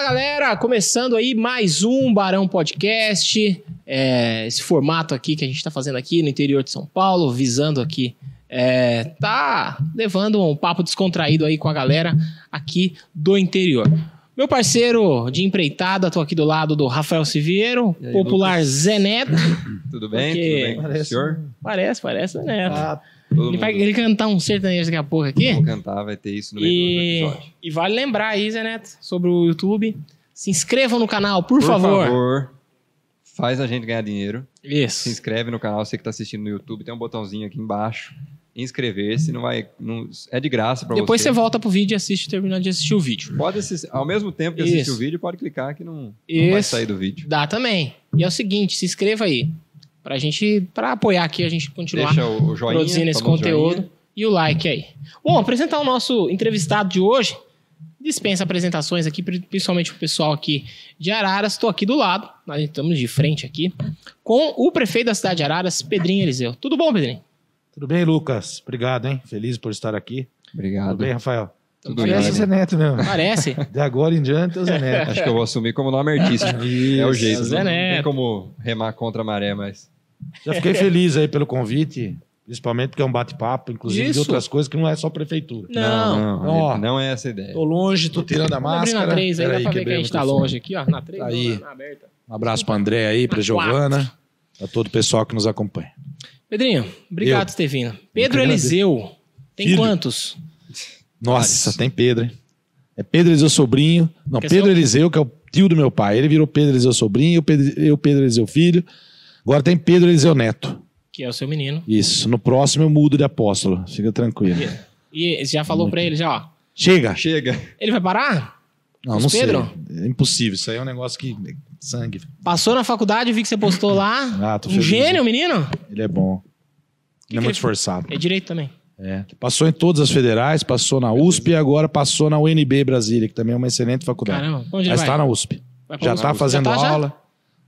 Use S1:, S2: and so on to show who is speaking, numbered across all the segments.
S1: galera, começando aí mais um Barão Podcast. É, esse formato aqui que a gente está fazendo aqui no interior de São Paulo, visando aqui, é, tá levando um papo descontraído aí com a galera aqui do interior. Meu parceiro de empreitada, tô aqui do lado do Rafael Siviero,
S2: E aí,
S1: popular Zé Neto.
S2: Tudo bem?
S1: Porque-
S2: Tudo bem? com o Senhor?
S1: Parece, parece Zé Neto.
S3: Ah,
S2: Todo
S1: ele
S2: mundo.
S1: vai ele cantar um sertanejo daqui a pouco aqui.
S2: Vou cantar, vai ter isso no meio
S1: E,
S2: do episódio.
S1: e vale lembrar aí, Zé Neto, sobre o YouTube. Se inscrevam no canal, por, favor.
S2: faz a gente ganhar dinheiro. Se
S1: Isso.
S2: inscreve no canal, você que está assistindo no YouTube, tem um botãozinho aqui embaixo. Inscrever-se, não vai. não- é de graça para você.
S1: Depois você volta pro vídeo e assiste, termina de assistir o vídeo.
S2: Pode assistir, ao mesmo tempo que assiste
S1: Isso.
S2: o vídeo, pode clicar que não, não vai
S1: Isso.
S2: sair do vídeo.
S1: Dá também. E é o seguinte, se inscreva aí. Pra gente, pra apoiar aqui, a gente continuar
S2: Deixa o, o joinha.
S1: produzindo esse
S2: famoso
S1: conteúdo.
S2: joinha.
S1: E o like aí. Bom, apresentar o nosso entrevistado de hoje. Dispensa apresentações aqui, pri- principalmente pro pessoal aqui de Araras. Estou aqui do lado, nós estamos de frente aqui, com o prefeito da cidade de Araras, Pedrinho Eliseu. Tudo bom, Pedrinho?
S3: tudo bem, Lucas? Obrigado, hein? Feliz por estar aqui.
S2: Obrigado.
S3: Tudo bem, Rafael?
S2: Tudo
S1: Parece-
S3: Parece o Zé Neto mesmo.
S1: Parece.
S3: De agora em diante é o Zé Neto.
S2: Acho que eu vou assumir como nome artístico. É o jeito.
S1: Zé
S2: não- Não
S1: Neto.
S2: tem como remar contra a maré, mas.
S3: Já fiquei feliz aí pelo convite, principalmente porque é um bate-papo, inclusive
S1: Isso.
S3: de outras coisas que não é só prefeitura.
S1: Não.
S2: não,
S3: Ó.
S2: não, não é essa a ideia.
S3: Tô longe, tô tirando a
S1: Vamos abrir Tá na
S3: máscara.
S1: 3 aí, dá
S3: Peraí,
S1: pra ver que
S3: quebrei
S1: a
S3: o
S1: gente tá
S3: microfone.
S1: longe aqui, ó. Na 3,
S3: Tá aí.
S1: na aberta.
S3: Um abraço pra André aí, pra
S1: Na
S3: Giovana, pra todo o pessoal que nos acompanha.
S1: Pedrinho, obrigado por ter vindo. Pedro
S3: agradeço.
S1: Eliseu, tem
S3: Filho.
S1: quantos?
S3: Nossa, tem Pedro, hein? É Pedro Eliseu Sobrinho. Não,
S1: Quer ser
S3: Pedro
S1: o-
S3: Eliseu, que é o tio do meu pai. Ele virou Pedro Eliseu Sobrinho, eu Pedro, eu Pedro Eliseu Filho. Agora tem Pedro Eliseu Neto.
S1: Que é o seu menino.
S3: Isso. No próximo eu mudo de apóstolo. Fica tranquilo.
S1: E você já falou pra ele, já, ó.
S3: Chega!
S2: Chega.
S1: Ele vai parar?
S3: Não,
S1: Mas
S3: não sei.
S1: Pedro?
S3: É impossível. Isso aí é um negócio que. Sangue.
S1: Passou na faculdade, vi que você postou lá.
S3: Ah, tô
S1: um
S3: feliz.
S1: gênio, menino?
S3: Ele é bom.
S1: que
S3: ele é muito
S1: ele-
S3: esforçado.
S1: É direito também.
S3: É. Passou em todas as federais, passou na USP e agora passou na UNB Brasília, que também é uma excelente faculdade.
S1: Caramba, onde ele
S3: Mas
S1: vai?
S3: está na USP.
S1: Vai pra
S3: Já
S1: onde?
S3: está fazendo
S1: Já tá, já?
S3: aula.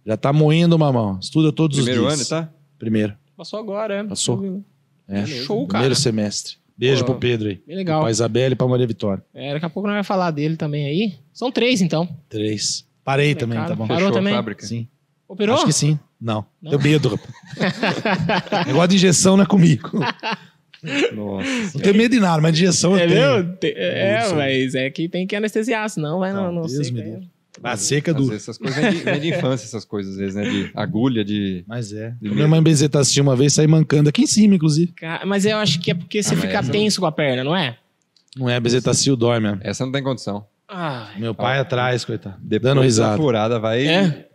S3: Já está moendo mamão. Estuda todos
S2: Primeiro
S3: os
S2: ano,
S3: dias.
S2: tá?
S3: Primeiro.
S1: Passou agora, é.
S3: Passou. É.
S1: Beleza. Show, cara.
S3: Primeiro semestre. Beijo
S1: Pô.
S3: pro Pedro aí.
S1: Bem legal.
S3: Pra Isabela e pra Maria Vitória.
S1: É, daqui a pouco nós vamos falar dele também aí. São três, então.
S3: Três. Parei também,
S1: cara.
S3: tá bom?
S1: Parou
S2: Fechou
S1: também?
S2: a fábrica.
S3: Sim.
S1: Operou? É,
S3: Acho que sim. Não.
S1: Não?
S3: Deu medo, rapaz. Negócio de injeção não é comigo. Não
S2: Nossa. senhora.
S3: tenho medo de nada, mas de injeção
S1: É
S3: eu tenho.
S1: meu? Te- É,
S3: Isso.
S1: mas é que tem que anestesiar, senão vai não,
S3: Não,
S1: não,
S3: Deus
S1: sei.
S3: me
S1: cara.
S3: A seca é
S2: Às
S3: dura.
S2: vezes essas coisas vêm de, vem de infância, essas coisas, às vezes, né? De agulha, de.
S3: Mas é.
S2: De
S3: Minha mãe Bezê tá assistindo uma vez, saí mancando aqui em cima, inclusive.
S1: Ca- Mas eu acho que é porque você
S2: Ah, mas
S1: fica
S2: essa-
S1: tenso com a perna, não é?
S3: Não é, Bezê tá cio dói mesmo.
S2: Essa não tem condição.
S1: Ah,
S3: Meu pai atrás, coitado.
S2: Depois
S3: Dando
S2: da
S3: risada.
S2: furada vai.
S1: é.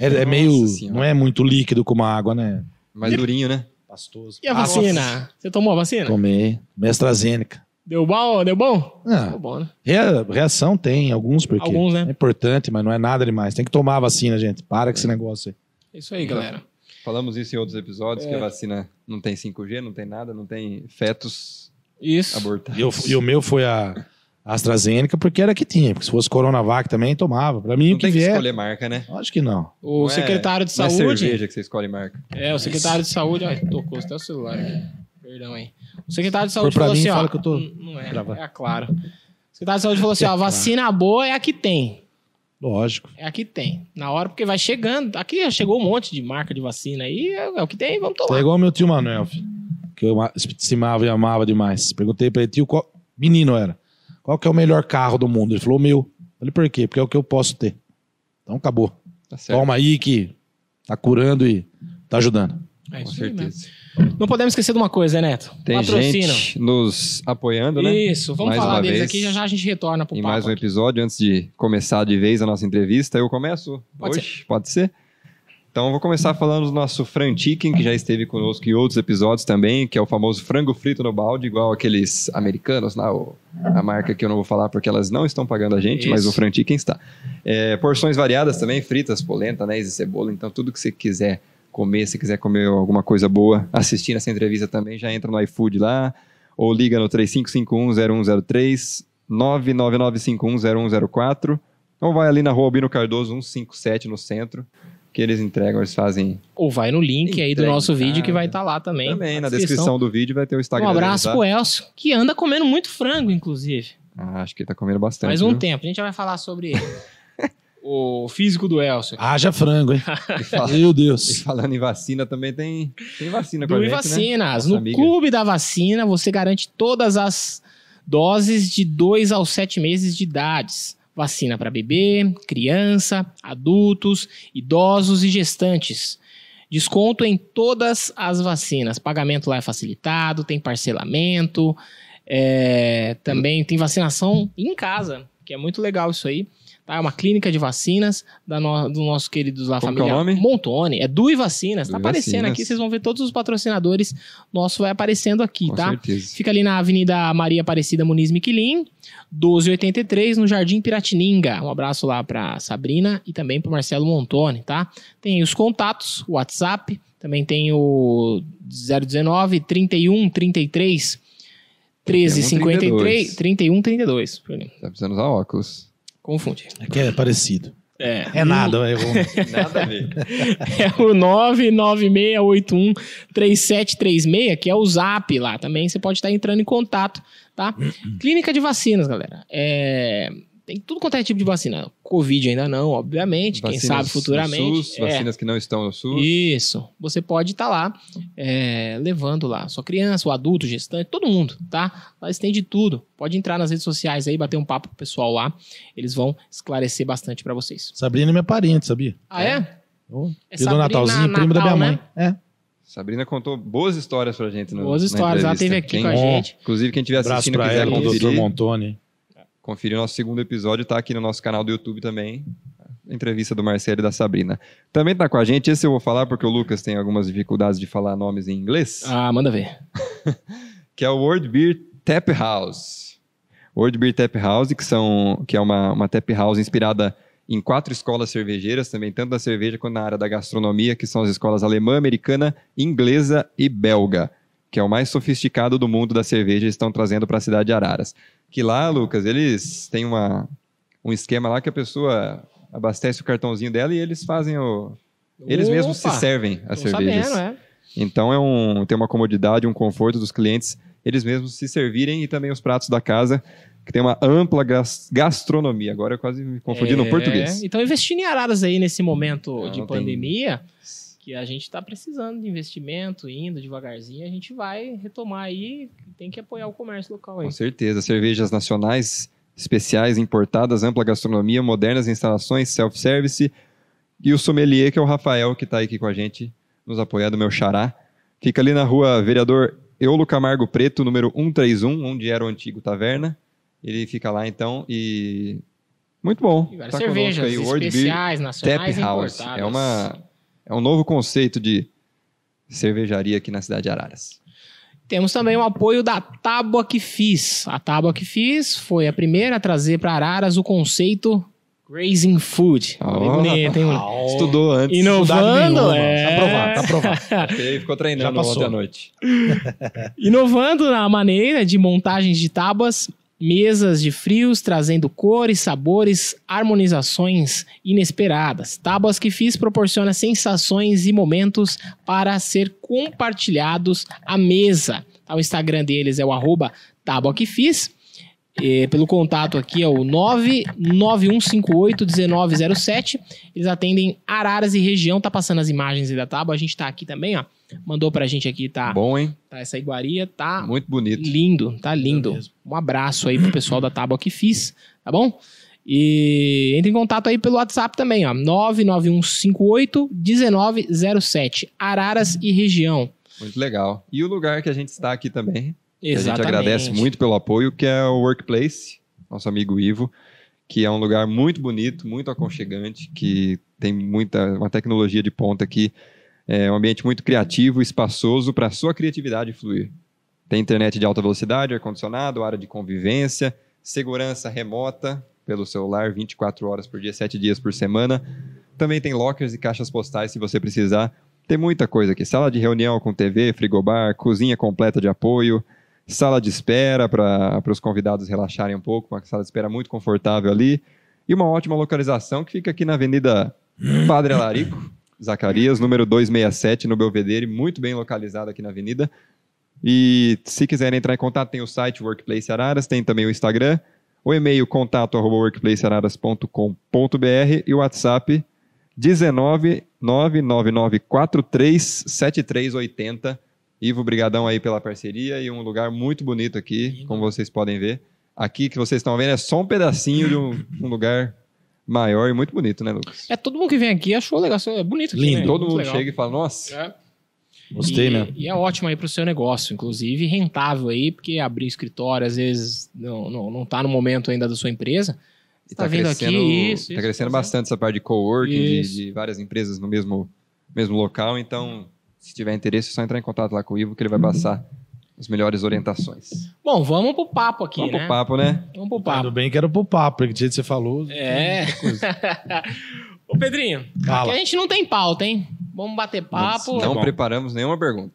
S3: É, é
S2: Nossa
S3: meio.
S2: Senhora.
S3: Não é muito líquido como a água, né?
S2: Mais durinho, né?
S3: Pastoso.
S1: E a
S3: Passa.
S1: vacina? Você tomou a vacina?
S3: Tomei. Mestrazeneca.
S1: Deu bom? Deu bom?
S3: Ah,
S1: Deu bom, né?
S3: rea- reação tem, alguns, porque
S1: Alguns, né?
S3: é importante, mas não é nada demais. Tem que tomar a vacina, gente. Para com esse negócio aí.
S1: É Isso aí, galera.
S2: Falamos isso em outros episódios,
S1: É.
S2: que a vacina não tem 5G, não tem nada, não tem fetos
S1: Isso.
S2: abortados.
S3: E, eu- e o meu foi a AstraZeneca, porque era que tinha. Porque se fosse Coronavac também, tomava. Pra mim,
S2: Não
S3: o que
S2: tem que
S3: vier.
S2: escolher marca, né?
S3: Acho que não.
S1: O
S2: Não é-
S1: secretário de
S2: Não é
S1: saúde.
S2: cerveja que você escolhe marca.
S1: É, o secretário de saúde. Ai, tocou até o celular aqui. Perdão aí. O secretário de
S3: For
S1: saúde
S3: pra
S1: falou
S3: mim,
S1: assim: ó.
S3: fala que eu tô
S1: n- não é,
S3: gravando.
S1: é a claro. O secretário de saúde falou assim: ó, a vacina boa é a que tem.
S3: Lógico.
S1: É a que tem. Na hora, porque vai chegando. Aqui já chegou um monte de marca de vacina aí. É, é o que tem, vamos
S3: É
S1: tomar.
S3: igual meu tio Manuel, filho, que eu ma- estimava e amava demais. Perguntei pra ele, tio, qual... menino era, qual que é o melhor carro do mundo? Ele falou, meu. Falei, por quê? Porque é o que eu posso ter. Então acabou.
S2: Tá certo.
S3: Toma aí que tá curando e tá ajudando.
S1: É
S2: Com
S1: isso aí mesmo.
S2: certeza.
S1: Não podemos esquecer de uma coisa, né, Neto?
S2: Tem
S1: Patrocínio.
S2: gente nos apoiando, né?
S1: Isso, vamos
S2: Mais
S1: falar
S2: uma
S1: deles
S2: vez.
S1: aqui já já a gente retorna pro
S2: Em
S1: papo.
S2: mais um
S1: aqui.
S2: episódio, antes de começar de vez a nossa entrevista, eu começo
S1: Pode
S2: hoje? Pode ser? Então, eu vou começar falando do nosso Fran Chicken, que já esteve conosco em outros episódios também, que é o famoso frango frito no balde, igual aqueles americanos lá, o- a marca que eu não vou falar porque elas não estão pagando a gente, mas
S1: Isso.
S2: o Fran Chicken está. É, porções variadas também, fritas, polenta, anéis e cebola, então tudo que você quiser comer, se quiser comer alguma coisa boa, assistir essa entrevista também, já entra no iFood lá, ou liga no 35510103, 999510104, ou vai ali na rua Albino Cardoso 157 no centro, que eles entregam, eles fazem
S1: Ou vai no link aí do
S2: Entrega
S1: nosso
S2: em
S1: vídeo que
S2: casa.
S1: vai estar lá também.
S2: também na descrição tá do vídeo, vai ter o Instagram.
S1: Um abraço
S2: deles lá.
S1: pro Elcio, que anda comendo muito frango, inclusive.
S2: Ah, acho que ele tá comendo bastante.
S1: Faz um
S2: viu?
S1: tempo. A gente já vai falar sobre o físico do Elcio.
S3: Haja frango, hein?
S2: E fala-
S3: Meu
S2: e
S3: Deus.
S2: falando em vacina, também tem, tem vacina com a
S1: Do
S2: gente, né?
S1: Vacinas.
S2: Nossa
S1: No
S2: amiga.
S1: Clube da Vacina, você garante todas as doses de 2 aos 7 meses de idades. Vacina para bebê, criança, adultos, idosos e gestantes. Desconto em todas as vacinas. Pagamento lá é facilitado, tem parcelamento, é, também tem vacinação em casa, que é muito legal isso aí. Tá? É uma clínica de vacinas da no- do nosso querido lá,
S2: Como que é
S1: família
S2: o nome?
S1: Montoni. É Dui Vacinas. Tá
S2: Dui
S1: aparecendo
S2: Vacinas.
S1: aqui, vocês vão ver todos os patrocinadores. Nosso vai aparecendo aqui,
S2: Com
S1: tá?
S2: certeza.
S1: Fica ali na Avenida Maria Aparecida Muniz Miquelin, 1283, no Jardim Piratininga. Um abraço lá pra Sabrina e também pro Marcelo Montoni, tá? Tem os contatos, o WhatsApp, também tem o 019 31 33 13 53 31 32.
S2: Tá precisando usar óculos.
S1: Confunde.
S3: É que é parecido.
S1: É.
S3: É nada, eu
S2: Nada a ver.
S1: É o 996813736, que é o zap lá também. Você pode estar entrando em contato, tá?
S2: Uhum.
S1: Clínica de vacinas, galera. É, Tem tudo quanto é tipo de vacina. Covid ainda não, obviamente. Quem
S2: Vacinas
S1: sabe
S2: do
S1: futuramente.
S2: SUS,
S1: É,
S2: Vacinas que não estão no SUS.
S1: Isso. Você pode estar lá é, levando lá sua criança, o adulto, o gestante, todo mundo, tá? Lá eles têm de tudo. Pode entrar nas redes sociais aí, bater um papo com o pessoal lá. Eles vão esclarecer bastante pra vocês.
S3: Sabrina é minha parente, sabia?
S1: Ah, é?
S3: Eu,
S1: É
S3: Dona
S1: Sabrina né?
S3: Natalzinha, prima da
S1: Natal,
S3: minha mãe.
S2: Tá
S3: É.
S2: Sabrina contou boas histórias pra gente. No,
S1: Boas
S2: na
S1: histórias, ela
S2: entrevista.
S1: teve aqui
S2: Quem-
S1: com a gente.
S2: Inclusive, quem estiver
S3: Abraço
S2: assistindo e
S3: pra
S2: quiser
S3: ela, com o
S2: conferir,
S3: doutor Montoni.
S2: conferir o nosso segundo episódio, tá aqui no nosso canal do YouTube também. Entrevista do Marcelo e da Sabrina. Também tá com a gente, esse eu vou falar porque o Lucas tem algumas dificuldades de falar nomes em inglês,
S1: Ah, manda ver.
S2: que é o World Beer Tap House. World Beer Tap House, que, são, que é uma, uma tap house inspirada em quatro escolas cervejeiras também, tanto da cerveja quanto na área da gastronomia, que são as escolas alemã, americana, inglesa e belga, que é o mais sofisticado do mundo da cerveja, eles estão trazendo para a cidade de Araras. Que lá, Lucas, eles têm uma, um esquema lá que a pessoa abastece o cartãozinho dela e eles fazem o... Eles mesmos se
S1: Opa!
S2: servem as
S1: Tô
S2: cervejas.
S1: sabendo, é.
S2: Então é um, tem uma comodidade, um conforto dos clientes, eles mesmos se servirem e também os pratos da casa, que tem uma ampla gas- gastronomia. Agora eu quase me confundi no
S1: É,
S2: português.
S1: Então investindo em araras aí nesse momento
S2: Não,
S1: de
S2: tem-
S1: pandemia, que a gente tá precisando de investimento, indo devagarzinho, a gente vai retomar aí, tem que apoiar o comércio local aí.
S2: Com certeza, cervejas nacionais, especiais, importadas, ampla gastronomia, modernas instalações, self-service e o sommelier, que é o Rafael, que está aqui com a gente, nos apoiando, meu xará. Fica ali na rua Vereador Eulo Camargo Preto, número 131, onde era o antigo Taverna. Ele fica lá então e... Muito bom.
S1: E várias
S2: Tá conosco
S1: cervejas
S2: aí, World Beer
S1: especiais, nacionais
S2: Tap
S1: e
S2: House.
S1: importadas.
S2: É, uma, é um novo conceito de cervejaria aqui na cidade de Araras.
S1: Temos também o apoio da Tábua que Fiz. A Tábua que Fiz foi a primeira a trazer para Araras o conceito Grazing Food.
S2: Ah,
S1: Bem bonito, hein, mano?
S3: É.
S2: Estudou antes.
S1: um
S3: Dificuldade
S1: Inovando,
S3: nenhuma,
S1: é.
S3: Tá aprovado, tá aprovado.
S2: Ele ficou
S3: Já
S2: treinando
S3: passou.
S2: ontem à noite.
S1: Inovando na maneira de montagens de tábuas, mesas de frios, trazendo cores, sabores, harmonizações inesperadas. Tábuas que fiz proporciona sensações e momentos para ser compartilhados à mesa. Tá, O Instagram deles é o arroba tábua que fiz. E pelo contato aqui é o 991581907. Eles atendem Araras e região. Tá passando as imagens aí da tábua. A gente tá aqui também, ó. Mandou pra gente aqui, tá?
S2: Bom, hein?
S1: Tá, essa iguaria tá
S2: Muito bonito.
S1: lindo, tá lindo. Um abraço aí pro pessoal da Tábua que fiz, tá bom? E entre em contato aí pelo WhatsApp também, ó, 991581907, Araras e região.
S2: Muito legal. E o lugar que a gente está aqui também, que a gente
S1: Exatamente.
S2: agradece muito pelo apoio, que é o Workplace, nosso amigo Ivo, que é um lugar muito bonito, muito aconchegante, que tem muita uma tecnologia de ponta aqui, é um ambiente muito criativo, espaçoso para a sua criatividade fluir. Tem internet de alta velocidade, ar condicionado, área de convivência, segurança remota pelo celular 24 horas por dia, 7 dias por semana. Também tem lockers e caixas postais se você precisar. Tem muita coisa aqui: sala de reunião com TV, frigobar, cozinha completa de apoio, sala de espera para os convidados relaxarem um pouco, uma sala de espera muito confortável ali. E uma ótima localização que fica aqui na Avenida Padre Alarico, Zacarias, número 267, no Belvedere, muito bem localizado aqui na avenida. E se quiserem entrar em contato, tem o site Workplace Araras, tem também o Instagram, O e-mail contato arroba workplaceararas.com.br e o WhatsApp 19 999437380. Ivo, brigadão aí pela parceria e um lugar muito bonito aqui, como vocês podem ver. Aqui que vocês estão vendo é só um pedacinho de um, um lugar maior e muito bonito, né, Lucas?
S1: É, todo mundo que vem aqui achou legal, é bonito. Aqui,
S3: Lindo.
S1: né?
S2: Todo
S1: Muito
S2: mundo
S1: legal.
S2: chega né? e fala, nossa,
S1: É.
S3: Gostei
S1: e,
S3: mesmo.
S1: E é ótimo aí pro seu negócio, inclusive rentável aí, porque abrir escritório às vezes não, não, não tá no momento ainda da sua empresa. Você tá,
S2: está
S1: vindo
S2: crescendo,
S1: aqui, isso,
S2: tá
S1: isso,
S2: crescendo
S1: tá
S2: bastante essa parte de coworking, de-
S1: Isso.
S2: de, várias empresas no mesmo, mesmo local. Então, se tiver interesse, é só entrar em contato lá com o Ivo, que ele
S1: Uhum.
S2: vai passar as melhores orientações.
S1: Bom, vamos pro papo aqui,
S2: Vamos
S1: né?
S2: pro papo, né?
S1: Vamos pro papo.
S3: Tudo bem que era pro papo, porque do jeito que você falou.
S1: É. Ô, Pedrinho, aqui
S3: Fala.
S1: a gente não tem pauta, hein? Vamos bater papo.
S3: Tá
S2: Não
S3: bom.
S2: preparamos nenhuma pergunta.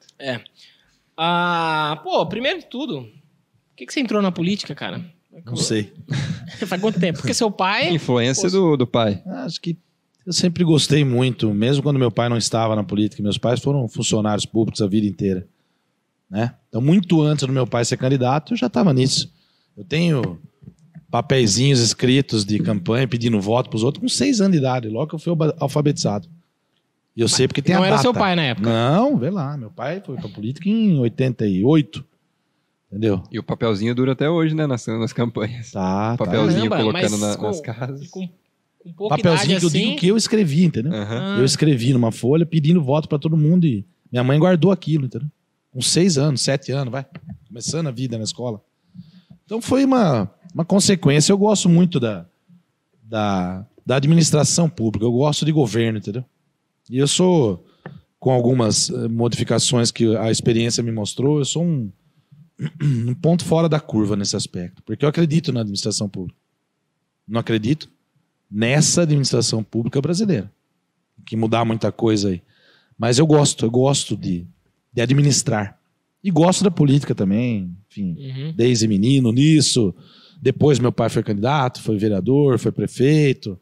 S1: Ah, pô, primeiro de tudo, por que, que você entrou na política, cara?
S3: Não sei.
S1: Faz quanto tempo? Porque seu pai.
S2: Influência do, do pai.
S3: Acho que eu sempre gostei muito, mesmo quando meu pai não estava na política. Meus pais foram funcionários públicos a vida inteira. Né? Então, muito antes do meu pai ser candidato, eu já estava nisso. Eu tenho papeizinhos escritos de campanha pedindo voto para os outros com seis anos de idade, logo que eu fui alba- alfabetizado. E eu sei porque tem
S1: não
S3: a
S1: era seu
S3: data.
S1: pai na época.
S3: Não, vê lá. Meu pai foi pra política em 88. Entendeu?
S2: E o papelzinho dura até hoje, né? Nas, nas campanhas.
S3: Tá, tá.
S2: papelzinho
S1: Caramba,
S2: colocando
S1: mas
S2: na-
S1: com-
S2: nas casas.
S1: Com, com pouca
S3: Papelzinho
S1: idade
S3: que eu
S1: assim.
S3: digo que eu escrevi, entendeu?
S2: Aham.
S1: Ah,
S3: Eu escrevi numa folha pedindo voto pra todo mundo e minha mãe guardou aquilo, entendeu? Com seis anos, sete anos, vai. Começando a vida na escola. Então foi uma, uma consequência. Eu gosto muito da, da, da administração pública, eu gosto de governo, entendeu? E eu sou, com algumas eh, modificações que a experiência me mostrou, eu sou um, um ponto fora da curva nesse aspecto, porque eu acredito na administração pública. Não acredito nessa administração pública brasileira que mudar muita coisa aí. Mas eu gosto, eu gosto de, de administrar. E gosto da política também, enfim,
S1: uhum.
S3: desde menino nisso. Depois meu pai foi candidato, foi vereador, foi prefeito.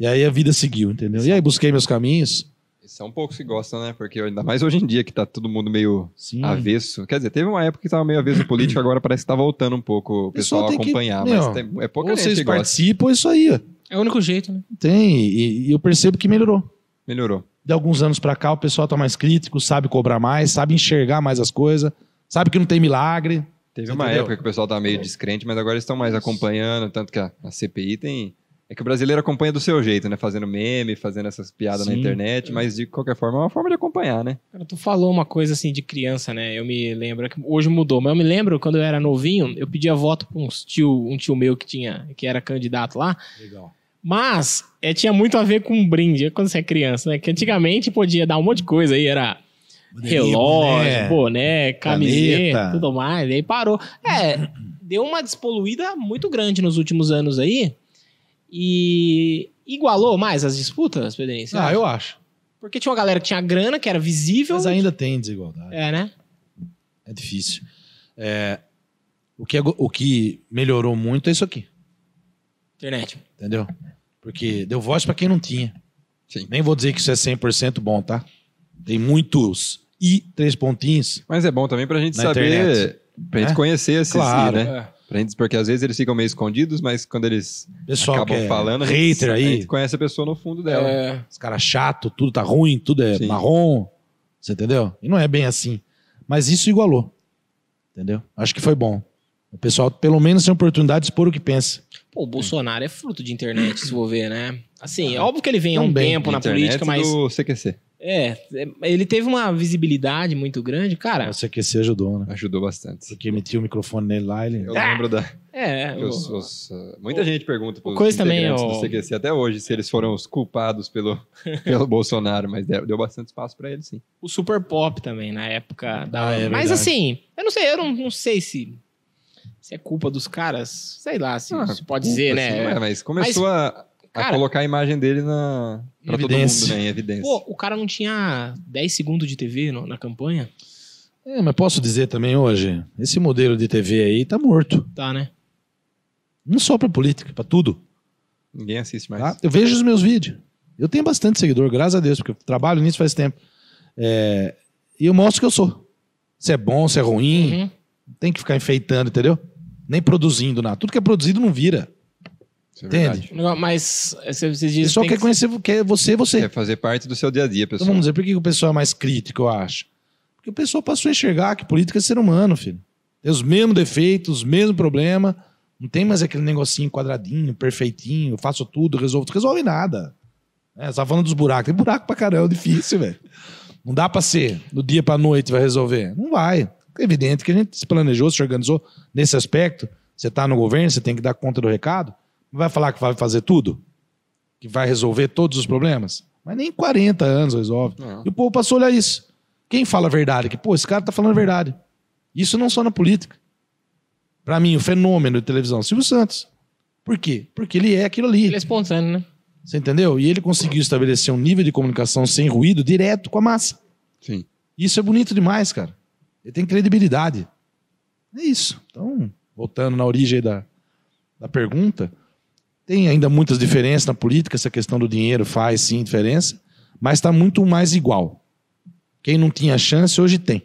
S3: E aí a vida seguiu, entendeu? E aí busquei meus caminhos.
S2: São poucos que gostam, né? Porque ainda mais hoje em dia que tá todo mundo meio
S3: Sim.
S2: avesso. Quer dizer, teve uma época que tava meio avesso político, agora parece que tá voltando um pouco o pessoal,
S3: Pessoal tem que-
S2: acompanhar.
S3: meu,
S2: mas tem- é
S3: Ou
S2: pouca gente
S3: vocês
S2: que gosta.
S3: participam, isso aí, ó.
S1: É o único jeito, né?
S3: Tem. E, e eu percebo que melhorou.
S2: Melhorou.
S3: De alguns anos pra cá, o pessoal tá mais crítico, sabe cobrar mais, sabe enxergar mais as coisas, sabe que não tem milagre.
S2: Teve
S3: Você
S2: uma
S3: entendeu? É.
S2: época que o pessoal tava meio descrente, mas agora eles estão mais acompanhando, tanto que a, a CPI tem... É que o brasileiro acompanha do seu jeito, né? Fazendo meme, fazendo essas piadas na
S3: Sim.
S2: internet, mas de qualquer forma é uma forma de acompanhar, né?
S1: Cara, tu falou uma coisa assim de criança, né? Eu me lembro, é que hoje mudou, mas eu me lembro quando eu era novinho, eu pedia voto pra uns tio, um tio meu que tinha, que era candidato lá,
S3: Legal.
S1: mas é, tinha muito a ver com um brinde, quando você é criança, né? Que antigamente podia dar um monte de coisa aí, era relógio, boné, camiseta,
S3: né? caneta.
S1: tudo mais, e aí parou. É, deu uma despoluída muito grande nos últimos anos aí, e igualou mais as disputas, Pedrinho? você
S3: Ah,
S1: acha?
S3: eu acho.
S1: Porque tinha uma galera que tinha grana, que era visível,
S3: Mas ainda tem desigualdade.
S1: é, né?
S3: É difícil. É, o, que, ago- o que melhorou muito é isso aqui,
S1: Internet.
S3: entendeu? Porque deu voz pra quem não tinha.
S2: Sim.
S3: Nem vou dizer que isso é 100% bom, tá? Tem muitos e três pontinhos.
S2: Mas é bom também pra gente
S3: Na
S2: saber,
S3: internet.
S2: pra gente
S3: É?
S2: conhecer esses,
S3: Claro.
S2: né? Pra gente, porque às vezes eles ficam meio escondidos, mas quando eles
S3: Pessoal
S2: acabam
S3: que é
S2: falando, né? a gente-
S3: hater
S2: a
S3: aí,
S2: gente conhece a pessoa no fundo
S1: é.
S2: dela.
S3: os caras chato, tudo tá ruim, tudo é
S2: Sim.
S3: marrom, você entendeu? E não é bem assim. Mas isso igualou, entendeu? Acho que foi bom. O pessoal pelo menos tem a oportunidade de expor o que pensa.
S1: Pô, o Bolsonaro é fruto de internet, se for ver, né? Assim, é óbvio que ele vem há um
S3: Também,
S1: tempo na
S2: Internet
S1: política, mas.
S2: do CQC.
S1: É, é, ele teve uma visibilidade muito grande,
S2: É.
S1: cara.
S3: Você que se ajudou, né?
S2: Ajudou bastante.
S3: Porque metia o microfone nele lá, ele...
S2: Eu
S1: Ah!
S2: lembro da.
S1: É,
S2: que
S1: o-
S2: os- os, uh, muita gente pergunta para
S1: coisa
S2: os
S1: também,
S2: integrantes
S1: o-
S2: do CQC até hoje se eles foram os culpados pelo, pelo Bolsonaro, mas deu, deu bastante espaço para ele, sim.
S1: o Super Pop também, na época da.
S3: Ah, é
S1: Mas
S3: verdade.
S1: assim, eu não sei, eu não, não sei se, se é culpa dos caras, sei lá, se,
S2: Ah,
S1: se pode dizer,
S2: Assim, não
S1: né?
S2: é, mas começou a, a
S1: cara-
S2: colocar a imagem dele na pra todo mundo,
S3: Evidência.
S2: né, em evidência.
S1: Pô, o cara não tinha 10 segundos de TV no- na campanha,
S3: É, mas posso dizer também hoje, esse modelo de TV aí tá morto.
S1: tá, né?
S3: Não só pra política, pra tudo.
S2: Ninguém assiste mais.
S3: tá? Eu vejo os meus vídeos. Eu tenho bastante seguidor, graças a Deus, porque eu trabalho nisso faz tempo. É, e eu mostro o que eu sou. Se é bom, se é ruim,
S1: Uhum.
S3: tem que ficar enfeitando, entendeu? Nem produzindo nada. Tudo que é produzido não vira.
S2: Isso é
S3: Entende?
S2: verdade.
S1: Mas é, você, você
S3: O
S1: diz
S3: pessoal
S1: tem
S3: quer conhecer quer você, você.
S2: É fazer parte do seu dia a dia,
S3: Então
S2: pessoal.
S3: vamos dizer, por que que o pessoal é mais crítico, eu acho? Porque o pessoal passou a enxergar que política é ser humano, filho. Tem os mesmos defeitos, os mesmos problemas. Não tem mais aquele negocinho quadradinho, perfeitinho, eu faço tudo, resolvo tudo. Resolve nada. É, você tá falando dos buracos. Tem buraco pra caramba, é difícil, velho. Não dá pra ser do dia pra noite vai resolver. Não vai. É evidente que a gente se planejou, se organizou nesse aspecto. Você tá no governo, você tem que dar conta do recado. Não vai falar que vai fazer tudo? Que vai resolver todos os problemas? Mas nem 40 anos resolve.
S2: Não.
S3: E o povo passou a olhar isso. Quem fala a verdade? Que, pô, esse cara tá falando a verdade. Isso não só na política. Pra mim, o fenômeno de televisão, Silvio Santos. Por quê? Porque ele é aquilo ali.
S1: Ele é espontâneo, né?
S3: Você entendeu? E ele conseguiu estabelecer um nível de comunicação sem ruído direto com a massa.
S2: Sim.
S3: Isso é bonito demais, cara. Ele tem credibilidade. É isso. Então, voltando na origem da, da pergunta, tem ainda muitas diferenças na política, essa questão do dinheiro faz sim diferença, mas está muito mais igual. Quem não tinha chance, hoje tem.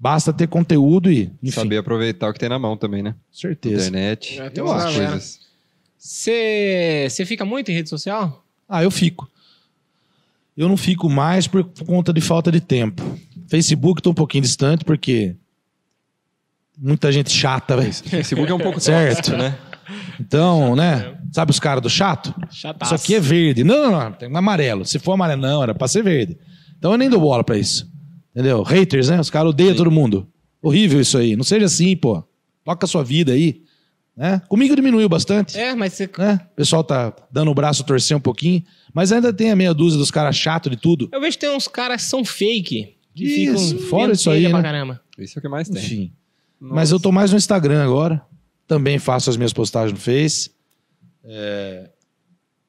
S3: Basta ter conteúdo e. Enfim,
S2: Saber aproveitar o que tem na mão também, né?
S3: Certeza.
S2: Internet,
S1: É, tem
S2: essas
S1: uma galera.
S2: coisas.
S1: Você você fica muito em rede social?
S3: Ah, eu fico. Eu não fico mais por conta de falta de tempo. Facebook tô um pouquinho distante porque muita gente chata, velho.
S2: Facebook é um pouco
S3: Certo.
S2: tóxico, né?
S3: Então, né? Sabe os caras do chato?
S1: Chataço.
S3: Isso aqui é verde. Não, não, não. Tem um amarelo. Se for amarelo, não, era pra ser verde. Então eu nem dou bola pra isso. Entendeu? Haters, né? Os caras odeiam todo mundo. Horrível isso aí. Não seja assim, pô. Toca a sua vida aí. Né? Comigo diminuiu bastante.
S1: É, mas você...
S3: Né? O pessoal tá dando o braço a torcer um pouquinho. Mas ainda tem a meia dúzia dos caras chato de tudo.
S1: Eu vejo que tem uns caras que são fake. Que
S3: Isso,
S1: ficam
S3: fora
S1: vendo
S3: isso aí,
S1: telha pra
S3: né?
S1: caramba.
S2: Isso é o que mais tem.
S3: Enfim. Mas eu tô mais no Instagram agora. Também faço as minhas postagens no Face. É,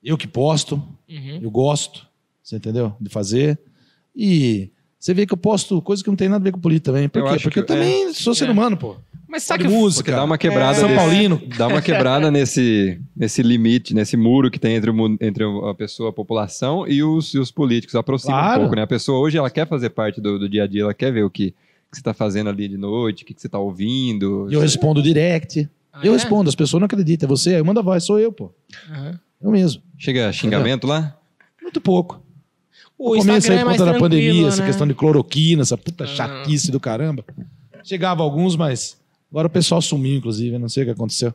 S3: Eu que posto.
S1: Uhum.
S3: Eu gosto, você entendeu? De fazer. E você vê que eu posto coisa que não tem nada a ver com política também. Por
S2: Eu
S3: quê?
S2: acho
S3: Porque
S2: que-
S3: eu também sou ser
S1: É.
S3: humano, pô.
S1: Mas
S3: Só
S1: sabe
S3: de
S1: que eu-
S2: Porque
S3: música.
S2: dá uma quebrada
S3: É, São
S2: nesse-
S3: Paulino.
S2: Dá uma quebrada nesse, nesse limite, nesse muro que tem entre, o, mu- entre o- a pessoa, a população e os, e os políticos. Aproxima um
S3: Claro.
S2: pouco, né? A pessoa hoje ela quer fazer parte do, do dia a dia, ela quer ver o que, que você está fazendo ali de noite, o que, que você está ouvindo.
S3: E eu respondo direct.
S1: Ah,
S3: eu
S1: é?
S3: respondo, as pessoas não acreditam. É você, aí manda a voz, sou eu, pô.
S1: Aham.
S3: Eu mesmo.
S2: Chega xingamento lá?
S3: Muito pouco.
S1: O
S3: no começo
S1: Instagram
S3: aí,
S1: é
S3: por
S1: mais
S3: conta da
S1: tranquilo,
S3: pandemia, essa
S1: né?
S3: questão de cloroquina, essa puta
S1: Ah.
S3: chatice do caramba. Chegava alguns, mas agora o pessoal sumiu, inclusive. eu Não sei o que aconteceu.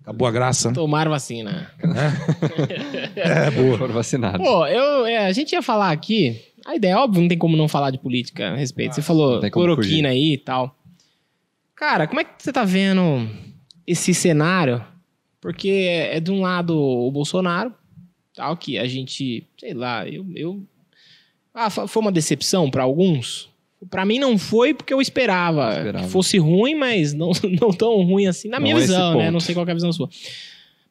S3: Acabou a graça, né?
S1: Tomar vacina.
S3: É, boa.
S2: Foram vacinados.
S1: Pô, eu, é, a gente ia falar aqui. A ideia, óbvio, não tem como não falar de política a respeito. Você falou
S2: Ah, não tem como fugir.
S1: cloroquina aí e tal. Cara, como é que você tá vendo esse cenário? Porque é, é de um lado o Bolsonaro, tal, que a gente, sei lá, eu. eu ah, fa- foi uma decepção para alguns? Pra mim não foi, porque eu esperava,
S2: Esperava.
S1: que fosse ruim, mas não, não tão ruim assim, na
S2: Não
S1: minha
S2: é esse
S1: visão, né?
S2: ponto.
S1: Não sei qual que é a visão sua.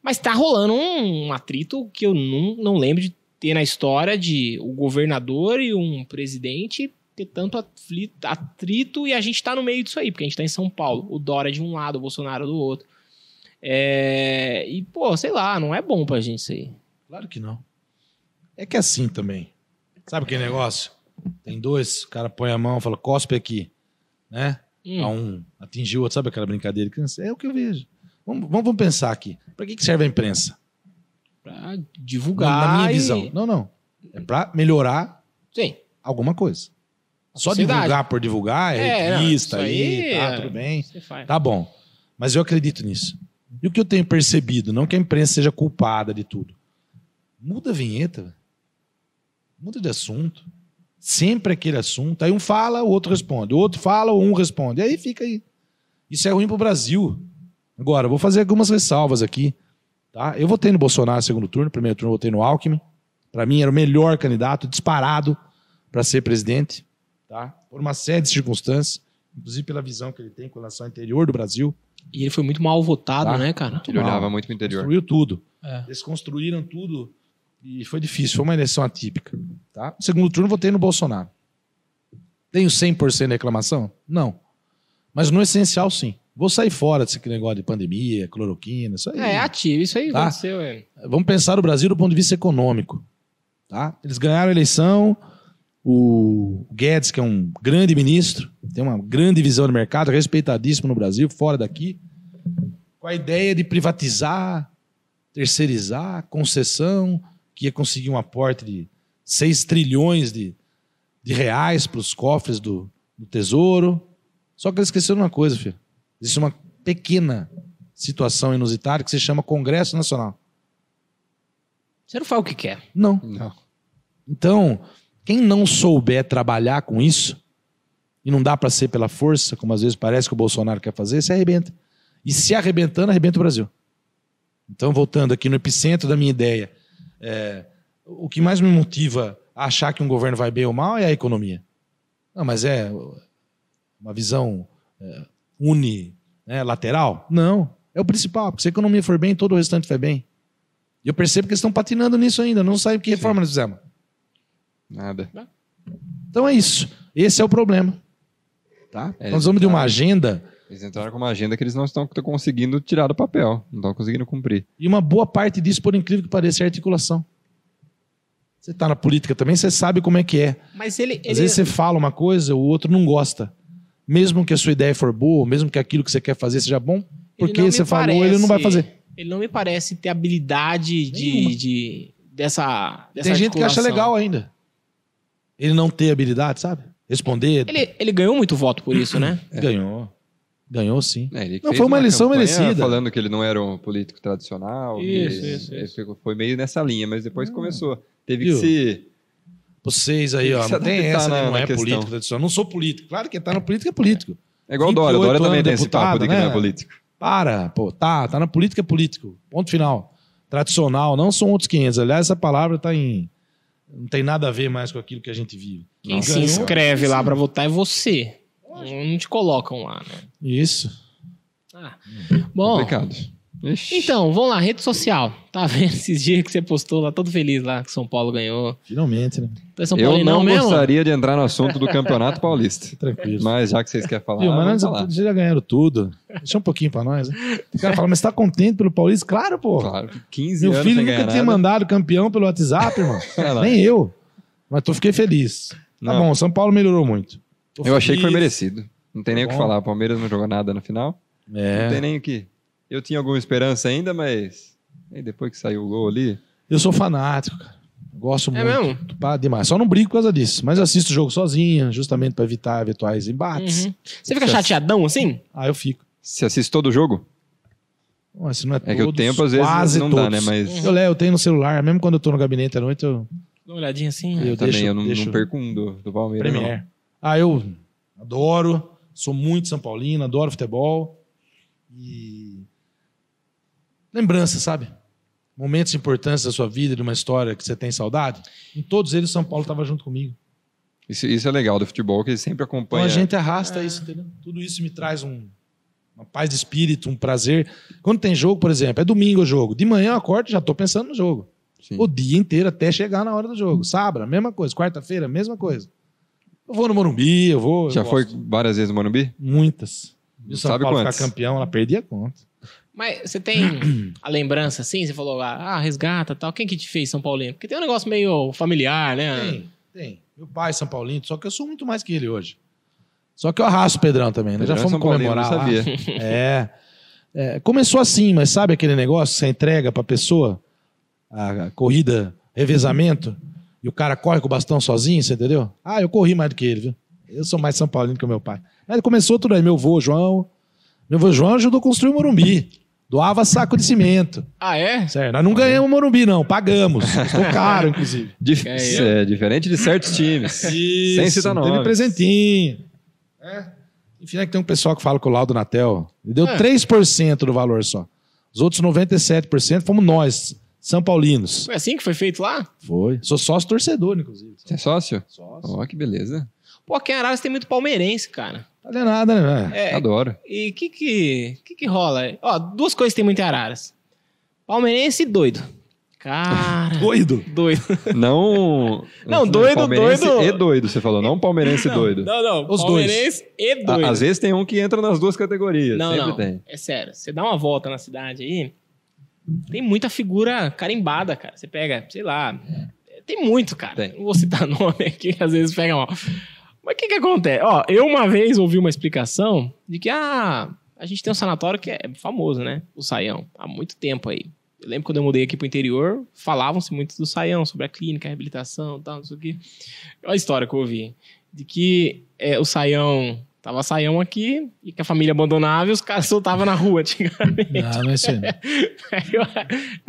S1: Mas tá rolando um, um atrito que eu não, não lembro de ter na história de o governador e um presidente ter tanto afli- atrito e a gente tá no meio disso aí, porque a gente tá em São Paulo. O Dória de um lado, o Bolsonaro do outro. É, e, pô, sei lá, não é bom pra gente isso aí.
S3: Claro que não. É que é assim também. Sabe que negócio? Tem dois, o cara põe a mão e fala, cospe aqui. Né?
S1: Hum,
S3: A um atingiu o outro. Sabe aquela brincadeira de criança? É o que eu vejo. Vamos, vamos, vamos pensar aqui. Pra que, que serve a imprensa?
S1: pra
S3: Na,
S1: divulgar.
S3: na minha
S1: e-
S3: visão. Não, não. É pra melhorar
S1: Sim.
S3: alguma coisa. Só
S1: Sociedade.
S3: divulgar por divulgar, é,
S1: É, não,
S3: revista
S1: isso
S3: aí,
S1: aí
S3: tá,
S1: é-
S3: tudo bem.
S1: Você faz.
S3: Tá bom. Mas eu acredito nisso. E o que eu tenho percebido, não que a imprensa seja culpada de tudo. Muda a vinheta, velho. muda de assunto. Sempre aquele assunto. Aí um fala, o outro responde. O outro fala, um responde. Aí fica aí. Isso é ruim pro Brasil. Agora, eu vou fazer algumas ressalvas aqui. Tá? Eu votei no Bolsonaro no segundo turno, primeiro turno eu votei no Alckmin. Para mim era o melhor candidato disparado para ser presidente, tá? Por uma série de circunstâncias, inclusive pela visão que ele tem com relação ao interior do Brasil,
S1: E ele foi muito mal votado,
S3: Tá.
S1: né, cara?
S2: Ele olhava muito pro interior.
S3: construiu tudo.
S1: É.
S3: Eles construíram tudo e foi difícil, foi uma eleição atípica, tá? No Segundo turno votei no Bolsonaro. Tenho 100% de reclamação? Não. Mas no essencial sim. Vou sair fora desse negócio de pandemia, cloroquina, isso aí.
S1: É, ativo. Isso aí
S3: Tá.
S1: aconteceu, é.
S3: Vamos pensar o Brasil do ponto de vista econômico. Tá? Eles ganharam a eleição, o Guedes, que é um grande ministro, tem uma grande visão de mercado, respeitadíssimo no Brasil, fora daqui. com a ideia de privatizar, terceirizar, concessão, que ia conseguir um aporte de 6 trilhões de, de reais para os cofres do, do Tesouro. Só que eles esqueceram uma coisa, filho. Existe uma pequena situação inusitada que se chama Congresso Nacional.
S1: Você não faz o que quer.
S3: Não.
S2: Não.
S3: Então, quem não souber trabalhar com isso, e não dá para ser pela força, como às vezes parece que o Bolsonaro quer fazer, se arrebenta. E se arrebentando, arrebenta o Brasil. Então, voltando aqui no epicentro da minha ideia, é, o que mais me motiva a achar que um governo vai bem ou mal é a economia. Não, mas é uma visão é, unilateral? Não. É o principal, porque se a economia for bem, todo o restante vai bem. E eu percebo que eles estão patinando nisso ainda, não sabem que reforma nós fizemos.
S2: Nada.
S3: Então é isso. Esse é o problema. Tá?
S2: É,
S3: Nós vamos de uma
S2: tá.
S3: agenda
S2: Eles entraram com uma agenda que eles não estão conseguindo tirar do papel, não estão conseguindo cumprir.
S3: e uma boa parte disso, por incrível que pareça, é articulação. Você está na política também, você sabe como é que é.
S1: Mas ele. ele
S3: Às vezes você fala uma coisa, o outro não gosta. Mesmo que a sua ideia for boa, mesmo que aquilo que você quer fazer seja bom, porque
S1: não me
S3: você falou,
S1: parece-
S3: ele não vai fazer.
S1: Ele não me parece ter habilidade de,
S3: Nenhuma.
S1: de- dessa, dessa.
S3: Tem gente que acha
S1: articulação.
S3: legal ainda. Ele não ter habilidade, sabe? Responder,
S1: Ele, ele ganhou muito voto por isso, né?
S3: ganhou. Ganhou sim.
S2: É, ele
S3: Não,
S2: fez
S3: foi uma eleição
S2: campanha
S3: merecida.
S2: Falando que ele não era um político tradicional.
S1: Isso,
S2: e-
S1: isso,
S2: e ficou- Foi meio nessa linha, mas
S3: Ah.
S2: depois começou. Teve que
S3: Viu?
S2: se.
S3: Vocês aí, ó,
S2: Você
S3: não tem
S2: tá
S3: essa, né?
S2: na-
S3: não
S2: na
S3: é
S2: questão.
S3: político tradicional. Não sou político. Claro que quem tá na política é político.
S2: É igual o Dória, o
S3: 28
S2: Dória também
S3: anos
S2: tem esse
S3: deputado,
S2: papo de que não
S3: né?
S2: é político.
S3: Para, pô, tá, tá na política, é político. Ponto final. Tradicional, não são outros 500. Aliás, essa palavra tá em. Não tem nada a ver mais com aquilo que a gente vive.
S1: Quem
S2: Nossa,
S1: se
S3: ganhou,
S1: inscreve
S3: sim.
S1: lá pra votar é você. Não te colocam lá, né?
S3: Isso.
S1: Ah, Bom,
S2: Complicado. Ixi.
S1: então, vamos lá, rede social. Tá vendo esses dias que você postou lá, todo feliz lá que São Paulo ganhou.
S3: Finalmente, né?
S1: Tu é São
S2: eu
S1: Paulo
S2: não
S1: mesmo?
S2: gostaria de entrar no assunto do Campeonato Paulista.
S3: Tranquilo.
S2: Mas já que vocês querem falar,
S3: Viu, mas
S2: vamos
S3: nós
S2: falar.
S3: vocês já ganharam tudo. Deixa um pouquinho pra nós. Né? O cara fala, mas você tá contente pelo Paulista? Claro, pô.
S2: Claro, 15
S3: Meu
S2: anos
S3: filho
S2: sem
S3: nunca
S2: ganhar
S3: tinha
S2: nada.
S3: mandado campeão pelo WhatsApp, irmão.
S2: Olha lá.
S3: Nem eu. Mas tô fiquei feliz. Tá
S2: Não.
S3: bom, São Paulo melhorou muito. Tô
S2: Eu achei que foi
S3: feliz.
S2: merecido. Não tem nem o que
S3: Bom.
S2: falar. O Palmeiras não jogou nada na final. Não tem
S3: É.
S2: nem o que. Eu tinha alguma esperança ainda, mas. aí depois que saiu o gol ali.
S3: Eu sou fanático, cara. Gosto
S1: É
S3: muito.
S1: mesmo?
S3: Pá, demais. Só não brigo por causa disso. Mas eu assisto o jogo sozinho, justamente para evitar eventuais embates.
S1: Uhum. Você fica chateadão assim?
S3: Ah, eu fico.
S2: Você assiste todo o jogo?
S3: Ué, se não é,
S2: É que o
S3: todos,
S2: tempo às vezes
S3: quase
S2: não dá,
S3: todos.
S2: né? Mas
S3: Eu, leio, eu tenho no celular, mesmo quando eu tô no gabinete à noite, eu,
S1: Dá uma olhadinha assim.
S3: eu,
S1: né?
S2: eu também
S3: deixo,
S2: eu não, não
S3: deixo
S2: perco um do, do Palmeiras. não.
S3: Premier. Ah, eu adoro, sou muito São Paulino, adoro futebol. E. Lembrança, sabe? Momentos importantes da sua vida, de uma história que você tem saudade. Em todos eles, São Paulo estava junto comigo.
S2: Isso, isso é legal do futebol, que ele sempre
S3: Então
S2: acompanha.
S3: a gente arrasta isso, entendeu? Tudo isso me traz um- uma paz de espírito, um prazer. Quando tem jogo, por exemplo, é domingo o jogo. De manhã eu acordo e já estou pensando no jogo.
S2: Sim.
S3: O dia inteiro até chegar na hora do jogo. Sábado, a mesma coisa. Quarta-feira, a mesma coisa. Eu vou no Morumbi, eu vou. eu
S2: Já foi
S3: gosto.
S2: várias vezes no Morumbi?
S3: Muitas. E o São
S2: Sabe
S3: Paulo
S2: quantas?
S3: ficar campeão, ela perdia a conta.
S1: Mas você tem a lembrança assim? Você falou lá, ah, resgata tal. Quem que te fez São Paulino? Porque tem um negócio meio familiar,
S2: É.
S1: né?
S3: Tem, tem. Meu pai é São Paulino, só que eu sou muito mais que ele hoje. Só que eu arrasto o Pedrão também, né?
S2: Pedrão
S3: Já
S2: é
S3: fomos
S2: São Paulino,
S3: comemorar
S2: não
S3: lá.
S2: sabia.
S3: É. É, Começou assim, mas sabe aquele negócio que você entrega pra pessoa a a corrida, revezamento, e o cara corre com o bastão sozinho, você entendeu? Ah, eu corri mais do que ele, viu? Eu sou mais São Paulino que o meu pai. Mas começou tudo aí. Meu vô, João. Meu vô, João, ajudou a construir o Morumbi. Doava saco de cimento.
S1: Ah, é?
S3: Certo. Nós não ganhamos o Morumbi, não. Pagamos. Ficou caro, inclusive.
S2: Dif-
S1: Ganhou.
S2: é, diferente de certos times.
S3: Isso,
S2: Sem citar nomes.
S3: Teve presentinho. É. Enfim, é que tem um pessoal que fala que o laudo Natel ele deu
S1: É.
S3: 3% do valor só. Os outros 97% fomos nós, São Paulinos.
S1: Foi assim que foi feito lá?
S3: Foi. Sou sócio torcedor, inclusive.
S2: Você é sócio?
S3: Sócio.
S2: Ó, que beleza.
S1: Pô, aqui em Araras tem muito palmeirense, cara.
S3: Tá de nada, né?
S1: É,
S2: Adoro.
S1: E o que que, que que rola? Ó, duas coisas tem muito em Araras. Palmeirense e doido. Cara,
S3: Doido.
S1: doido.
S2: Não.
S1: Não, doido,
S2: palmeirense
S1: doido.
S2: E doido, você falou. Não um palmeirense e doido.
S1: Não, não.
S3: Os dois.
S1: palmeirense e
S2: A-
S1: doido.
S2: Às vezes tem um que entra nas duas categorias.
S1: não,
S2: sempre
S1: não.
S2: tem.
S1: É sério. Você dá uma volta na cidade aí, tem muita figura carimbada, cara. Você pega, sei lá, tem muito, cara.
S2: Tem.
S1: Não vou citar nome aqui, às vezes pega mal. Mas o que que acontece? Ó, eu uma vez ouvi uma explicação de que, ah, a gente tem um sanatório que é famoso, né? O Saião, há muito tempo aí. Eu lembro quando eu mudei aqui pro interior, falavam-se muito do Saião, sobre a clínica, a reabilitação, tal, não sei o quê. Olha a história que eu ouvi. De que é, o Saião, tava Saião aqui, e que a família abandonava e os caras soltavam na rua antigamente.
S3: Ah, não é isso aí, não.
S1: Eu,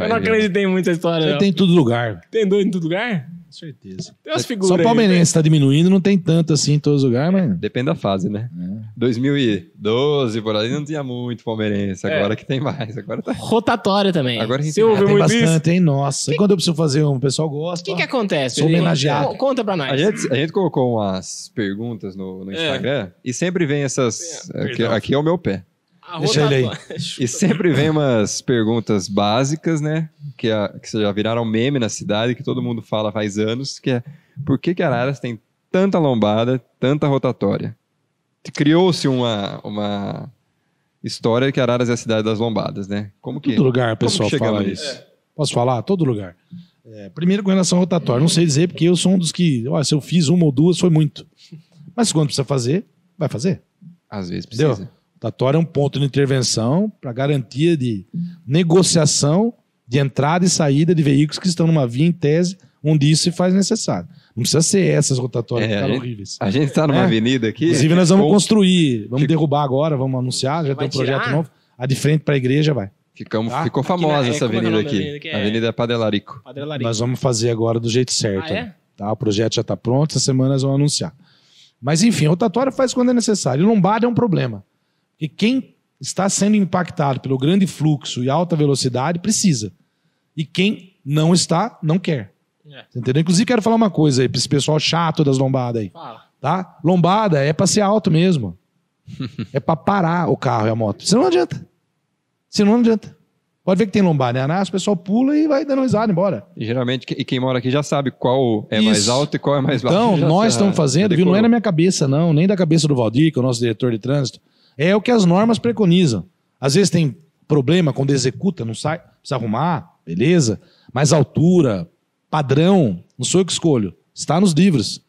S1: eu não acreditei muito nessa história,
S3: Isso aí
S1: não.
S3: tem em todo lugar.
S1: Tem doido em todo lugar?
S3: Com certeza.
S1: Tem umas figuras
S3: Só
S1: aí,
S3: palmeirense tá diminuindo, não tem tanto assim em todos os lugares, mas...
S2: Depende da fase, né?
S3: É.
S2: 2012, por ali, não tinha muito palmeirense.
S1: É.
S2: Agora que tem mais. Agora tá...
S1: tem Rotatória também.
S2: Agora a gente
S1: Você ouve
S3: Ah, tem
S1: muito isso?
S3: bastante, hein? Nossa. E quando eu preciso fazer um, o pessoal gosta.
S1: O que,
S3: ó.
S1: que acontece?
S3: Sou
S1: Pedrinho?
S3: homenageado.
S1: Con- Conta pra
S2: A
S1: nós.
S2: gente, a gente colocou umas perguntas no, no
S1: É.
S2: Instagram e sempre vem essas...
S1: É,
S2: Aqui,
S1: perdão.
S2: aqui é o meu pé.
S1: A
S3: Deixa ele aí.
S2: E sempre vem umas perguntas básicas, né? Que, a- que já viraram meme na cidade, que todo mundo fala faz anos, que é por que, que Araras tem tanta lombada, tanta rotatória? Criou-se uma, uma história que Araras é a cidade das lombadas, né? Como que...
S3: Todo lugar o
S2: Como
S3: pessoal
S2: que chegamos
S3: fala
S2: nisso?
S3: isso. Posso falar? Todo lugar. É, primeiro com relação ao rotatório. Não sei dizer, porque eu sou um dos que. Ó, se eu fiz uma ou duas, foi muito. Mas quando precisa fazer, vai fazer.
S2: Às vezes
S3: Entendeu?
S2: precisa.
S3: Rotatório é um ponto de intervenção para garantia de negociação de entrada e saída de veículos que estão numa via em tese, onde isso se faz necessário. Não precisa ser essas
S2: É,
S3: rotatórias que ficaram
S2: a gente-
S3: horríveis.
S2: A gente tá numa
S3: É.
S2: avenida aqui.
S3: Inclusive, nós vamos
S2: Bom,
S3: construir, vamos
S2: Fico-
S3: derrubar agora, vamos anunciar, já
S1: Vai
S3: tem um projeto
S1: tirar?
S3: novo. A de frente para a igreja vai.
S2: Ficamos,
S3: Ah,
S2: ficou
S1: aqui na-
S2: famosa
S1: é,
S2: essa
S1: como é que é o
S2: avenida
S1: nome da
S2: aqui.
S1: avenida que é?
S2: Avenida Padelarico.
S1: Padre Larico.
S3: Nós vamos fazer agora do jeito certo.
S1: Ah, é?
S3: né? tá? O projeto já está pronto, essa semana nós vamos anunciar. Mas enfim, rotatória faz quando é necessário. E lombada é um problema. E quem está sendo impactado pelo grande fluxo e alta velocidade precisa. E quem não está, não quer.
S1: É.
S3: Você Entendeu? Inclusive, quero falar uma coisa aí para esse pessoal chato das lombadas aí.
S1: Fala.
S3: Tá? Lombada é para ser alto mesmo. é para parar o carro e a moto. Senão não adianta. Senão não adianta. Pode ver que tem lombada, né? Anás, o pessoal pula e vai dando risada embora.
S2: E geralmente, que- e quem mora aqui já sabe qual é mais
S3: Isso.
S2: alto e qual é mais baixo.
S3: Então,
S2: Já
S3: nós
S2: sabe,
S3: estamos fazendo,
S2: já
S3: viu? Não é
S2: decorou.
S3: na minha cabeça, não, nem da cabeça do Valdir, que é o nosso diretor de trânsito. É o que as normas preconizam. Às vezes tem problema quando executa, não sai, precisa arrumar, beleza. Mas altura, padrão, não sou eu que escolho. Está nos livros.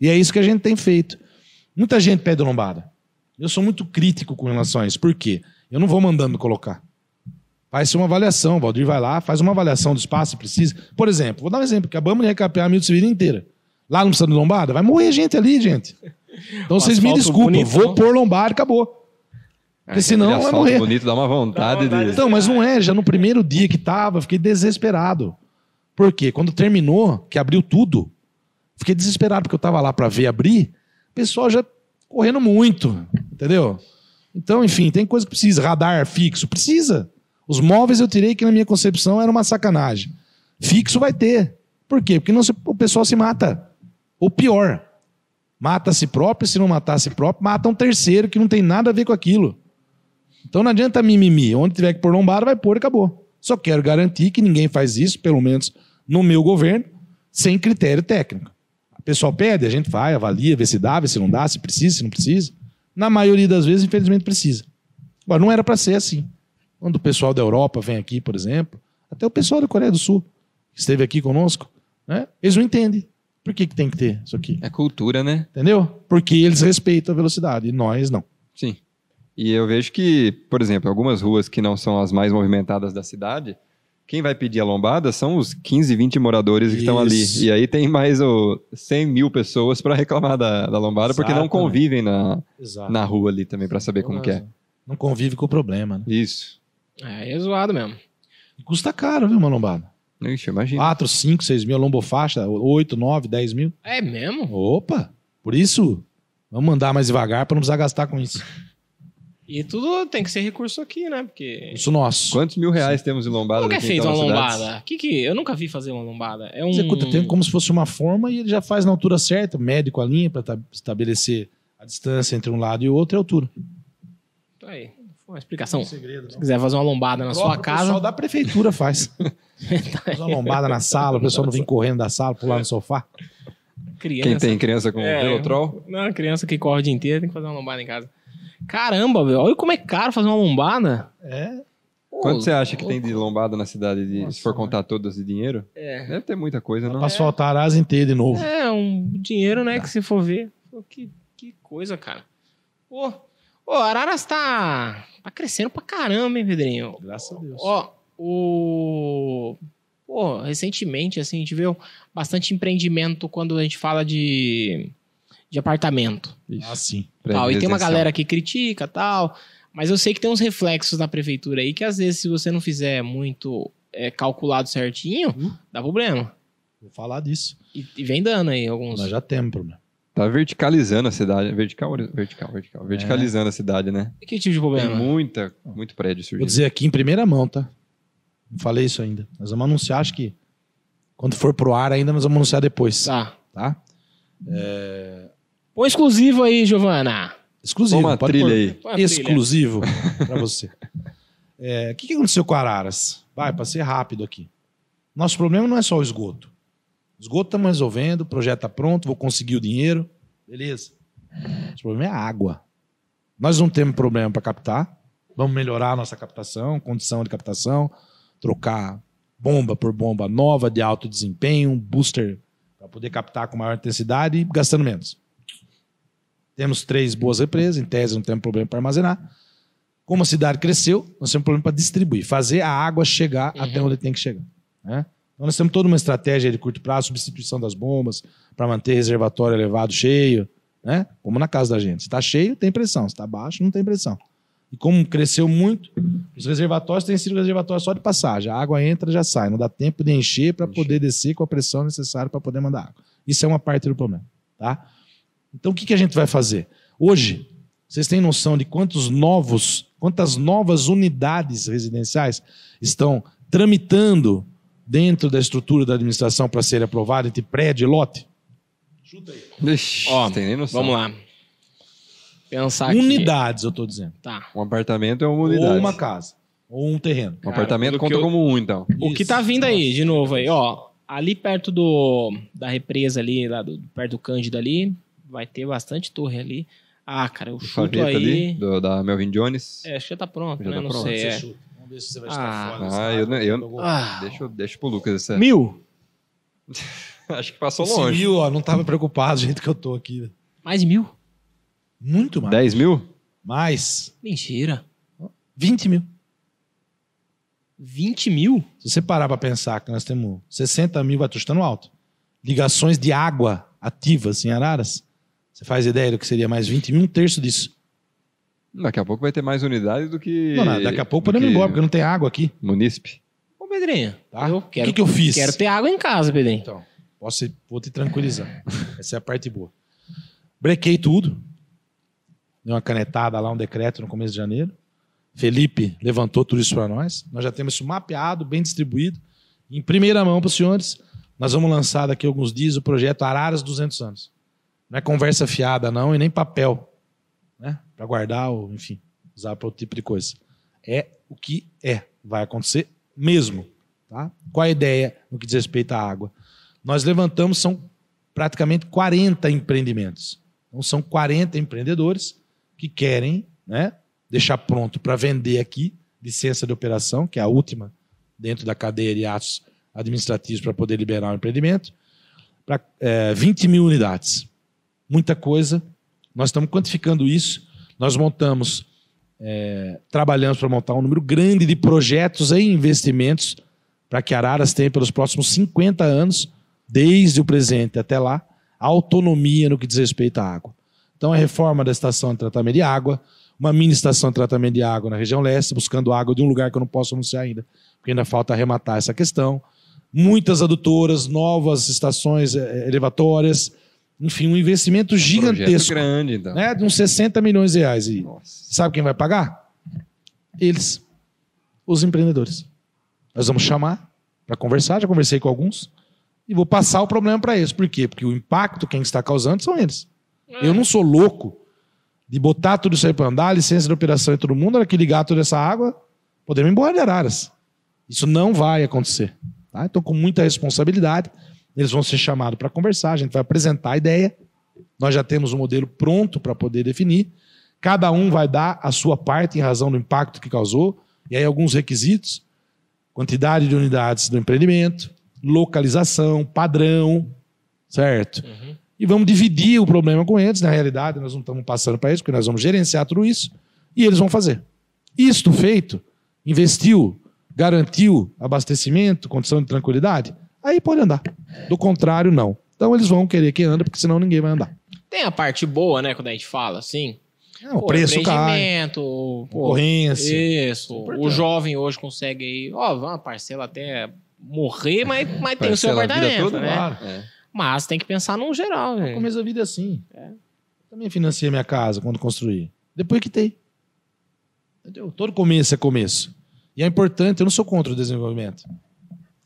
S3: E é isso que a gente tem feito. Muita gente pede lombada. Eu sou muito crítico com relação a isso. Por quê? Eu não vou mandando colocar. Vai ser uma avaliação. O Valdir vai lá, faz uma avaliação do espaço se precisa. Por exemplo, vou dar um exemplo. Acabamos de recapear a Milton Civil inteira. Lá não precisa de lombada? Vai morrer gente ali, gente. Então
S1: O
S3: vocês me
S1: asfalto
S3: desculpem.
S1: bonito,
S3: Vou
S1: não?
S3: pôr lombada, acabou. Porque
S2: Aquele
S3: senão vai
S2: asfalto
S3: morrer.
S2: bonito dá uma vontade,
S1: Dá vontade
S2: de...
S3: Então, mas não é. Já no primeiro dia que tava, eu fiquei desesperado. Por quê? Quando terminou, que abriu tudo, fiquei desesperado, porque eu tava lá para ver abrir, o pessoal já correndo muito, entendeu? Então, enfim, tem coisa que precisa. Radar fixo, precisa. Os móveis eu tirei que, na minha concepção, era uma sacanagem. Fixo vai ter. Por quê? Porque não se- o pessoal se mata. Ou pior, mata a si próprio, se não matar a si próprio, mata um terceiro que não tem nada a ver com aquilo. Então não adianta mimimi. Onde tiver que pôr lombada, vai pôr e acabou. Só quero garantir que ninguém faz isso, pelo menos no meu governo, sem critério técnico. O pessoal pede, a gente vai, avalia, vê se dá, vê se não dá, se precisa, se não precisa. Na maioria das vezes, infelizmente, precisa. Agora, não era para ser assim. Quando o pessoal da Europa vem aqui, por exemplo, até o pessoal da Coreia do Sul, que esteve aqui conosco, né? eles não entendem. Por que, que tem que ter isso aqui?
S2: É cultura, né?
S3: Entendeu? Porque eles respeitam a velocidade e nós não.
S2: Sim. E eu vejo que, por exemplo, algumas ruas que não são as mais movimentadas da cidade, quem vai pedir a lombada são os 15, 20 moradores que estão ali.
S3: Isso.
S2: E aí tem mais o 100 mil pessoas para reclamar da, da lombada, porque não
S3: Exatamente.
S2: convivem na,
S3: Exato.
S2: na rua ali também, para saber como que é.
S3: Não convive com o problema, né?
S2: Isso.
S1: É, é zoado mesmo.
S3: E custa caro, viu, uma lombada?
S2: Ixi, imagina.
S3: 4, 5, 6 mil, a lombofaixa, 8, 9, 10 mil.
S1: É mesmo?
S3: Opa! Por isso, vamos andar mais devagar para não precisar gastar com isso.
S1: E tudo tem que ser recurso aqui, né? Porque.
S3: Isso nosso.
S2: Quantos mil reais temos em lombadas
S1: Como que é
S2: aqui,
S1: feito
S2: então,
S1: uma
S2: nas cidades?
S1: lombada? Que que... Eu nunca vi fazer uma lombada. É um.
S3: Executa tempo como se fosse uma forma e ele já faz na altura certa, mede com a linha para estabelecer a distância entre um lado e o outro e a altura.
S1: Tá aí. Foi uma explicação. Se
S3: segredo, não.
S1: quiser fazer uma lombada Então, na sua
S3: O pessoal
S1: casa.
S3: da prefeitura faz. faz uma lombada na sala, o pessoal não vem correndo da sala, pular no sofá.
S1: Criança.
S2: Quem tem criança com
S1: É,
S2: velotrol?
S1: Não, criança que corre o dia inteiro tem que fazer uma lombada em casa. Caramba, velho. Olha como é caro fazer uma lombada.
S3: É.
S1: Pô,
S2: Quanto você acha que tem de lombada na cidade, de- se
S3: Nossa,
S2: for contar todas de dinheiro?
S1: É.
S2: Deve ter muita coisa, não?
S3: Pra asfaltar a asa inteira de novo.
S2: Tá.
S1: É, um dinheiro, né? Que se for ver. Pô, que, que coisa, cara. Pô, Ô, Araras tá, tá crescendo pra caramba, hein, Pedrinho?
S3: Graças a Deus.
S1: Ó, o. Pô, recentemente, assim, a gente viu bastante empreendimento quando a gente fala de, de apartamento.
S3: Ah, sim.
S1: Tal. E tem uma galera que critica tal. Mas eu sei que tem uns reflexos na prefeitura aí que, às vezes, se você não fizer muito é, calculado certinho,
S3: Hum.
S1: dá problema.
S3: Vou falar disso.
S1: E, e vem dando aí alguns.
S3: Nós já temos problema.
S2: Tá verticalizando a cidade. Vertical, ori- vertical, vertical. Verticalizando a cidade, né?
S1: Que tipo de
S2: Tem
S1: problema?
S2: muita, muito prédio
S3: Vou
S2: surgindo.
S3: dizer aqui em primeira mão, tá? Não falei isso ainda. Nós vamos anunciar, acho que quando for pro ar ainda, nós vamos anunciar depois,
S1: Tá.
S3: tá?
S1: Põe exclusivo aí, Giovana.
S3: Exclusivo.
S2: Toma uma
S3: pode
S2: trilha
S3: pôr.
S2: aí.
S1: Põe a trilha.
S3: exclusivo para você. É, O que, que aconteceu com Araras? Vai, para ser rápido aqui. Nosso problema não é só o esgoto. Esgoto estamos resolvendo, o projeto está pronto, vou conseguir o dinheiro, beleza. Nosso problema é a água. Nós não temos problema para captar, vamos melhorar a nossa captação, condição de captação, trocar bomba por bomba nova de alto desempenho, um booster para poder captar com maior intensidade e gastando menos. Temos três boas represas, em tese não temos problema para armazenar. Como a cidade cresceu, nós temos problema para distribuir, fazer a água chegar
S1: Uhum.
S3: até onde tem que chegar. né? Então nós temos toda uma estratégia de curto prazo, substituição das bombas, para manter reservatório elevado cheio, né? como na casa da gente. Se está cheio, tem pressão, se está baixo, não tem pressão. E como cresceu muito, os reservatórios têm sido reservatórios só de passagem. A água entra já sai. Não dá tempo de encher para
S2: Encher.
S3: poder descer com a pressão necessária para poder mandar água. Isso é uma parte do problema. Tá? Então o que, que a gente vai fazer? Hoje, vocês têm noção de quantos novos, quantas novas unidades residenciais estão tramitando dentro da estrutura da administração para serem aprovadas entre prédio e lote?
S2: Ixi,
S1: Ó,
S2: tem nem noção.
S1: Vamos lá. Pensar Tá aqui.
S3: unidades, eu estou dizendo.
S1: Tá.
S2: Um apartamento é uma unidade.
S3: Ou uma casa, ou um terreno.
S2: Um
S1: Cara,
S2: apartamento
S1: pelo
S2: conta
S1: que eu-
S2: como um, então.
S1: O que tá
S3: Isso.
S1: vindo aí, de novo aí, ó. Ali perto do, da represa ali, lá do, perto do Cândido ali, vai ter bastante torre ali. Ah, cara, eu
S2: O
S1: chuto
S2: Faveta
S1: aí.
S2: ali, do- da Melvin Jones.
S1: É, acho que já tá pronto,
S2: Já
S1: né?
S2: tá
S1: não
S2: pronto.
S1: sei.
S3: Você
S1: é.
S3: chuta. Vamos ver se você vai
S1: Ah.
S3: estar fora. dessa
S2: Ah, eu não- eu não-
S3: água.
S1: Ah,
S2: Deixa, eu- deixa pro Lucas essa.
S1: Mil!
S2: Acho que passou
S3: Esse
S2: longe.
S3: mil, ó, não tava preocupado do jeito que eu tô aqui. velho.
S1: Mais mil?
S3: Muito mais.
S2: 10 mil?
S3: Mais.
S1: Mentira.
S3: 20 mil.
S1: 20 mil?
S3: Se você parar pra pensar que nós temos 60 mil, vai tostando alto. Ligações de água ativas em Araras. Você faz ideia do que seria mais 20 mil? Um terço disso.
S2: Daqui a pouco vai ter mais unidades do que.
S3: Não, não, daqui a pouco
S2: do
S3: podemos ir
S2: que
S3: embora, porque não tem água aqui.
S2: Munícipe.
S1: Ô, Pedrinho,
S3: Tá?
S1: eu
S3: o
S1: quero,
S3: que, que eu fiz?
S1: quero ter água em casa, Pedrinho.
S3: Então, posso, vou te tranquilizar. Essa é a parte boa. Brequei tudo. Dei uma canetada lá, um decreto no começo de janeiro. Felipe levantou tudo isso para nós. Nós já temos isso mapeado, bem distribuído. Em primeira mão para os senhores, nós vamos lançar daqui a alguns dias o projeto Araras 200 anos. Não é conversa fiada, não, e nem papel. Né? Para guardar, ou, enfim, usar para outro tipo de coisa. É o que é. Vai acontecer mesmo. Tá? Qual a ideia no que diz respeito à água? Nós levantamos, são praticamente 40 empreendimentos. Então, são 40 empreendedores que querem né, deixar pronto para vender aqui licença de operação, que é a última dentro da cadeia de atos administrativos para poder liberar o empreendimento, para eh, 20 mil unidades. Muita coisa. Nós estamos quantificando isso. Nós montamos, eh, trabalhamos para montar um número grande de projetos e investimentos para que Araras tenha pelos próximos 50 anos desde o presente até lá, a autonomia no que diz respeito à água. Então, a reforma da estação de tratamento de água, uma mini estação de tratamento de água na região leste, buscando água de um lugar que eu não posso anunciar ainda, porque ainda falta arrematar essa questão. Muitas adutoras, novas estações eh, elevatórias, enfim, um investimento
S2: Projeto
S3: gigantesco,
S2: grande, então.
S3: né, de uns 60 milhões de reais. E
S2: Nossa.
S3: Sabe quem vai pagar? Eles, os empreendedores. Nós vamos chamar para conversar, já conversei com alguns, e vou passar o problema para eles. Por quê? Porque o impacto quem está causando são eles. Eu não sou louco de botar tudo isso aí para andar, licença de operação e todo mundo, era que ligar toda essa água, podemos ir embora de Araras. Isso não vai acontecer. Tá? Então, com muita responsabilidade, eles vão ser chamados para conversar, a gente vai apresentar a ideia. Nós já temos um modelo pronto para poder definir. Cada um vai dar a sua parte em razão do impacto que causou, e aí alguns requisitos: quantidade de unidades do empreendimento, localização, padrão, certo?
S1: Uhum.
S3: E e vamos dividir o problema com eles. Na realidade, nós não estamos passando para isso, porque nós vamos gerenciar tudo isso e eles vão fazer. Isto feito, investiu, garantiu abastecimento, condição de tranquilidade, aí pode andar. Do contrário, não. Então eles vão querer que anda, porque senão ninguém vai andar. É,
S1: Tem a parte boa, né, quando a gente fala assim.
S3: o
S1: pô,
S3: preço cai,
S1: empreendimento, pô,
S3: concorrência.
S1: Isso.
S3: importante.
S1: O jovem hoje consegue aí, ó, vai uma parcela até morrer, mas, mas tem o seu
S2: Parcela a vida
S1: apartamento,
S2: toda,
S1: né?
S3: claro.
S2: É.
S1: Mas tem que pensar num geral, né?
S3: No
S1: velho.
S3: começo da vida é assim. Também financiei minha casa quando construí. Depois quitei. Entendeu? Todo começo é começo. E é importante, eu não sou contra o desenvolvimento.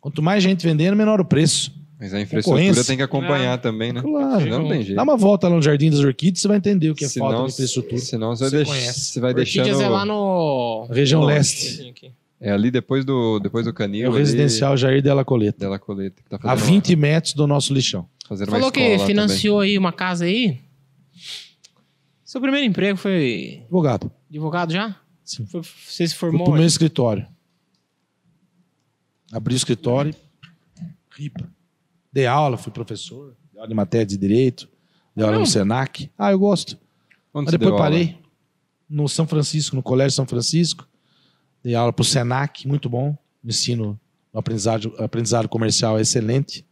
S3: Quanto mais gente vendendo, menor o preço.
S2: Mas a infraestrutura
S3: Concorrência.
S2: tem que acompanhar também, né?
S3: Claro.
S2: Senão não tem
S3: Dá
S2: jeito.
S3: uma volta lá no Jardim das Orquídeas, você vai entender o que é
S2: Senão-
S3: falta de infraestrutura.
S2: Senão você vai,
S3: Você
S2: deix-
S3: conhece.
S2: você vai
S1: Orquídeas
S2: deixando...
S1: é lá no.
S3: Região
S2: Nossa.
S3: Leste.
S2: É ali depois do, depois do canil.
S3: É o
S2: ali,
S3: residencial Jair Della Coleta.
S2: Della Coleta, que tá fazendo,
S3: A 20 metros do nosso lixão.
S2: uma, fazendo uma
S1: Falou que
S2: escola lá
S1: financiou aí uma casa aí. Seu primeiro emprego foi
S3: Advogado.
S1: advogado já?
S3: Sim.
S1: Foi- você se
S3: Fui
S1: formou?
S3: pro meu escritório. Abri o escritório, ripa. Dei aula, fui professor, dei aula em matéria de direito, dei aula no
S1: Não.
S3: Senac. Ah, eu gosto.
S2: também. Onde
S3: Mas
S2: você
S3: depois
S2: deu aula?
S3: parei no São Francisco, no Colégio São Francisco. Dei aula pro Senac, muito bom. Me ensino um aprendizado, aprendizado comercial é excelente.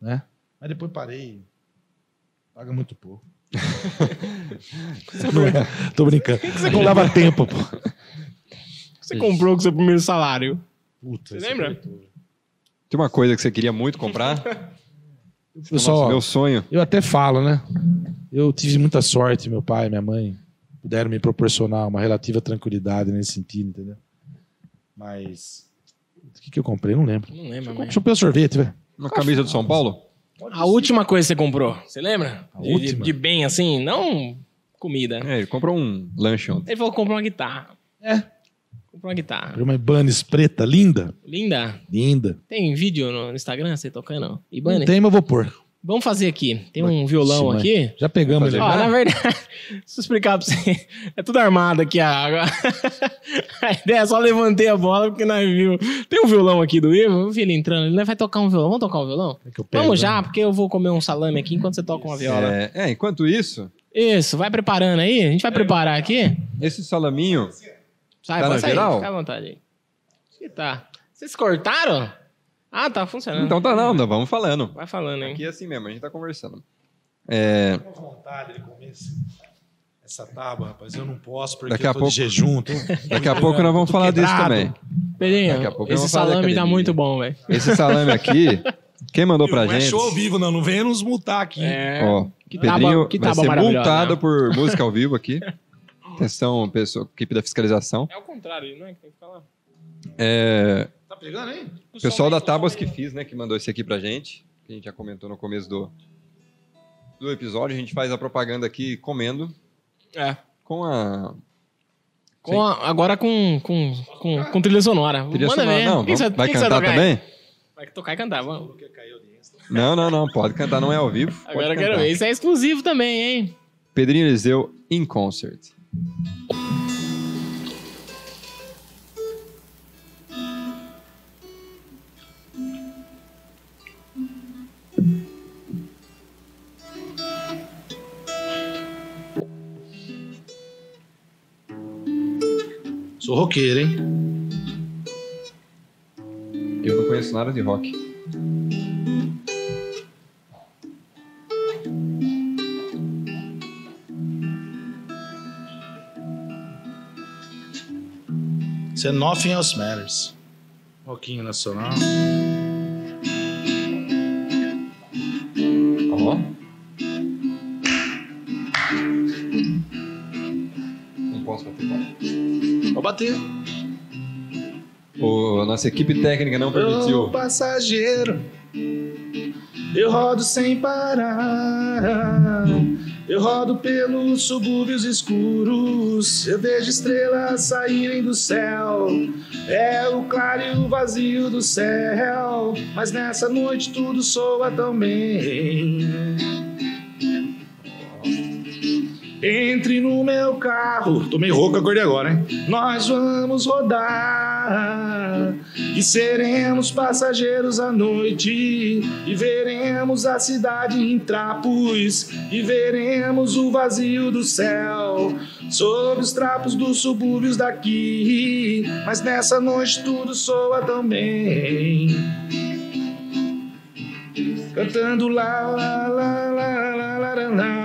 S3: Né? Mas depois parei. Paga muito pouco. Não é, Tô brincando. Não dava tempo, pô.
S1: Você comprou com seu primeiro salário.
S3: Puta,
S1: Você lembra?
S2: Tinha uma coisa que você queria muito comprar?
S3: Pessoal,
S2: Nossa, meu sonho.
S3: Eu até falo, né? Eu tive muita sorte, meu pai, minha mãe puderam me proporcionar uma relativa tranquilidade nesse sentido, entendeu? Mas o que, que eu comprei? Não lembro.
S1: Não lembro,
S3: Eu
S1: mas.
S3: chupei o sorvete, velho.
S2: Uma camisa do São Paulo?
S1: A última coisa que você comprou, você lembra?
S3: A
S1: de,
S3: última?
S1: de bem assim, não comida. né?
S2: É, ele comprou um lanche ontem.
S1: Ele falou que comprou uma guitarra.
S3: É.
S1: Comprou uma guitarra.
S3: Comprei uma Ibanez preta, linda,
S1: Linda.
S3: linda.
S1: Tem vídeo no Instagram você tocando?
S3: Não
S1: Ibane?
S3: tem, mas eu vou pôr.
S1: Vamos fazer aqui. Tem um violão
S3: mãe.
S1: aqui.
S3: Já pegamos ele. né?
S1: Ó, Ah, na verdade, deixa eu explicar pra você. É tudo armado aqui a água. A ideia é só levantei a bola porque nós viu. Tem um violão aqui do Ivo, eu vi ele entrando. Ele vai tocar um violão. Vamos tocar um violão?
S3: É que eu pego,
S1: Vamos
S3: né?
S1: já, porque eu vou comer um salame aqui enquanto você toca uma viola.
S2: É, é, enquanto isso,
S1: Isso, vai preparando aí. A gente vai preparar aqui.
S2: esse salaminho.
S1: Sai,
S2: Tá
S1: pode
S2: na
S1: sair.
S2: geral?
S1: Fica à vontade aí. Acho que tá. Vocês cortaram? Ah, tá funcionando.
S2: Então tá, não, não, vamos falando.
S1: Vai falando, hein?
S2: Aqui é assim mesmo, a gente tá conversando.
S3: Fica à vontade de comer esse- essa tábua, rapaz. Eu não posso porque
S2: Daqui a
S3: eu tô
S2: pouco-
S3: de jejum. tô-
S2: Daqui a pouco nós vamos
S3: tô
S2: falar disso
S3: quebrado.
S2: também. Daqui a
S1: Pedrinho,
S2: pouco eu
S1: esse
S2: vou falar da
S1: salame tá
S2: academia.
S1: muito bom, velho.
S2: Esse salame aqui, quem mandou pra
S3: não é
S2: gente?
S3: show ao vivo, não. Não venha nos multar aqui.
S1: É.
S2: Ó,
S1: Que tábua-
S2: Pedrinho
S1: que
S2: vai
S1: tábua
S2: ser
S1: maravilhosa,
S2: multado
S1: né?
S2: por música ao vivo aqui. Atenção, pessoal, equipe da fiscalização.
S1: É o contrário, não é que tem que falar. é
S2: É,
S3: Tá pegando, hein?
S2: o pessoal
S1: um
S2: da Tábuas que fiz, né, que mandou esse aqui pra gente. que A gente já comentou no começo do, do episódio. A gente faz a propaganda aqui comendo
S1: É.
S2: com a
S1: Com a- agora com, com, com, com trilha sonora.
S2: Trilha
S1: Manda
S2: sonora,
S1: ver.
S2: não,
S1: O que que
S2: vamos-
S1: você-
S2: vai
S1: o que que você
S2: cantar
S1: tocar aí?
S2: também?
S1: Vai tocar e cantar, vamos.
S2: Não, não, não, pode cantar, não é ao vivo. pode
S1: Agora eu quero
S2: cantar.
S1: ver. Isso é exclusivo também, hein?
S2: Pedrinho Eliseu in concert.
S3: Sou roqueiro, hein?
S2: Eu não conheço nada de rock.
S3: Isso é Nothing Else Matters. Roquinho nacional.
S2: Ó. Não posso bater palma.
S3: Vou bater.
S2: O- a nossa equipe técnica não
S3: Ô
S2: permitiu.
S3: passageiro, eu rodo sem parar. Eu rodo pelos subúrbios escuros. Eu vejo estrelas saírem do céu. É o claro e o vazio do céu. Mas nessa noite tudo soa tão bem. Entre no meu carro. Tomei rouco, acordei agora, hein? Nós vamos rodar e seremos passageiros à noite e veremos a cidade em trapos e veremos o vazio do céu sob os trapos dos subúrbios daqui. Mas nessa noite tudo soa tão bem. Cantando lá, lá, lá, lá, lá, lá, lá, lá.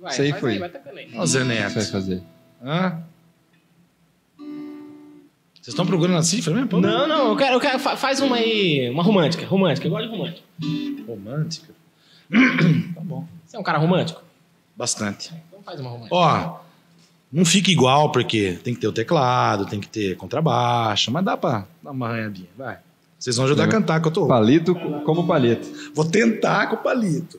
S1: Vai,
S2: Isso aí
S1: faz
S2: foi.
S1: vai tocando aí.
S3: Ó, Zé
S2: O que você vai
S3: Neto.
S2: fazer?
S3: Hã? Vocês estão procurando a cifra mesmo? Pô,
S1: Não, não, eu quero, eu quero- fa- faz uma aí, uma romântica, romântica, eu gosto de romântica.
S3: Romântica. tá bom.
S1: Você é um cara romântico?
S3: Bastante.
S1: Então faz uma romântica.
S3: Ó, não fica igual, porque tem que ter o teclado, tem que ter contrabaixo, mas dá pra dar uma arranhadinha, vai. Vocês vão ajudar a cantar que eu tô rouco.
S2: Palito como palito.
S3: Vou tentar com o palito.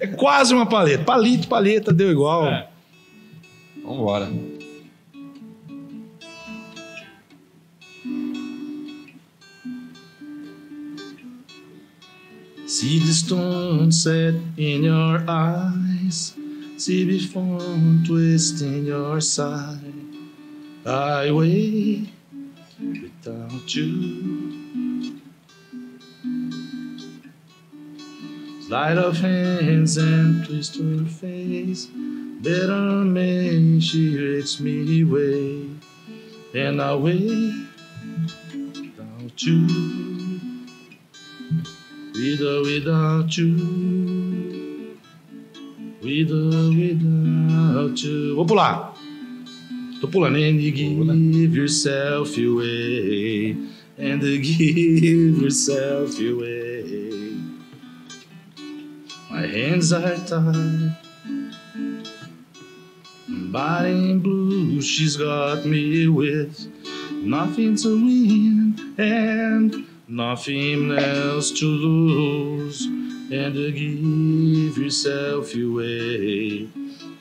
S3: É quase uma paleta. Palito, paleta, deu igual.
S1: É.
S2: Vambora.
S3: See the stone set in your eyes, see the phone twist in your side. I wait without you. Sleight of hands and twist her face, better man, she makes me wait, and I wait without you with or without you. With or without you. Vou pular. Tô pulando. And you give yourself away. And you give yourself away. My hands are tied. Body in blue, she's got me with nothing to win and nothing else to lose. And uh, give yourself away.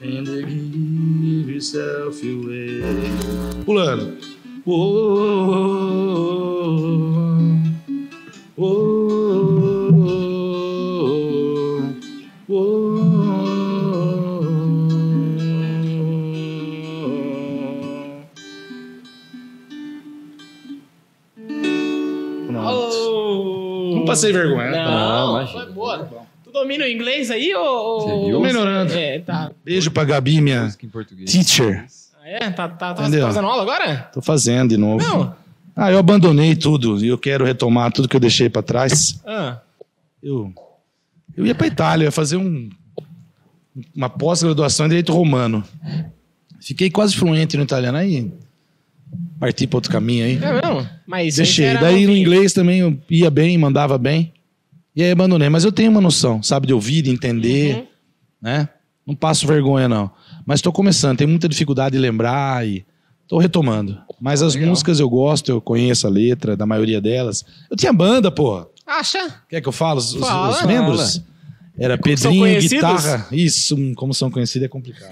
S3: And uh, give yourself away. Pulando. Oh, oh, oh, oh, oh, oh. Pronto.
S1: Oh!
S3: Não passei vergonha, né?
S2: Não,
S1: Não,
S2: imagina. Tá
S1: foi boa. Tu domina o inglês aí ou...
S2: Você viu?
S1: ou-
S2: Tô
S3: melhorando.
S1: É, tá.
S3: Beijo pra Gabi, minha
S2: Música em português.
S3: teacher.
S1: Ah, É, tá, tá, tá,
S3: Entendeu?
S1: tá fazendo aula agora?
S3: Tô fazendo de novo.
S1: Não.
S3: Ah, eu abandonei tudo e eu quero retomar tudo que eu deixei pra trás.
S1: Ah,
S3: Eu, eu ia pra Itália, ia fazer um, uma pós-graduação em Direito Romano. Fiquei quase fluente no italiano, aí parti pra outro caminho aí.
S1: é mesmo? Mas
S3: Deixei.
S1: antes era
S3: Daí no
S1: novinho.
S3: inglês também eu ia bem, mandava bem. E aí abandonei. Mas eu tenho uma noção, sabe, de ouvir, de entender,
S1: Uhum.
S3: né? Não passo vergonha, não. Mas tô começando, tenho muita dificuldade de lembrar e tô retomando. Mas as
S2: Legal.
S3: músicas eu gosto, eu conheço a letra da maioria delas. Eu tinha banda, pô.
S1: Acha?
S3: Quer que eu fale os, os- os
S1: Fala.
S3: membros? Era
S1: são
S3: Pedrinho,
S1: conhecidos?
S3: guitarra. Isso, hum, como são conhecidos é complicado.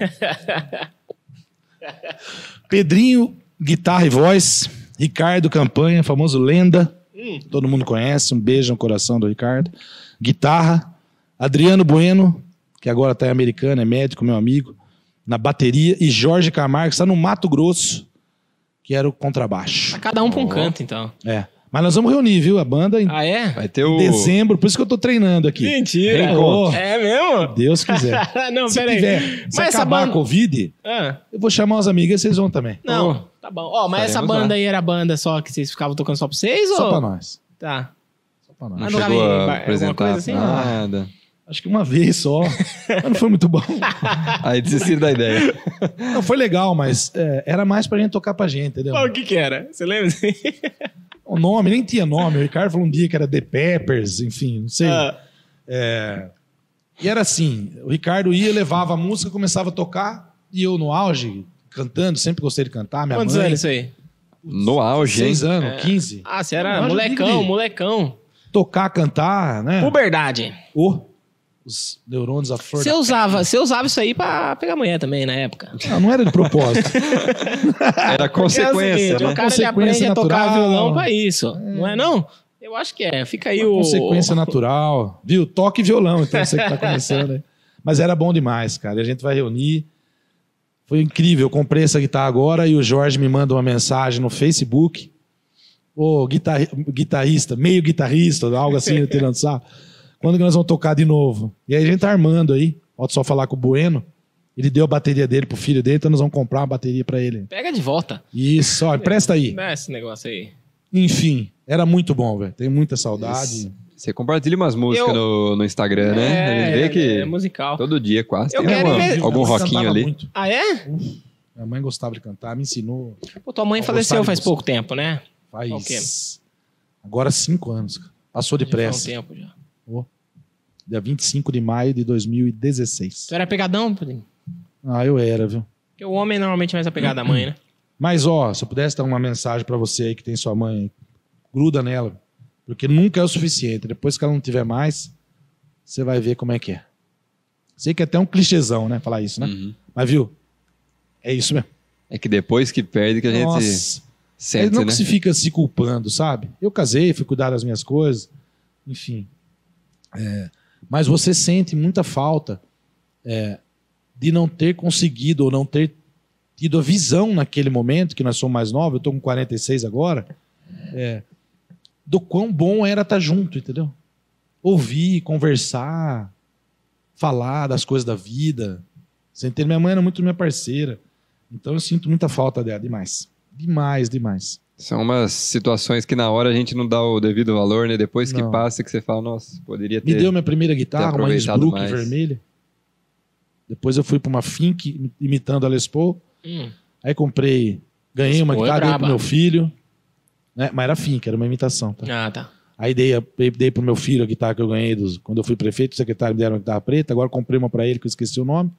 S3: Pedrinho, guitarra e voz. Ricardo Campanha, famoso lenda.
S1: Hum.
S3: Todo mundo conhece. Um beijo no coração do Ricardo. Guitarra. Adriano Bueno, que agora está em Americana, é médico, meu amigo. Na bateria. E Jorge Camargo, que está no Mato Grosso, que era o contrabaixo.
S1: Tá cada um pra um
S2: Ó.
S1: canto, então.
S3: É. Mas nós vamos reunir, viu? A banda em
S1: Ah, é?
S2: Vai ter o.
S3: dezembro. Por isso que eu tô treinando aqui.
S1: Mentira.
S3: Reencontro.
S1: É mesmo?
S3: Deus quiser.
S1: não,
S3: se
S1: peraí.
S3: tiver, se
S1: Mas essa
S3: acabar
S1: banda-
S3: a Covid,
S1: Ah,
S3: eu vou chamar os amigos e vocês vão também.
S1: não, tá bom. Ó, mas essa
S2: Estaremos
S1: banda
S2: lá.
S1: aí era a banda só que vocês ficavam tocando só pra vocês?
S3: Só
S1: ou...
S3: pra nós.
S1: Tá.
S3: Só pra nós.
S2: Não
S1: Mas nunca vi
S2: chegou
S1: ba-
S2: a
S1: alguma
S2: apresentar
S1: coisa assim, não.
S2: nada.
S3: Acho que uma vez só. Mas não foi muito bom.
S2: Aí desistiram da ideia.
S3: Não, foi legal, mas é, era mais pra gente tocar pra gente, entendeu?
S1: Qual que que era? Você lembra?
S3: O nome, nem tinha nome. O Ricardo falou um dia que era The Peppers, enfim, não sei.
S1: Ah,
S3: É, E era assim: o Ricardo ia, levava a música, começava a tocar. E eu no auge, cantando, sempre gostei de cantar. Minha
S1: Quantos
S3: mãe,
S1: anos isso aí?
S2: No auge, hein?
S3: seis anos,
S1: É.
S3: 15.
S1: Ah, você era
S3: Não, eu já
S1: molecão,
S3: digo de-
S1: molecão.
S3: Tocar, cantar, né?
S1: Puberdade.
S3: Ô, os neurônios à flor
S1: Você
S3: da...
S1: usava, você usava isso aí pra pegar mulher também na época.
S3: Ah, Não, não era de propósito.
S2: Era
S1: é o
S2: consequência,
S1: seguinte,
S2: né?
S1: o cara ele aprende
S3: Consequência
S1: a tocar
S3: natural.
S1: violão pra isso. Não é não? Eu acho que é. Fica aí
S3: Uma
S1: o
S3: Consequência natural. Viu? Toque e violão, então você que tá começando aí. Mas era bom demais, cara. E a gente vai reunir. Foi incrível. Eu comprei essa guitarra agora e o Jorge me manda uma mensagem no Facebook. Ô, guitarri- guitarrista, meio guitarrista, algo assim, tirando sarro. Quando que nós vamos tocar de novo? E aí a gente tá armando aí. Pode só falar com o Bueno. Ele deu a bateria dele pro filho dele, então nós vamos comprar uma bateria pra ele.
S1: Pega de volta.
S3: Isso, ó, empresta aí.
S1: Não é esse negócio aí.
S3: Enfim, era muito bom, velho. Tenho muita saudade.
S2: Isso. Você compartilha umas músicas
S1: Eu-
S2: no, no Instagram, né? A gente vê
S1: é,
S2: que
S1: é musical.
S2: todo dia quase
S1: Eu
S2: tem
S1: quero
S2: uma-
S1: ver- Minha
S2: algum
S3: Ela
S2: roquinho
S3: cantava
S2: ali.
S3: muito.
S1: Ah, é?
S3: Minha mãe gostava de cantar, me ensinou
S1: Pô, tua mãe
S3: Eu
S1: faleceu
S3: gostava
S1: faz
S3: de
S1: pouco tempo, né?
S3: faz
S1: Ok.
S3: agora cinco anos. cara. Passou
S1: Já faz um
S3: depressa.
S1: tempo já.
S3: Dia 25 de maio de 2016.
S1: Tu era pegadão? Pedrinho?
S3: Ah, eu era, viu?
S1: Porque o homem normalmente é mais apegado à mãe, né?
S3: Mas, ó, se eu pudesse dar uma mensagem pra você aí que tem sua mãe, gruda nela. Porque nunca é o suficiente. Depois que ela não tiver mais, você vai ver como é que é. Sei que é até um clichêzão, né? Falar isso, né?
S2: Uhum.
S3: Mas, viu? É isso mesmo.
S2: É que depois que perde que a gente
S3: Ele
S2: sente,
S3: não
S2: né?
S3: que se fica se culpando, sabe? Eu casei, fui cuidar das minhas coisas, enfim. É, mas você sente muita falta é, de não ter conseguido ou não ter tido a visão naquele momento, que nós somos mais novos, eu estou com 46 agora, é, do quão bom era estar junto, entendeu? Ouvir, conversar, falar das coisas da vida. Você entende? Minha mãe era muito minha parceira. Então eu sinto muita falta dela, demais. Demais, demais.
S2: São umas situações que na hora a gente não dá o devido valor, né? Depois que
S3: Não.
S2: passa que você fala, nossa, poderia
S3: Me
S2: ter.
S3: deu minha primeira guitarra, uma
S2: aproveitado
S3: Innsbruck
S2: mais.
S3: vermelha. Depois eu fui para uma Fink imitando a Les Paul.
S1: Hum.
S3: Aí comprei, ganhei uma
S1: Les Paul é
S3: guitarra dei pro
S1: braba.
S3: meu filho. Né? Mas era Fink, era uma imitação. Tá?
S1: Ah, tá.
S3: Aí dei, a- dei pro meu filho a guitarra que eu ganhei dos- quando eu fui prefeito, o secretário me deram uma guitarra preta. Agora comprei uma para ele que eu esqueci o nome.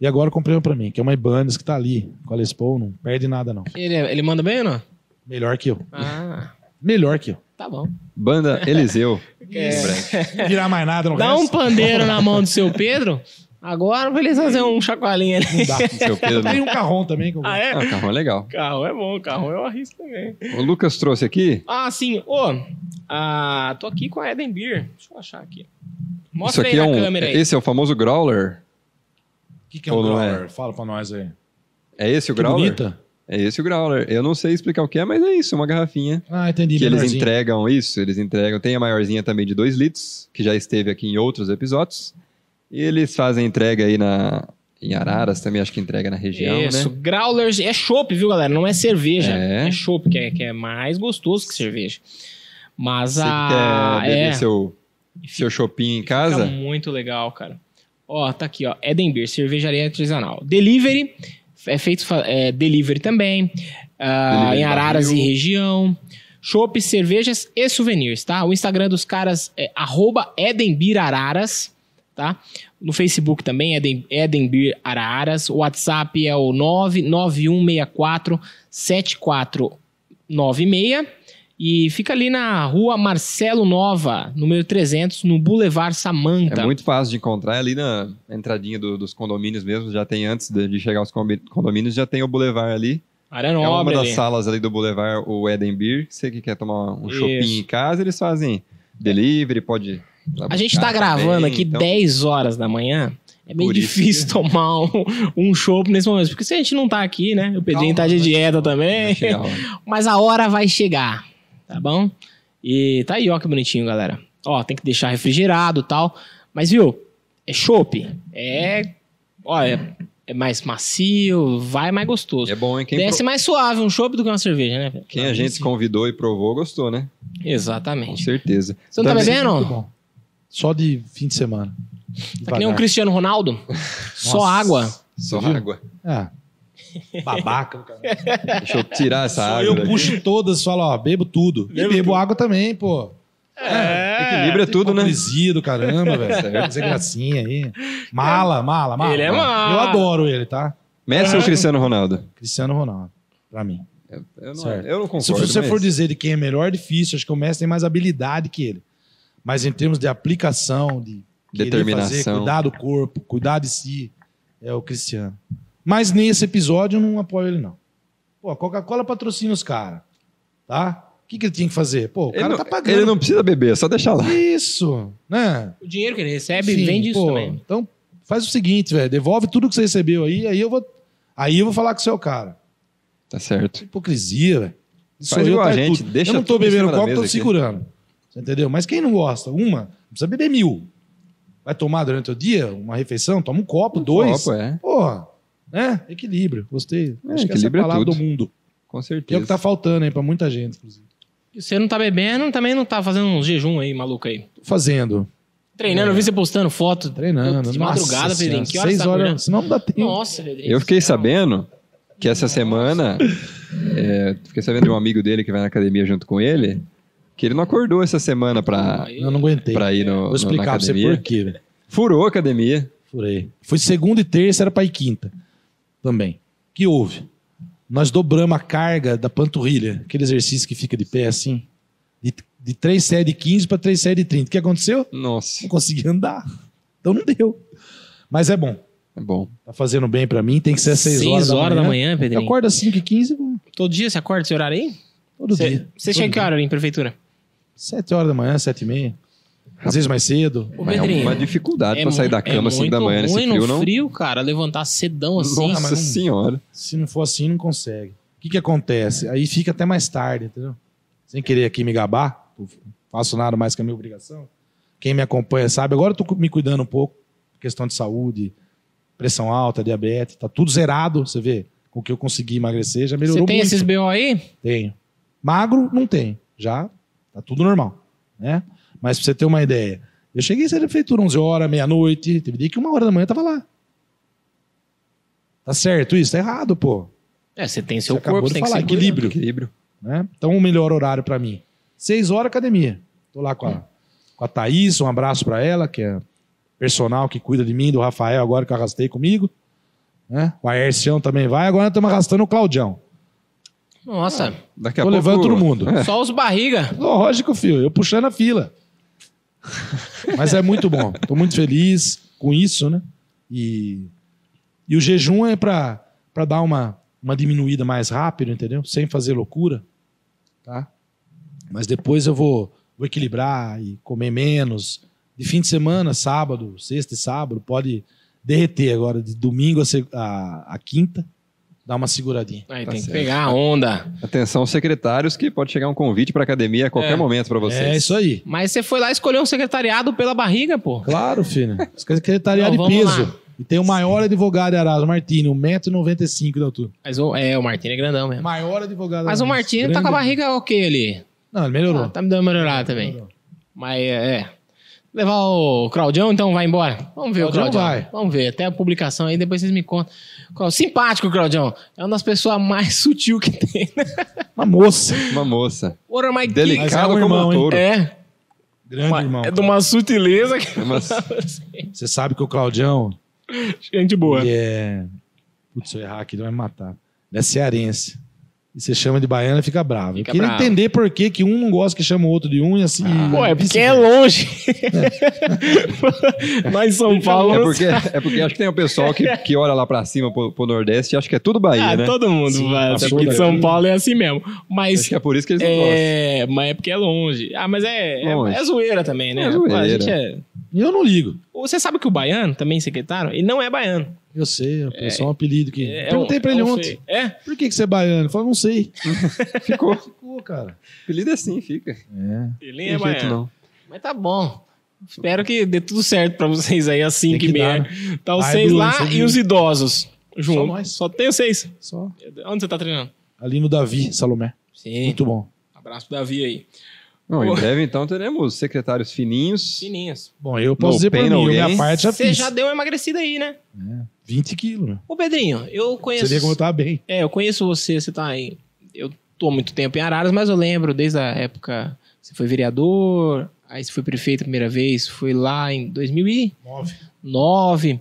S3: E agora comprei uma para mim, que é uma Ibanez que tá ali com a Les Paul, não perde nada não.
S1: Ele, é, ele manda bem ou não?
S3: Melhor que eu.
S1: Ah,
S3: Melhor que eu.
S1: tá bom.
S2: Banda Eliseu.
S3: Não virar mais nada no
S1: Dá um
S3: resto.
S1: pandeiro na mão do seu Pedro. Agora pra eles fazer um chacoalhinho ali.
S3: Não dá.
S2: Seu Pedro.
S3: Tem um carrão também que eu
S1: Ah, é?
S2: Ah, carro é legal.
S1: Carro é bom, carro eu arrisco também.
S2: O Lucas trouxe aqui.
S1: Ah, sim. Ô, ah, tô aqui com a Eden Beer. Deixa eu achar aqui. Mostra
S2: isso aqui
S1: aí
S2: é
S1: na
S2: um.
S1: câmera aí.
S2: Esse é o famoso growler.
S3: O que, que é um
S2: Ou não
S3: growler? Fala pra nós aí.
S2: É esse o
S3: Que
S2: growler?
S3: bonita.
S2: É esse o growler. Eu não sei explicar o que é, mas é isso, uma garrafinha.
S3: Ah, entendi.
S2: que eles
S3: menorzinho.
S2: entregam isso, eles entregam. Tem a maiorzinha também de 2 litros, que já esteve aqui em outros episódios. E eles fazem entrega aí na, em Araras também, acho que entrega na região,
S1: Isso,
S2: né?
S1: Growlers é chopp, viu, galera? Não é cerveja.
S2: É.
S1: É, chopp, que é, que é mais gostoso que cerveja. Mas
S2: Você
S1: a.
S2: que quer beber
S1: é,
S2: seu, seu shopping em
S1: Fica
S2: casa?
S1: muito legal, cara. Ó, tá aqui, ó. Edenbeer, cervejaria artesanal. Delivery, é feito fa- é, delivery também. ah,
S2: Delivery
S1: em Araras
S2: barril.
S1: e região. Chopp, cervejas e souvenirs, tá? O Instagram dos caras é arroba Edenbeer Araras, tá? No Facebook também, Eden, Edenbeer Araras. O WhatsApp é o 99164 7496. E fica ali na rua Marcelo Nova, número 300, no Boulevard Samanta.
S2: É muito fácil de encontrar é ali na entradinha do- dos condomínios mesmo. Já tem antes de, de chegar aos combi- condomínios, já tem o Boulevard ali.
S1: Área
S2: é uma
S1: nobre.
S2: das
S1: ali.
S2: salas ali do Boulevard, o Eden Beer. Você que quer tomar um
S1: Isso.
S2: shopping em casa, eles fazem delivery, pode. ir lá
S1: A gente
S2: buscar
S1: tá gravando
S2: também,
S1: aqui
S2: Ah, então-
S1: 10 horas da manhã. É meio
S2: Por isso
S1: difícil tomar um, um chopp nesse momento. Porque se a gente não tá aqui, né? O Pedrinho tá
S3: Calma,
S1: de
S3: né?
S1: dieta também.
S2: Chega a hora.
S1: Mas a hora vai chegar, tá bom? E tá aí, ó, que bonitinho, galera. Ó, tem que deixar refrigerado e tal. Mas, viu? É chopp. É. Ó, é, é mais macio, vai mais gostoso.
S2: É bom, hein? Quem,
S1: Desce
S2: pro-
S1: mais suave um chopp do que uma cerveja, né? Pedro?
S2: quem a gente convidou e provou gostou, né? Com
S1: Exatamente.
S2: certeza.
S1: Você não tá
S2: Também-
S3: Muito
S1: bebendo?
S3: bom. Só de fim de semana.
S1: Tá que nem um
S3: Devagar.
S1: Cristiano Ronaldo? Só
S3: Nossa.
S1: água.
S2: Só
S3: Viu?
S2: água.
S3: Ah. Babaca. do caralho.
S2: Deixa eu tirar essa água.
S3: eu
S2: daqui.
S3: puxo todas e falo, ó, bebo tudo. e
S1: Bebo
S3: bebo água também, pô.
S1: É,
S2: Equilíbrio é tudo, né?
S3: Hipocrisia do caramba, velho. Fazer gracinha aí. Mala, mala, mala.
S1: Ele é mala.
S3: Eu adoro ele, tá?
S2: Messi ou Cristiano Ronaldo?
S3: Cristiano Ronaldo, pra mim.
S2: Eu, eu não, é,
S3: Certo.
S2: eu não concordo.
S3: Se você
S2: mas-
S3: for dizer de quem é melhor, é difícil. Acho que o Messi tem mais habilidade que ele. Mas em termos de aplicação, de querer
S2: Determinação.
S3: fazer, cuidar do corpo, cuidar de si, é o Cristiano. Mas nesse episódio eu não apoio ele, não. Pô, a Coca-Cola patrocina os caras, tá? O que, que ele tinha que fazer? Pô, o
S2: ele,
S3: cara
S2: não,
S3: tá pagando.
S2: ele não precisa beber, é só deixar lá.
S3: Isso, né?
S1: O dinheiro que ele recebe
S3: Sim,
S1: vem disso
S3: pô,
S1: também.
S3: Então faz o seguinte, velho. Devolve tudo que você recebeu aí, aí eu vou, aí eu vou falar com o seu cara.
S2: Tá certo.
S3: Hipocrisia, velho. Isso
S2: Faz
S3: aí
S2: igual
S3: tá
S2: a gente,
S3: tudo.
S2: deixa
S3: eu não tô
S2: tudo em
S3: bebendo
S2: cima da
S3: copo,
S2: mesa
S3: tô
S2: aqui.
S3: segurando. Você entendeu? Mas quem não gosta? Uma, não precisa beber mil. Vai tomar durante o dia uma refeição? Toma um copo, dois.
S2: Copo, é.
S3: Porra, né? Equilíbrio. Gostei.
S2: É,
S3: Acho que essa é
S2: equilíbrio é
S3: a palavra
S2: tudo.
S3: do mundo.
S2: Com
S3: Que é
S2: certeza.
S3: o que tá faltando aí pra muita gente, inclusive.
S1: E Você não tá bebendo, também não tá fazendo um jejum aí, maluco aí.
S3: Tô fazendo,
S1: Treinando,
S2: É.
S1: eu vi você postando foto.
S3: treinando.
S1: Putz, de
S3: Nossa
S1: madrugada,
S3: Senhora,
S1: Pedrinho. Que horas
S3: Seis
S1: tá acordando?
S3: horas, senão não dá tempo.
S1: Nossa, Pedrinho.
S2: Eu fiquei
S3: é um-
S2: sabendo que essa semana. é, fiquei sabendo de um amigo dele que vai na academia junto com ele, que ele não acordou essa semana pra,
S1: Aí,
S3: Eu não aguentei.
S2: pra ir no,
S3: Vou
S2: no, na
S3: explicar pra você
S2: academia.
S3: por quê, velho.
S2: Furou a academia.
S3: Furei. Foi segunda e terça, era pra ir quinta. Também. O que houve? Nós dobramos a carga da panturrilha, aquele exercício que fica de pé assim, de, de 3 séries de 15 para 3 séries de 30. O que aconteceu?
S2: Nossa,
S3: Não consegui andar. Então não deu. Mas é bom.
S2: é bom.
S3: Tá fazendo bem pra mim, tem que ser às 6 horas, da manhã. Eu
S1: Pedrinho.
S3: acordo às 5 e 15 vou.
S1: Todo dia você acorda esse horário aí?
S3: todo
S1: Você-
S3: dia.
S1: Você chega que hora ali em prefeitura?
S3: 7 horas da manhã, 7 e meia. Às vezes mais cedo.
S1: Ô,
S2: Mas é
S1: Pedrinho,
S2: uma dificuldade
S1: é
S2: pra sair da
S1: mu-
S2: cama às 5 da
S1: muito
S2: manhã nesse
S1: ruim
S2: frio,
S1: no
S2: não.
S1: frio, cara, levantar cedão assim.
S2: Nossa
S3: não-
S2: senhora.
S3: Se não for assim, não consegue. O que, que acontece? Aí fica até mais tarde, entendeu? Sem querer aqui me gabar, não faço nada mais que a minha obrigação. Quem me acompanha sabe, agora eu tô cu- me cuidando um pouco, questão de saúde, pressão alta, diabetes, tá tudo zerado, você vê. Com o que eu consegui emagrecer, já melhorou
S1: Você tem
S3: muito.
S1: esses BO aí?
S3: Tenho. Magro, não tem. Já tá tudo normal, né? Mas pra você ter uma ideia, eu cheguei a ser da prefeitura 11 horas, meia-noite, teve dia que uma hora da manhã eu tava lá. Tá certo isso? Tá errado, pô
S1: É, você tem seu
S3: Você acabou
S1: corpo,
S3: de
S1: você tem
S3: falar,
S1: que se
S3: equilíbrio.
S2: Equilíbrio.
S3: né? Então, o melhor horário para mim. Seis horas, academia. Tô lá com a, com a Thaís, um abraço para ela, que é personal que cuida de mim, do Rafael, agora que eu arrastei comigo. Né? O Aercião também vai, agora nós estamos arrastando o Claudião.
S1: Nossa,
S2: Daqui a
S3: Tô
S2: pouco.
S3: levando todo mundo.
S1: só os barriga.
S3: Lógico, filho, eu puxando a fila. Mas é muito bom. Tô muito feliz com isso, né? E, e o jejum é para dar uma, uma diminuída mais rápido, entendeu? Sem fazer loucura, tá? Mas depois eu vou, vou equilibrar e comer menos. De fim de semana, sábado, sexta e sábado, pode derreter agora, de domingo a, se- a- a quinta, dar uma seguradinha.
S1: Aí
S2: Tá
S1: tem
S2: certo.
S1: que pegar a onda.
S2: Atenção, secretários, que pode chegar um convite pra academia a qualquer
S1: É.
S2: momento pra
S3: É
S2: vocês.
S3: isso aí.
S1: Mas você foi lá e escolheu um secretariado pela barriga, pô.
S3: Claro, filho. Secretariado
S1: Não,
S3: tá é de
S1: vamos
S3: peso. E tem o maior advogado de Araras, o Martini, 1,95m de altura.
S1: Mas o, é, o Martini é grandão mesmo.
S3: Maior advogado. de
S1: Mas o
S3: Araras.
S1: Martini tá com a
S3: Grande.
S1: barriga ok ali.
S3: Não,
S1: Ah,
S3: ele melhorou.
S1: tá me dando uma melhorada também. Mas é. é. Levar o Claudião, então vai embora. Vamos ver
S3: Claudião
S1: o Claudião.
S3: vai.
S1: Vamos ver, até a publicação aí, depois vocês me contam. Clau- Simpático, Claudião. É uma das pessoas mais sutil que tem.
S3: Uma moça.
S2: Uma moça.
S1: Ora, mas que-
S3: Mas é um
S2: Delicada como
S3: irmão,
S2: um
S3: hein?
S2: touro.
S1: É,
S3: Grande
S1: uma-
S3: irmão.
S1: é de uma sutileza que.
S2: Mas-
S3: Você sabe que o Claudião,
S1: Gente boa.
S3: ele é... Putz, se eu errar aqui, ele vai me matar. Ele é cearense. E você chama de baiano e fica bravo.
S1: Fica
S3: eu queria
S1: bravo.
S3: entender por que, que um não gosta que chama o outro de um e assim...
S1: Pô, é porque é
S3: vice-versa.
S1: longe. Lá em São Paulo.
S2: É porque, é porque acho que tem um pessoal que, que olha lá pra cima, pro, pro Nordeste, e acha que é tudo Bahia,
S1: Ah,
S2: né?
S1: todo mundo
S3: Sim,
S1: vai.
S3: passou
S1: Aqui de São
S3: daqui.
S1: Paulo é assim mesmo. Mas
S2: Acho que é por isso que eles não gostam.
S1: É, mas é porque é longe. Ah, mas é, é-
S2: Longe.
S1: é zoeira também, né?
S2: É zoeira.
S1: A gente é-
S3: E eu não ligo.
S1: Você sabe que o baiano, também secretário, ele não é baiano.
S3: Eu sei, é só um apelido que...
S1: É,
S3: Perguntei
S1: é um-
S3: pra ele
S1: é um
S3: ontem.
S1: feio. É?
S3: Por que, que você é baiano? Ele falou, não sei.
S2: Ficou.
S3: Ficou, cara.
S2: Apelido é assim, fica.
S3: É.
S1: Ele nem
S2: Não tem
S1: é
S2: jeito,
S1: baiano.
S2: não.
S1: Mas tá bom. Espero que dê tudo certo pra vocês aí às 5
S3: que
S1: e meia.
S3: dar, né?
S1: Tá os
S3: Vai,
S1: seis
S3: Bruno,
S1: lá
S3: você
S1: e
S3: viu.
S1: os idosos. Junto.
S3: nós.
S1: Só tem os seis.
S3: Só.
S1: Onde você tá treinando?
S3: Ali no Davi, Salomé.
S1: Sim.
S3: Muito bom.
S1: Abraço pro Davi aí.
S2: Não, em
S1: Pô.
S2: breve, então, teremos secretários fininhos.
S1: Fininhos.
S3: Bom, eu posso
S2: No
S3: dizer pra
S2: pain,
S3: mim,
S2: no
S3: eu
S2: gain.
S3: minha parte já
S1: Você
S3: fiz.
S1: já deu uma emagrecida aí, né?
S3: 20 quilos, né?
S1: Ô, Pedrinho, eu conheço.
S3: Você vê como eu tava bem.
S1: É, eu conheço você, você tá em. Eu tô há muito tempo em Araras, mas eu lembro desde a época. Você foi vereador, Aí fui prefeito a primeira vez, fui lá em 2009.
S3: Nove.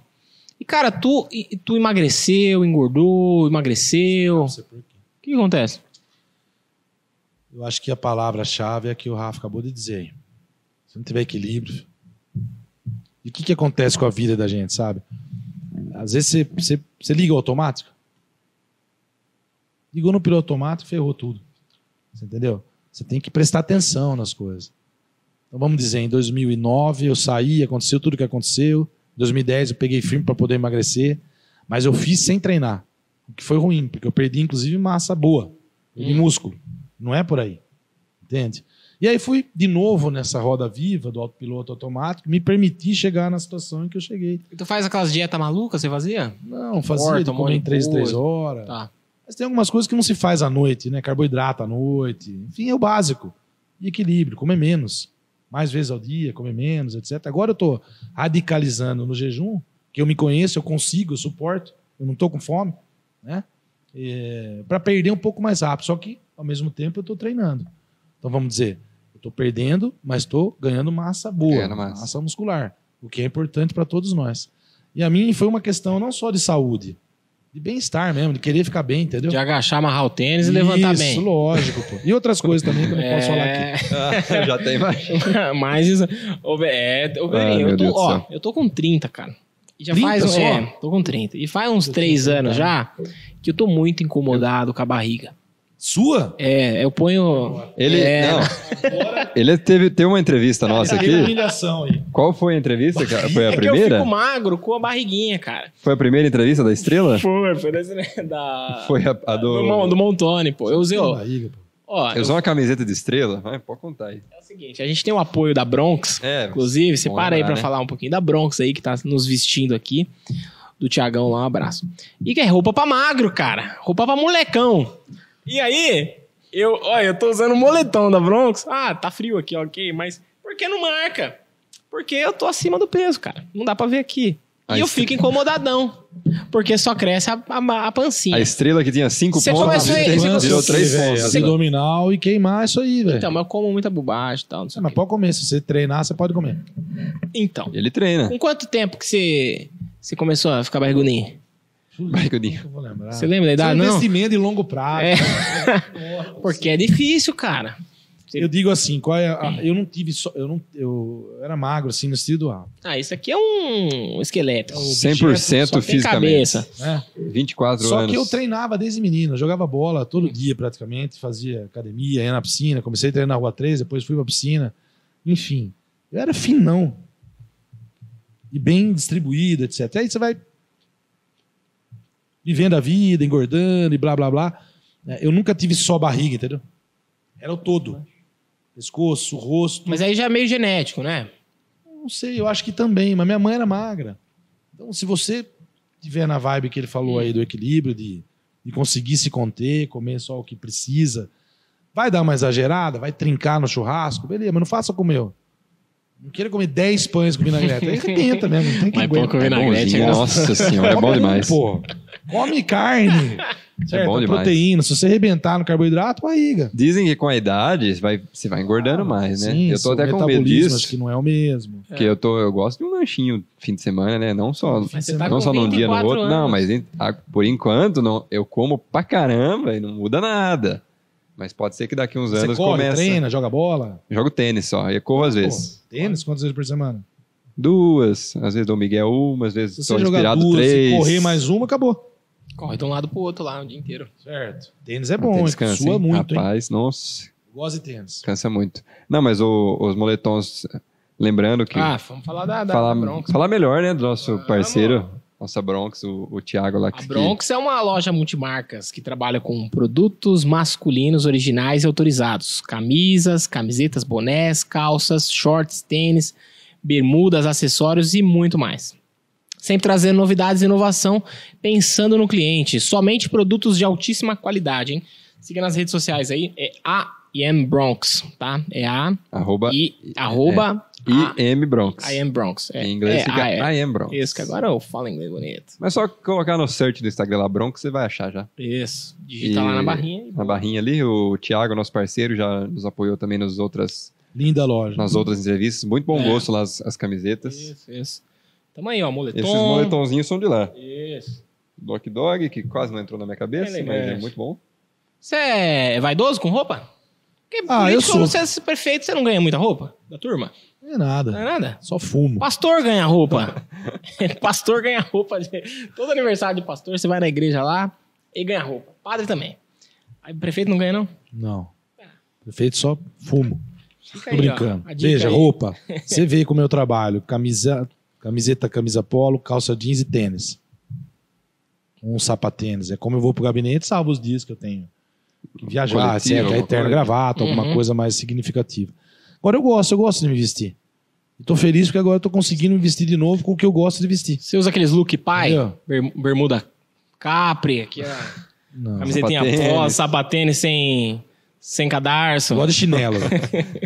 S1: E cara, tu, e- tu emagreceu, engordou, emagreceu.
S3: Não
S1: O
S3: sei por quê.
S1: que que acontece?
S3: Eu acho que a palavra-chave é a que o Rafa acabou de dizer. aí. Se não tiver equilíbrio. E o que, que acontece com a vida da gente, sabe? Às vezes você, você, você liga o automático. Ligou no piloto automático, ferrou tudo. Você entendeu? Você tem que prestar atenção nas coisas. Então vamos dizer, em 2009 eu saí, aconteceu tudo o que aconteceu. Em 2010 eu peguei firme para poder emagrecer. Mas eu fiz sem treinar. O que foi ruim, porque eu perdi inclusive massa boa. Perdi
S1: Hum.
S3: músculo. Não é por aí. Entende? E aí fui de novo nessa roda viva do autopiloto automático, me permiti chegar na situação em que eu cheguei.
S1: Tu faz aquelas dietas malucas, você fazia?
S3: Não, fazia
S1: Corta
S3: de
S1: um
S3: comer
S1: monte
S3: em
S1: de
S3: 3 3
S1: coisa.
S3: horas.
S1: Tá.
S3: Mas tem algumas coisas que não se faz à noite, né? Carboidrato à noite. Enfim, é o básico. E equilíbrio, comer menos. Mais vezes ao dia, comer menos, etc. Agora eu tô radicalizando no jejum, que eu me conheço, eu consigo, eu suporto, eu não tô com fome, né? para perder um pouco mais rápido. Só que, ao mesmo tempo, eu tô treinando. Então vamos dizer, eu tô perdendo, mas tô ganhando massa boa,
S2: Ganhando massa.
S3: massa muscular, o que é importante para todos nós. E a mim foi uma questão não só de saúde, de bem-estar mesmo, de querer ficar bem, entendeu?
S1: De agachar, amarrar o tênis e levantar
S3: Isso,
S1: bem.
S3: lógico, pô. E outras coisas também que eu não posso falar aqui.
S1: É,
S2: Ah, já tem mais.
S1: Mas isso. Ô, Be- é, ô, Berinho,
S2: Ah, meu
S1: eu, tô,
S2: Deus do
S1: ó,
S2: céu.
S1: eu tô com 30, cara. E já
S3: 30
S1: faz. um-
S3: só?
S1: É, tô com 30. E faz uns
S3: Eu
S1: 3
S3: tenho
S2: tá.
S1: anos
S3: 30.
S1: já que eu tô muito incomodado com a barriga.
S3: Sua?
S1: É, eu ponho.
S2: Ele,
S1: É.
S2: não. Ele teve, teve uma entrevista nossa
S3: Aí na
S2: aqui.
S3: é humilhação aí.
S2: Qual foi a entrevista, cara? Foi a
S1: é que eu
S2: primeira?
S1: fico magro com a barriguinha, cara.
S2: Foi a primeira entrevista da Estrela?
S1: Foi, foi desse, né, da.
S2: Tá. Foi a, a
S1: Do, Mon-
S2: do...
S1: do Montone, pô. Eu usei, ó.
S3: Barriga, pô.
S1: ó
S2: Eu usou uma camiseta de Estrela? Vai, pode contar aí.
S1: É o seguinte, a gente tem o apoio da Bronx.
S2: É,
S1: Inclusive, você
S2: Bom
S1: para aí
S2: lembrar,
S1: pra
S2: né?
S1: falar um pouquinho da Bronx aí, que tá nos vestindo aqui. Do Tiagão lá, um abraço. E que é roupa pra magro, cara. Roupa pra molecão. E aí, eu, olha, eu tô usando o moletom da Bronx. Ah, tá frio aqui, ok, mas por que não marca? Porque eu tô acima do peso, cara. Não dá pra ver aqui. E
S2: A
S1: eu
S2: estre-
S1: fico incomodadão. Porque só cresce a, a- a pancinha.
S2: a Estrela que tinha cinco
S1: Você
S2: pontos,
S1: começou aí, assim, você
S2: virou três- virou
S1: começou
S2: três
S3: Velho,
S2: pontos. né?
S3: Abdominal e queimar isso aí, velho.
S1: Então, mas eu como muita bobagem e tal. Não sei
S3: Ah,
S1: o
S3: mas
S1: quê.
S3: pode comer. Se você treinar, você pode comer.
S1: Então,
S2: Ele treina.
S1: com quanto tempo que você, você começou a ficar barriguninho?
S2: Barrigudinho.
S3: Eu vou lembrar.
S1: Você lembra da
S3: Isso é um
S1: idade, não?
S3: investimento de longo prazo.
S1: É. Porque é difícil, cara.
S3: Eu digo assim, qual é a- eu não tive só, eu não, eu era magro assim no estilo do alto,
S1: Ah, isso aqui é um esqueleto.
S3: É um
S2: 100%
S1: Só tem
S2: fisicamente.
S1: cabeça.
S3: né?
S2: 24
S3: Só
S2: anos.
S3: que eu treinava desde menino, eu jogava bola todo dia praticamente, fazia academia, ia na piscina, comecei a treinar na rua 3, depois fui pra piscina. Enfim, eu era finão. E bem distribuído, etc. Aí você vai vivendo a vida, engordando e blá blá blá. É, Eu nunca tive só barriga, entendeu? Era o todo. Pescoço, rosto,
S1: Mas aí já é meio genético, né?
S3: Não sei, eu acho que também, mas minha mãe era magra. Então, se você tiver na vibe que ele falou aí do equilíbrio, de, de conseguir se conter, comer só o que precisa, vai dar uma exagerada, vai trincar no churrasco, beleza, mas não faça como eu. Não queira comer 10 pães com vinagrete. Aí tenta mesmo, não tem que
S1: Mas
S3: aguentar.
S1: pouco
S2: É
S1: vinagrete.
S2: bonzinho,
S1: é gostoso.
S2: nossa senhora, é bom
S3: Come,
S2: demais. É
S3: Pô. Come carne. certo?
S2: bom demais.
S3: Proteína. Se você arrebentar no carboidrato, barriga.
S2: Dizem que com a idade você vai, você vai
S1: Ah,
S2: engordando mais, né?
S3: Sim,
S2: eu tô até
S3: seu
S2: com medo
S3: metabolismo
S2: disso,
S3: Acho que não é o mesmo.
S2: porque eu, tô, eu gosto de um lanchinho fim de semana, né? Não só,
S1: Mas você tá
S2: não
S1: com
S2: só num dia, no
S1: 24
S2: outro. Não,
S1: anos.
S2: mas em- ah, por enquanto não, eu como pra caramba e não muda nada. Mas pode ser que daqui uns
S3: Você
S2: anos
S3: corre,
S2: comece.
S3: treina, joga bola.
S2: Jogo tênis só, e eu corro às
S3: Pô,
S2: vezes.
S3: tênis, quantas vezes por semana?
S2: Duas, às vezes dou um Miguel uma, às vezes
S3: Se
S2: estou
S3: você jogar
S2: respirado
S3: duas
S2: três.
S3: e correr mais um, uma, acabou.
S1: Corre de um lado pro outro lá o dia inteiro.
S3: Certo. Tênis é
S2: Ah,
S3: bom,
S2: tênis
S3: hein?
S2: cansa,
S3: sua
S2: hein?
S3: muito, hein?
S2: Rapaz, nossa,
S3: Eu Gosto de tênis.
S2: cansa muito. Não, mas o- os moletons, lembrando que
S1: Ah, vamos falar da, da
S2: falar,
S1: da Bronx.
S2: falar melhor, né, do nosso
S1: Vamos.
S2: parceiro, nossa Bronx, o, o Thiago lá.
S1: A
S2: que-
S1: Bronx é uma loja multimarcas que trabalha com produtos masculinos originais e autorizados. Camisas, camisetas, bonés, calças, shorts, tênis, bermudas, acessórios e muito mais. Sempre trazendo novidades e inovação, pensando no cliente. Somente produtos de altíssima qualidade, hein? Siga nas redes sociais aí, é a Bronx, tá? É a
S2: Arroba
S1: e arroba a
S2: IM Bronx.
S1: Ah. I am Bronx. É,
S2: Em inglês
S1: é,
S2: fica
S1: a- é.
S2: I am Bronx.
S1: Isso, que agora eu falo inglês bonito.
S2: Mas só colocar no search do Instagram lá, Bronx, você vai achar já.
S1: Isso. Digita lá na
S2: E-
S1: barrinha e
S2: Na barrinha ali, o Thiago, nosso parceiro, já nos apoiou também nas outras
S3: Linda loja.
S2: nas outras entrevistas. Muito bom
S1: É.
S2: gosto lá as, as camisetas.
S1: Isso, isso. Tamo aí, ó, moletom.
S2: Esses moletomzinhos são de lá.
S1: Isso.
S2: Doc Dog, que quase não entrou na minha cabeça, mas é
S1: Elegante.
S2: muito bom.
S1: Você é vaidoso com roupa? Porque
S3: Ah, eu
S1: político,
S3: sou.
S1: Você é perfeito, você não ganha muita roupa da turma?
S3: Não é
S1: Não é
S3: nada.
S1: nada?
S3: Só fumo.
S1: Pastor ganha roupa. pastor ganha roupa. de- Todo aniversário de pastor, você vai na igreja lá e ganha roupa. Padre também. Aí o prefeito não ganha, não?
S3: Não. Prefeito só fumo.
S1: Fica
S3: Tô
S1: aí, ó,
S3: brincando.
S1: a dica
S3: Veja,
S1: aí.
S3: roupa. Você vê como eu trabalho. Camisa, camiseta, camisa polo, calça jeans e tênis. Um sapatênis. É como eu vou pro gabinete, salvo os dias que eu tenho. Que viajar,
S2: Coletivo,
S3: etc.
S2: alguma
S3: Eterna
S2: coisa.
S3: gravata,
S1: Uhum.
S3: alguma coisa mais significativa. Agora eu gosto, eu gosto de me vestir. E tô feliz porque agora eu tô conseguindo me vestir de novo com o que eu gosto de vestir.
S1: Você usa aqueles look pai,
S3: Entendeu?
S1: berm- bermuda capri, aqui, ó.
S3: Não.
S1: camisetinha
S2: sapatênis.
S1: pós, sapatênis sem, sem cadarço.
S3: Eu gosto de chinelo.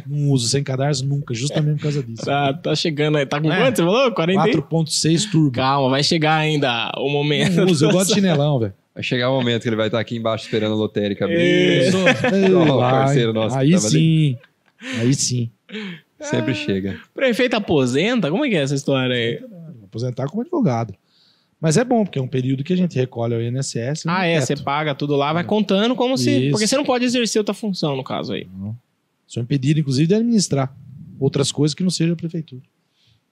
S3: não uso sem cadarço nunca, justamente por causa disso.
S1: Tá, tá chegando aí. Tá com
S3: É.
S1: quanto? Você falou? 40? e-
S3: 4.6 turbo.
S1: Calma, vai chegar ainda o momento.
S3: Não uso, eu gosto de chinelão, velho.
S2: Vai chegar o momento que ele vai estar aqui embaixo esperando a
S1: É.
S2: lotérica abrir.
S3: Ei,
S2: Ó, o
S3: lá,
S2: parceiro nosso que
S3: É. aí
S2: tava ali.
S3: sim. Aí sim.
S1: Ah.
S2: Sempre chega.
S1: Prefeito aposenta? Como é que é essa história aí?
S3: Aposentar como advogado. Mas é bom, porque é um período que a gente recolhe ao INSS.
S1: Ah, é, você
S3: Você...
S1: paga tudo lá, vai contando como se.
S3: Isso.
S1: Porque você não pode exercer outra função, no caso aí.
S3: Sou impedido, inclusive, de administrar outras coisas que não seja a prefeitura.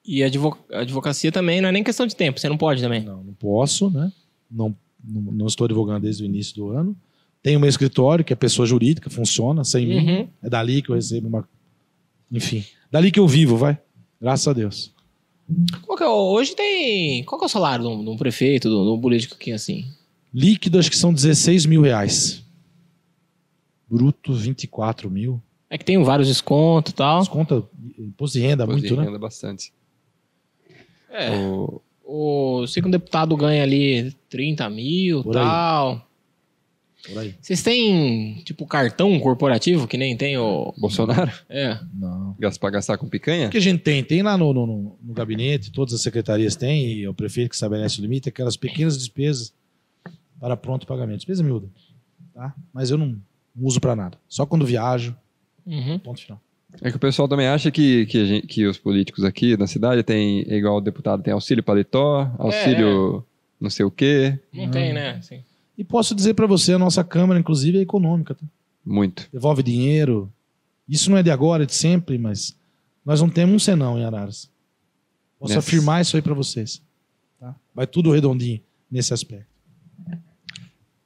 S1: E a advo- a advocacia também não é nem questão de tempo, você não pode também.
S3: Não, não posso, né? Não, não, não estou advogando desde o início do ano. Tenho meu escritório, que é pessoa jurídica, funciona sem mim.
S1: Uhum.
S3: É dali que eu recebo uma. Enfim, dali que eu vivo, vai. Graças a Deus.
S1: Qual que é o- hoje tem. Qual que é o salário de um, de um prefeito, de um, de um político aqui assim?
S3: Líquido, acho que são 16 mil reais. Bruto, 24 mil.
S1: É que tem vários descontos e tal.
S3: Desconta, imposto de renda,
S2: Imposto de
S3: muito, né?
S2: renda bastante.
S1: É.
S2: O-
S1: O, eu sei que um deputado ganha ali 30 mil e
S3: Por aí.
S1: tal.
S3: Por aí.
S1: Vocês têm, tipo, cartão corporativo, que nem tem o.
S2: Bolsonaro?
S1: É.
S3: Não.
S2: Gas- Pra gastar com
S3: O
S2: picanha?
S3: que a gente tem? Tem lá no, no- no- no gabinete, todas as secretarias têm, e é o prefeito que estabelece o limite, aquelas pequenas despesas para pronto pagamento. Despesa miúda, tá? Mas eu não, não uso para nada. Só quando viajo,
S1: Uhum.
S3: ponto final.
S2: É que o pessoal também acha que, que, a gente- que os políticos aqui na cidade tem, é igual o deputado, tem auxílio paletó, auxílio
S1: É.
S2: não sei o quê.
S1: Não tem, né? Assim.
S3: E posso dizer para você, a nossa Câmara, inclusive, é econômica, tá?
S2: Muito.
S3: devolve dinheiro. Isso não é de agora, é de sempre, mas nós não temos um senão em Araras. Posso
S2: Nessa.
S3: afirmar isso aí para vocês. tá? Vai tudo redondinho nesse aspecto.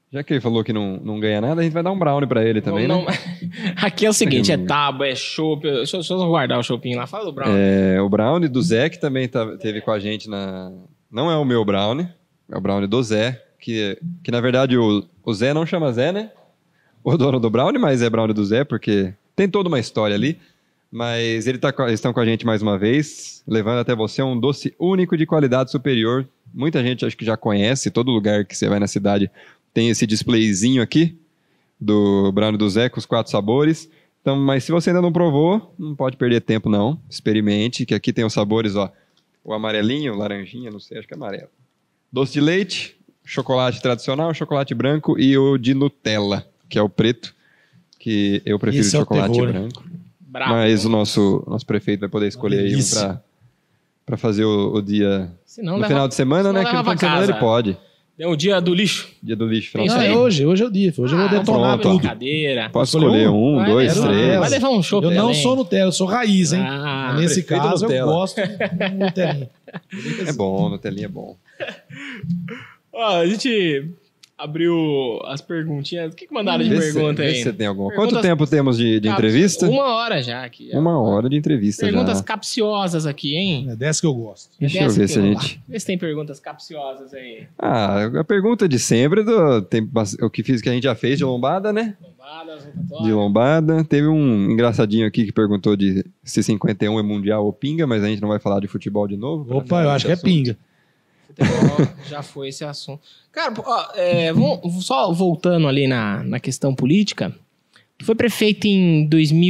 S2: Já que ele falou que não, não ganha nada, a gente vai dar um brownie pra ele também,
S1: Não-
S2: né?
S1: não- Aqui é o seguinte: é tábua, é chopp. eu- Deixa eu só guardar o choppinho lá. Fala do Brown.
S2: É, o brownie do Zé, que também tá- teve com a gente na... Não é o meu brownie, é o brownie do Zé, que, que na verdade o, o Zé não chama Zé, né? O dono do brownie, mas é brownie do Zé, porque tem toda uma história ali. Mas ele tá, com a- eles estão com a gente mais uma vez, levando até você um doce único de qualidade superior. Muita gente acho que já conhece, todo lugar que você vai na cidade tem esse displayzinho aqui do brownie do Zé com os quatro sabores. Então, mas se você ainda não provou, não pode perder tempo não. Experimente, que aqui tem os sabores, ó. O amarelinho, laranjinha, não sei, acho que é amarelo. Doce de leite, chocolate tradicional, chocolate branco e o de Nutella, que é o preto, que eu prefiro
S3: Esse é o
S2: chocolate
S3: terror, hein?
S2: branco.
S1: Bravo.
S2: Mas o nosso, nosso prefeito vai poder escolher aí um
S3: delícia.
S2: pra, pra fazer o, o dia.
S1: Se não,
S2: no
S1: leva-
S2: final de semana,
S1: senão
S2: né? Que no
S1: leva
S2: final de
S1: pra
S2: semana
S1: casa.
S2: ele pode.
S1: é o dia do lixo.
S2: Dia do lixo, final
S1: Tem isso
S2: de
S3: Ah,
S1: aí.
S3: é
S2: semana.
S3: hoje, hoje é o dia. Hoje eu
S1: Ah,
S3: vou detonar
S1: vamos
S2: pronto.
S3: tudo.
S1: Brincadeira.
S2: Pode
S3: Escolher
S2: escolher um,
S1: Vai
S2: dois,
S1: levar-
S2: três.
S1: Vai levar um chopp.
S3: Eu não
S1: também.
S3: sou Nutella, eu sou raiz, hein?
S1: Ah,
S3: Mas Nesse
S2: prefeito
S3: caso, eu
S2: Nutella.
S3: gosto de Nutella.
S2: É bom, Nutelinha é bom.
S1: ó, a gente abriu as perguntinhas. O que, que mandaram de
S2: Vê se-
S1: pergunta
S2: vê
S1: aí?
S2: se você tem alguma.
S1: Perguntas-
S2: Quanto tempo temos de, de
S1: Cap-
S2: entrevista? Uma,
S1: Uma hora já aqui. ó.
S2: hora de entrevista
S1: Perguntas
S2: já.
S1: capciosas aqui, hein?
S3: É dessa que eu gosto.
S2: Deixa eu
S1: Desce
S2: ver se a
S1: aqui, ó.
S2: gente...
S1: Vê se tem perguntas capciosas aí.
S2: Ah, a pergunta de sempre, do... tem bas- o que fiz que a gente já fez de lombada, né?
S1: Lombadas,
S2: De
S1: rotatórias.
S2: lombada. Teve um engraçadinho aqui que perguntou de se 51 é mundial ou pinga, mas a gente não vai falar de futebol de novo. pra
S3: Opa,
S2: não
S3: eu
S2: dar
S3: acho que é
S2: esse assunto.
S3: pinga.
S1: Ó, já foi esse assunto. Cara, ó, é, vamos- só voltando ali na, na questão política. Tu foi prefeito em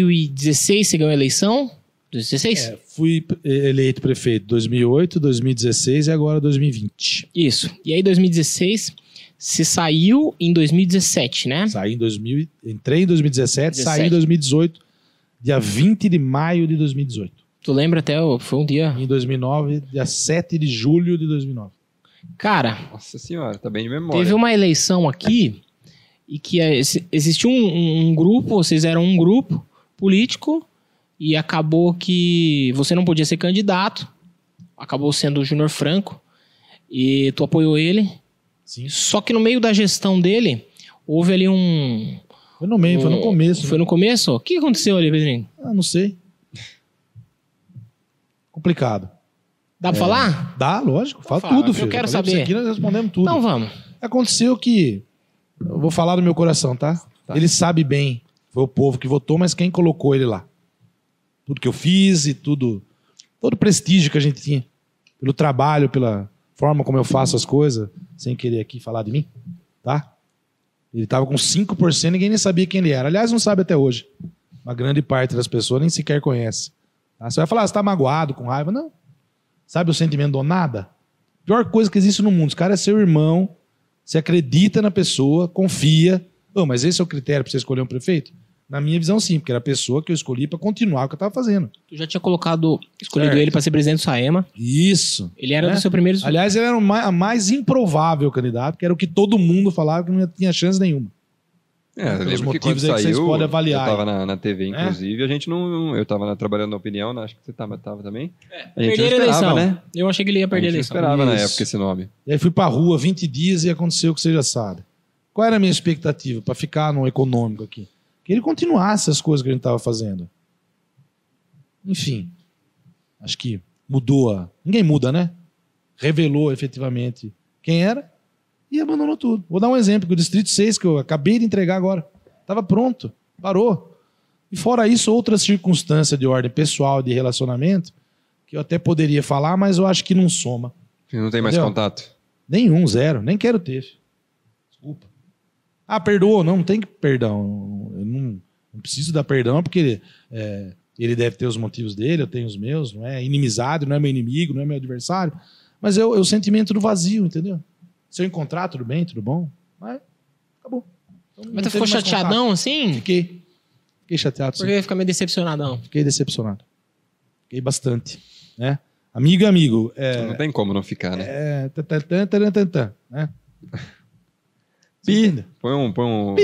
S1: 2016, você ganhou a eleição? 2016?
S3: É, fui eleito prefeito 2008, 2016 e agora 2020.
S1: Isso. E aí, 2016, se saiu em 2017, né?
S3: Saí em 2000, e- entrei em 2017, saí em 2018. dia 20 de maio de 2018.
S1: Tu lembra até, o- foi um dia.
S3: Em 2009, dia 7 de julho de 2009.
S1: Cara,
S2: Nossa senhora, tá bem de memória.
S1: teve uma eleição aqui e que eh, esse- existiu um, um- um grupo, vocês eram um grupo político e acabou que você não podia ser candidato, acabou sendo o Júnior Franco e tu apoiou ele.
S3: Sim.
S1: Só que no meio da gestão dele houve ali um.
S3: Foi no meio, foi no
S1: um-
S3: começo. né?
S1: Foi no começo? O que aconteceu ali, Pedrinho?
S3: Ah, não sei. Complicado.
S1: Dá
S2: É,
S1: pra falar?
S3: Dá, lógico. Fala,
S1: Fala,
S3: tudo,
S1: eu
S3: filho.
S1: quero
S3: Falei pra
S1: saber.
S3: Você aqui nós respondemos tudo.
S1: Então vamos.
S3: Aconteceu que. Eu vou falar do meu coração, tá?
S2: Tá.
S3: Ele sabe bem. Foi o povo que votou, mas quem colocou ele lá? Tudo que eu fiz e tudo. Todo o prestígio que a gente tinha. Pelo trabalho, pela forma como eu faço as coisas, sem querer aqui falar de mim, tá? Ele tava com 5%, ninguém nem sabia quem ele era. Aliás, não sabe até hoje. Uma grande parte das pessoas nem sequer conhece. Tá? Você vai falar, ah, você tá magoado, com raiva. Não. Sabe o sentimento do nada? Pior coisa que existe no mundo. Esse cara é seu irmão, você acredita na pessoa, confia. Ô, mas esse é o critério para você escolher um prefeito? Na minha visão, sim, porque era a pessoa que eu escolhi para continuar o que eu estava fazendo.
S1: Tu já tinha colocado, escolhido
S3: Certo.
S1: ele pra ser presidente do Saema.
S3: Isso.
S1: Ele era
S3: É?
S2: Né?
S1: do seu primeiro.
S3: Aliás, ele era o ma- a mais improvável candidato, que era o que todo mundo falava que não tinha chance nenhuma.
S2: É, eu
S3: Pelos
S2: lembro que quando
S3: motivos aí que
S2: saiu,
S3: vocês podem avaliar.
S2: eu tava na, na TV,
S3: Né?
S2: inclusive, a gente não... Eu tava na- trabalhando na opinião, né? acho que você tava, tava também. a gente não
S1: Perderam a
S2: esperava,
S1: eleição.
S2: né?
S1: Eu achei que ele ia
S2: A
S1: perder a
S2: gente não
S1: eleição.
S2: esperava na
S3: Isso.
S2: época esse nome.
S3: E aí fui pra rua 20 dias e aconteceu o que você já sabe. Qual era a minha expectativa para ficar no econômico aqui? Que ele continuasse as coisas que a gente estava fazendo. Enfim, acho que mudou a. Ninguém muda, né? Revelou efetivamente quem era e abandonou tudo. Vou dar um exemplo: que o Distrito 6, que eu acabei de entregar agora, estava pronto, parou. E fora isso, outras circunstâncias de ordem pessoal, de relacionamento, que eu até poderia falar, mas eu acho que não soma.
S2: Não tem mais
S3: Entendeu?
S2: contato.
S3: Nenhum, zero. Nem quero ter. Desculpa. Ah, perdoou? Não, não tem que- perdão. Eu não, não preciso dar perdão porque é, ele deve ter os motivos dele, eu tenho os meus. Não é inimizado, não é meu inimigo, não é meu adversário. Mas é o, é o sentimento do vazio, entendeu? Se eu encontrar, tudo bem, tudo bom. Mas acabou. Então, não
S1: Mas tu
S3: teve
S1: ficou
S3: mais contato.
S1: chateadão assim?
S3: Fiquei. Fiquei chateado. sim.
S1: Porque eu ia ficar meio decepcionadão.
S3: Fiquei decepcionado. Fiquei bastante. Né? Amigo e amigo. É,
S2: Não tem como não ficar, né?
S3: é, tan, tan, tan, tan, tan, tan, né? Você entende?
S2: Põe um... Põe um...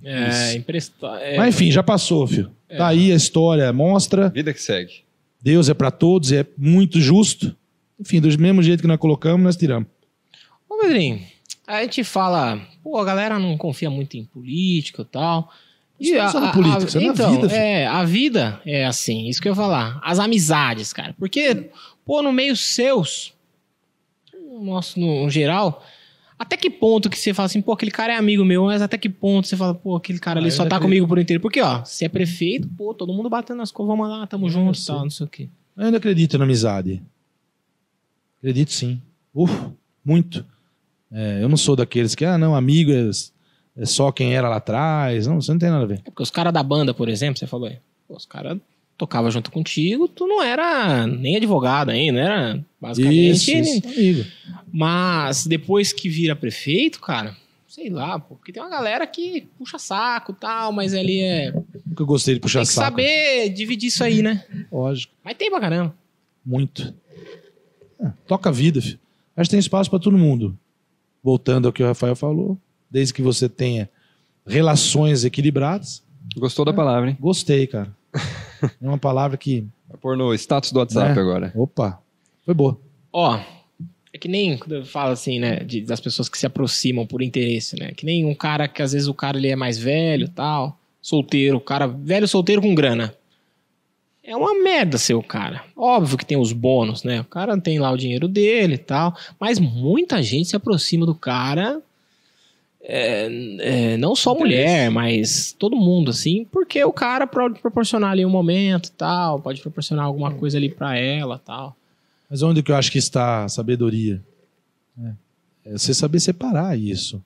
S1: É, emprestar. é.
S3: Mas enfim, já passou, filho. Tá aí a história, mostra.
S2: Vida que segue.
S3: Deus é pra todos, é muito justo. Enfim, do mesmo jeito que nós colocamos, nós tiramos.
S1: Ô, Pedrinho, a gente fala, pô, a galera não confia muito em política e tal.
S3: Isso não é só na política, isso é na
S1: então,
S3: vida, filho.
S1: É, a vida é assim, isso que eu ia falar. As amizades, cara. Porque, pô, no meio seus, nosso, no geral, até que ponto que você fala assim, pô, aquele cara é amigo meu, mas até que ponto você fala, pô, aquele cara ali
S3: Ah, eu
S1: só tá
S3: ainda
S1: comigo por inteiro. Porque, ó, você é prefeito, pô, todo mundo batendo nas covas, vamos lá, tamo
S3: É, Eu
S1: junto e
S3: sei.
S1: tal, não sei o quê.
S3: Eu ainda acredito na amizade. Acredito sim. Uf, muito. É, eu não sou daqueles que, ah, não, amigo é, é só quem era lá atrás. Não, isso não tem nada a ver.
S1: É porque os caras da banda, por exemplo, você falou aí, pô, os caras tocavam junto contigo, tu não era nem advogado ainda, era basicamente.
S3: isso, amigo.
S1: Mas depois que vira prefeito, cara, sei lá, pô, porque tem uma galera que puxa saco e tal, mas ali é.
S3: Nunca gostei de puxar
S1: tem que
S3: saco.
S1: saber dividir isso aí, né?
S3: Lógico.
S1: Mas tem pra caramba.
S3: Muito. É, toca a vida, filho. Acho que tem espaço para todo mundo. Voltando ao que o Rafael falou, desde que você tenha relações equilibradas.
S2: Gostou da palavra, hein?
S3: Gostei, cara. É uma palavra que.
S2: Vai pôr no status do WhatsApp
S3: Né?
S2: agora.
S3: Opa, foi boa.
S1: Ó, é que nem quando eu falo assim, né, de- das pessoas que se aproximam por interesse, né? Que nem um cara que às vezes o cara ele é mais velho, tal, solteiro, o cara velho solteiro com grana. É uma merda ser o cara. Óbvio que tem os bônus, né? O cara tem lá o dinheiro dele e tal, mas muita gente se aproxima do cara. é, é, não só mulher, mas todo mundo, assim, porque o cara pode proporcionar ali um momento e tal, pode proporcionar alguma coisa ali pra ela e tal.
S3: Mas onde que eu acho que está a sabedoria? né? É você saber separar isso.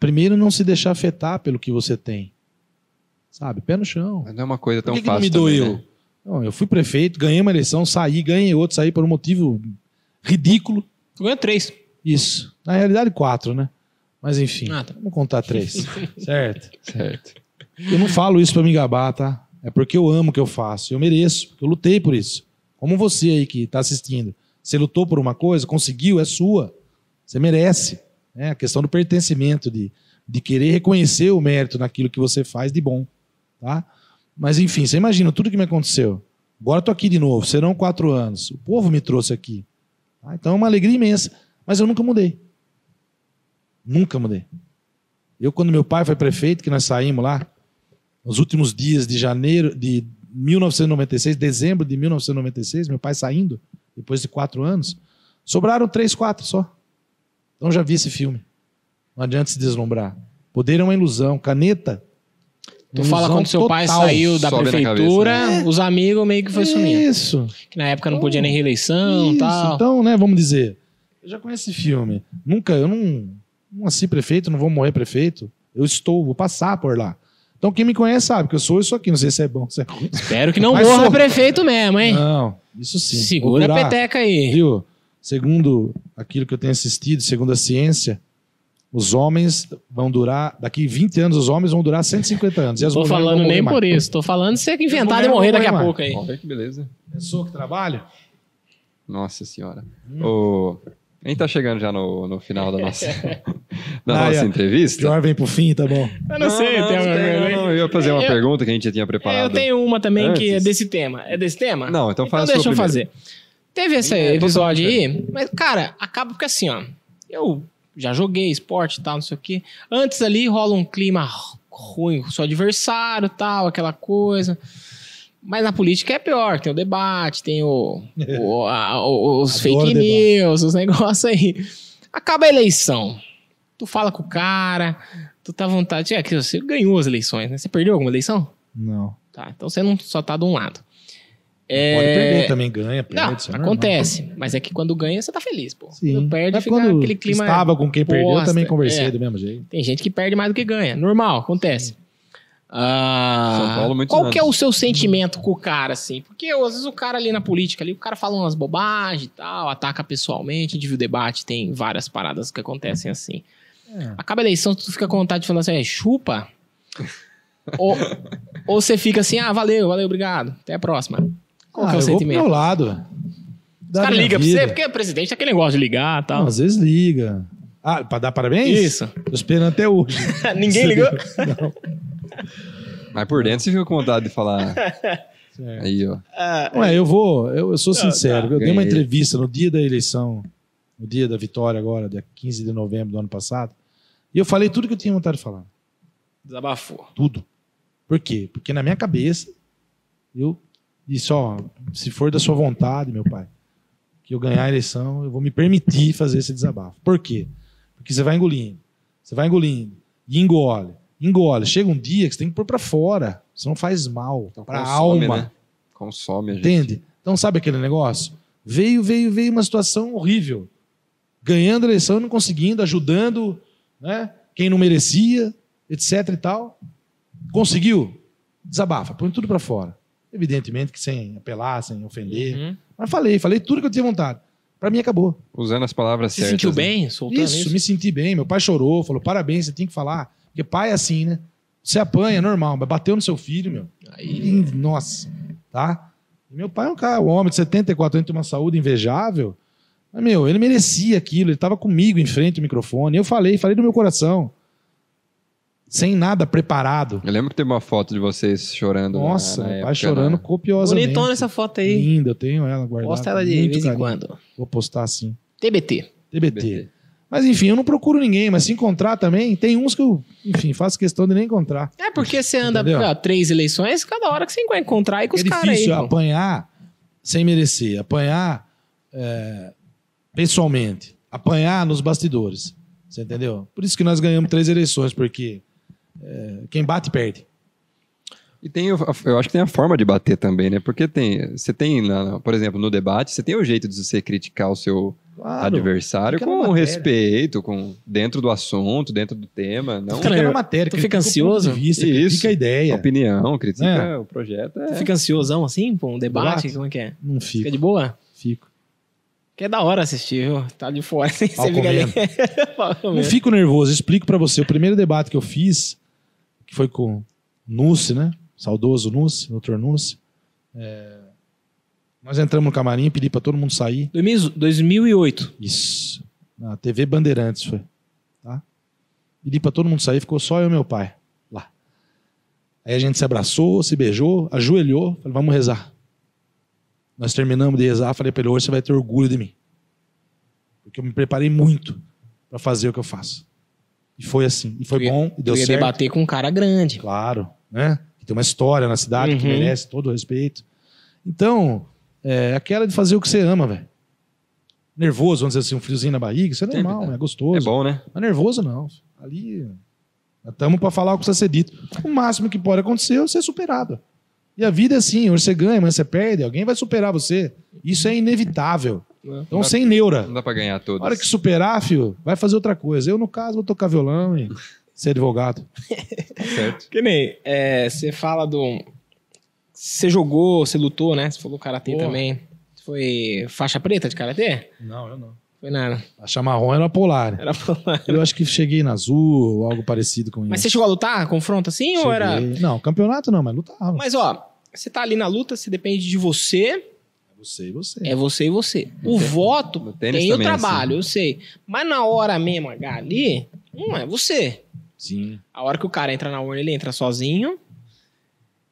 S3: Primeiro, não se deixar afetar pelo que você tem. Sabe? Pé no chão.
S2: Mas não é uma coisa
S3: Por
S2: tão
S3: que, que não
S2: fácil
S3: me doeu?
S2: também, né?
S3: Não, eu fui prefeito, ganhei uma eleição, saí, ganhei outra, saí por um motivo ridículo.
S1: Ganhou três.
S3: Isso. Na realidade, quatro, né? Mas enfim,
S1: Ah, tá.
S3: vamos contar três. certo?
S2: Certo.
S3: Eu não falo isso pra me gabar, tá? É porque eu amo o que eu faço. Eu mereço, porque eu lutei por isso. Como você aí que está assistindo. Você lutou por uma coisa, conseguiu, é sua. Você merece. né? A questão do pertencimento, de, de querer reconhecer o mérito naquilo que você faz de bom. Tá? Mas enfim, você imagina tudo que me aconteceu. Agora estou aqui de novo, serão quatro anos. O povo me trouxe aqui. tá? Então é uma alegria imensa. Mas eu nunca mudei. Nunca mudei. Eu, quando meu pai foi prefeito, que nós saímos lá, nos últimos dias de janeiro de 1996, dezembro de 1996, meu pai saindo, depois de quatro anos, sobraram três, quatro só. Então já vi esse filme. Não adianta se deslumbrar. Poder é uma ilusão. Caneta.
S1: Tu fala quando seu pai saiu da
S2: Sobe na
S1: prefeitura,
S2: cabeça, né?
S1: os amigos meio que foi sumindo.
S3: Isso.
S1: Que na época não podia nem reeleição e
S3: É. Isso,
S1: tal.
S3: Então, né, vamos dizer, eu já conheço esse filme. Nunca, eu não, não nasci prefeito, não vou morrer prefeito. Eu estou, vou passar por lá. Então quem me conhece sabe que eu sou isso aqui, não sei se é bom, se é ruim.
S1: Espero que não
S3: Mas
S1: morra
S3: sou-
S1: prefeito mesmo, hein?
S3: Não, isso sim.
S1: Segura a
S3: Vou durar,
S1: peteca aí.
S3: Viu? Segundo aquilo que eu tenho assistido, segundo a ciência, os homens vão durar, daqui 20 anos os homens vão durar 150 anos. E as
S1: Tô
S3: mulheres
S1: falando
S3: vão morrer
S1: nem
S3: mais.
S1: por isso. Tô falando se você inventar de
S3: mulheres
S1: morrer
S3: não
S1: daqui a
S3: morrem
S1: pouco aí.
S2: Olha que beleza.
S3: Pessoa que trabalha,
S2: Nossa senhora.
S3: Hum.
S2: Ô, a gente tá chegando já no, no final da nossa, da
S3: Ah,
S2: nossa
S3: é.
S2: entrevista.
S3: pior vem pro fim, tá bom.
S1: Eu
S2: não, não, não, não, Eu ia fazer uma
S1: Eu-
S2: pergunta que a gente já tinha
S1: É,
S2: preparado.
S1: eu tenho uma também que é
S2: Antes.
S1: desse tema. É desse tema?
S2: Não, então faz a
S1: deixa
S2: sua
S1: eu fazer.
S2: primeiro.
S1: Teve esse
S2: É, totalmente
S1: episódio aí, mas, cara, acaba porque assim, ó. Eu já joguei esporte e tal, não sei o quê. Antes ali rola um clima ruim com o seu adversário tal, aquela coisa. Mas na política é pior, tem o debate, tem o, o- a- o- os
S3: Adoro
S1: fake
S3: debate.
S1: news, os negócios aí. Acaba a eleição. Tu fala com o cara, tu tá à vontade. É que você ganhou as eleições, né? Você perdeu alguma eleição?
S3: Não.
S1: Tá, então você não só tá de um lado. É,
S3: Pode perder também, ganha, perde.
S1: Não, tá
S3: isso é normal.
S1: acontece. Mas é que quando ganha, você tá feliz, pô. Quando perde,
S3: Mas
S1: fica
S3: É quando
S1: aquele clima.
S3: estava com quem perdeu, eu
S1: bosta,
S3: também conversei
S1: é.
S3: do mesmo jeito.
S1: Tem gente que perde mais do que ganha. Normal, acontece. Ah,
S2: São Paulo, muitos
S1: qual
S2: anos.
S1: que é o seu sentimento com o cara, assim? Porque às vezes o cara ali na política, ali, o cara fala umas bobagens e tal, ataca pessoalmente, a gente viu debate, tem várias paradas que acontecem assim.
S3: É.
S1: Acaba a eleição, tu fica com vontade de falar assim, é, chupa? ou, ou você fica assim, ah, valeu, valeu, obrigado, até a próxima. Qual
S3: ah,
S1: que é o
S3: eu vou pro
S1: sentimento?
S3: meu lado.
S1: Os caras ligam pra você, porque o presidente é aquele negócio de ligar e tal.
S3: Não, às vezes liga. Ah, pra dar parabéns?
S1: Isso.
S3: Tô esperando até hoje.
S1: Ninguém ligou.
S3: Não.
S2: Mas por dentro você fica com vontade de falar.
S3: Certo.
S2: Aí, ó.
S1: Ah,
S3: Ué, eu vou, eu, eu sou
S1: Não,
S3: sincero. Eu dei uma
S2: Ganhei.
S3: entrevista no dia da eleição, no dia da vitória agora, dia 15 de novembro do ano passado, e eu falei tudo que eu tinha vontade de falar.
S1: desabafou.
S3: Tudo. Por quê? Porque na minha cabeça, eu disse, ó, se for da sua vontade, meu pai, que eu ganhar a eleição, eu vou me permitir fazer esse desabafo. Por quê? Porque você vai engolindo, você vai engolindo, e engole, engole. Chega um dia que você tem que pôr pra fora, senão faz mal,
S2: Então
S3: pra
S2: consome,
S3: alma.
S2: né? Consome a gente.
S3: Entende? Então, sabe aquele negócio? Veio, veio, veio uma situação horrível. Ganhando a eleição, e não conseguindo, ajudando né? quem não merecia, etc e tal. Conseguiu? Desabafa, põe tudo pra fora. Evidentemente que sem apelar, sem ofender.
S1: Uhum.
S3: Mas falei, falei tudo que eu tinha vontade. Pra mim acabou.
S2: Usando as palavras
S1: Se
S2: certas.
S1: sentiu
S2: né?
S1: bem soltando
S3: Isso,
S1: isso?
S3: me senti bem. Meu pai chorou, falou: parabéns, você tem que falar. Porque pai é assim, né? Você apanha, é normal, mas bateu no seu filho, meu.
S1: Aí,
S3: Ih, Nossa, tá? E meu pai é um cara, um homem de 74 anos, tem uma saúde invejável. Mas, meu, ele merecia aquilo, ele tava comigo em frente ao microfone. Eu falei, falei do meu coração. Sem nada preparado.
S2: Eu lembro que teve uma foto de vocês chorando. na-
S3: Nossa,
S2: na
S3: meu
S2: época,
S3: pai chorando
S2: né?
S3: copiosamente.
S1: bonitona essa foto aí.
S3: Linda, eu tenho ela guardada.
S1: Posta ela de
S3: Hum, muito
S1: vez em
S3: carinho.
S1: quando.
S3: Vou postar assim.
S1: TBT.
S3: TBT. Mas enfim, eu não procuro ninguém, mas se encontrar também, tem uns que eu, enfim, faço questão de nem encontrar.
S1: É porque você anda
S3: Entendeu?
S1: ó, três eleições, cada hora que você vai encontrar aí com os
S3: é
S1: caras aí.
S3: difícil
S1: pô.
S3: apanhar sem merecer, apanhar é, pessoalmente, apanhar nos bastidores. Você entendeu? Por isso que nós ganhamos três eleições, porque é, quem bate perde.
S2: E tem, o- eu acho que tem a forma de bater também, né? Porque tem, você tem, na- por exemplo, no debate, você tem o jeito de você criticar o seu
S3: Claro.
S2: adversário
S3: fica na
S2: com
S3: matéria.
S2: respeito, com dentro do assunto, dentro do tema, não
S1: Fica
S3: Fica na matéria,
S1: tu fica
S3: critica o
S1: ansioso?
S3: ponto de Vista,
S2: Isso.
S3: Fica a ideia.
S2: opinião, critica
S3: É.
S2: o projeto.
S1: Tu
S2: É.
S1: Fica ansiosão assim, pô, um debate,
S3: Debate?
S1: como é que é?
S3: Não
S1: Fica
S3: fico.
S1: de boa?
S3: fico.
S1: Que é da hora assistir, viu? Tá de fora, você
S3: Pau
S1: fica ali. Pau
S3: Não
S1: comendo.
S3: fico nervoso, explico pra você. O primeiro debate que eu fiz, que foi com o Nussi, né? saudoso Nussi, doutor Nussi. É, Nós entramos no camarim, pedi para todo mundo sair.
S1: 2000 2008.
S3: Isso. Na TV Bandeirantes foi. Tá? Pedi pra todo mundo sair, ficou só eu e meu pai lá. Aí a gente se abraçou, se beijou, ajoelhou, falei, vamos rezar. Nós terminamos de rezar, falei pra ele, hoje você vai ter orgulho de mim. Porque eu me preparei muito pra fazer o que eu faço. E foi assim. E foi
S1: Tu ia-
S3: bom, e deu
S1: eu ia
S3: certo.
S1: debater com um cara grande.
S3: Claro, né? Que tem uma história na cidade que
S1: Uhum.
S3: merece todo o respeito. Então, é aquela de fazer o que você ama, velho. Nervoso, vamos dizer assim, um friozinho na barriga, isso é
S2: Sempre
S3: normal,
S2: dá.
S3: é gostoso.
S2: É bom, né?
S3: Mas nervoso não. Ali, estamos para falar o que precisa ser dito. O máximo que pode acontecer é ser superado. E a vida é assim, hoje você ganha, amanhã você perde, alguém vai superar você. Isso é inevitável. Então, sem neura.
S2: Não dá pra ganhar
S3: A
S2: todos.
S3: hora que superar, filho, vai fazer outra coisa. Eu, no caso, vou tocar violão e ser advogado.
S2: Certo.
S1: Que nem, é, você fala do. Você jogou, você lutou, né? Você falou karatê
S3: Porra.
S1: também. Foi faixa preta de karatê?
S3: Não, eu não.
S1: Foi nada.
S3: A marrom era a polar.
S1: Era pra-
S3: Eu acho que cheguei na azul ou algo parecido com
S1: Mas você
S3: isso.
S1: chegou a lutar? Confronto assim? Ou era.
S3: Cheguei- Não, campeonato não, mas lutava.
S1: Mas ó, você tá ali na luta, você depende de você,
S3: Você e você.
S1: é você e você. O voto
S2: No tênis
S1: tem o
S2: também é assim.
S1: trabalho, eu sei. Mas na hora mesmo, H ali, não é você.
S3: Sim.
S1: A hora que o cara entra na urna, ele entra sozinho.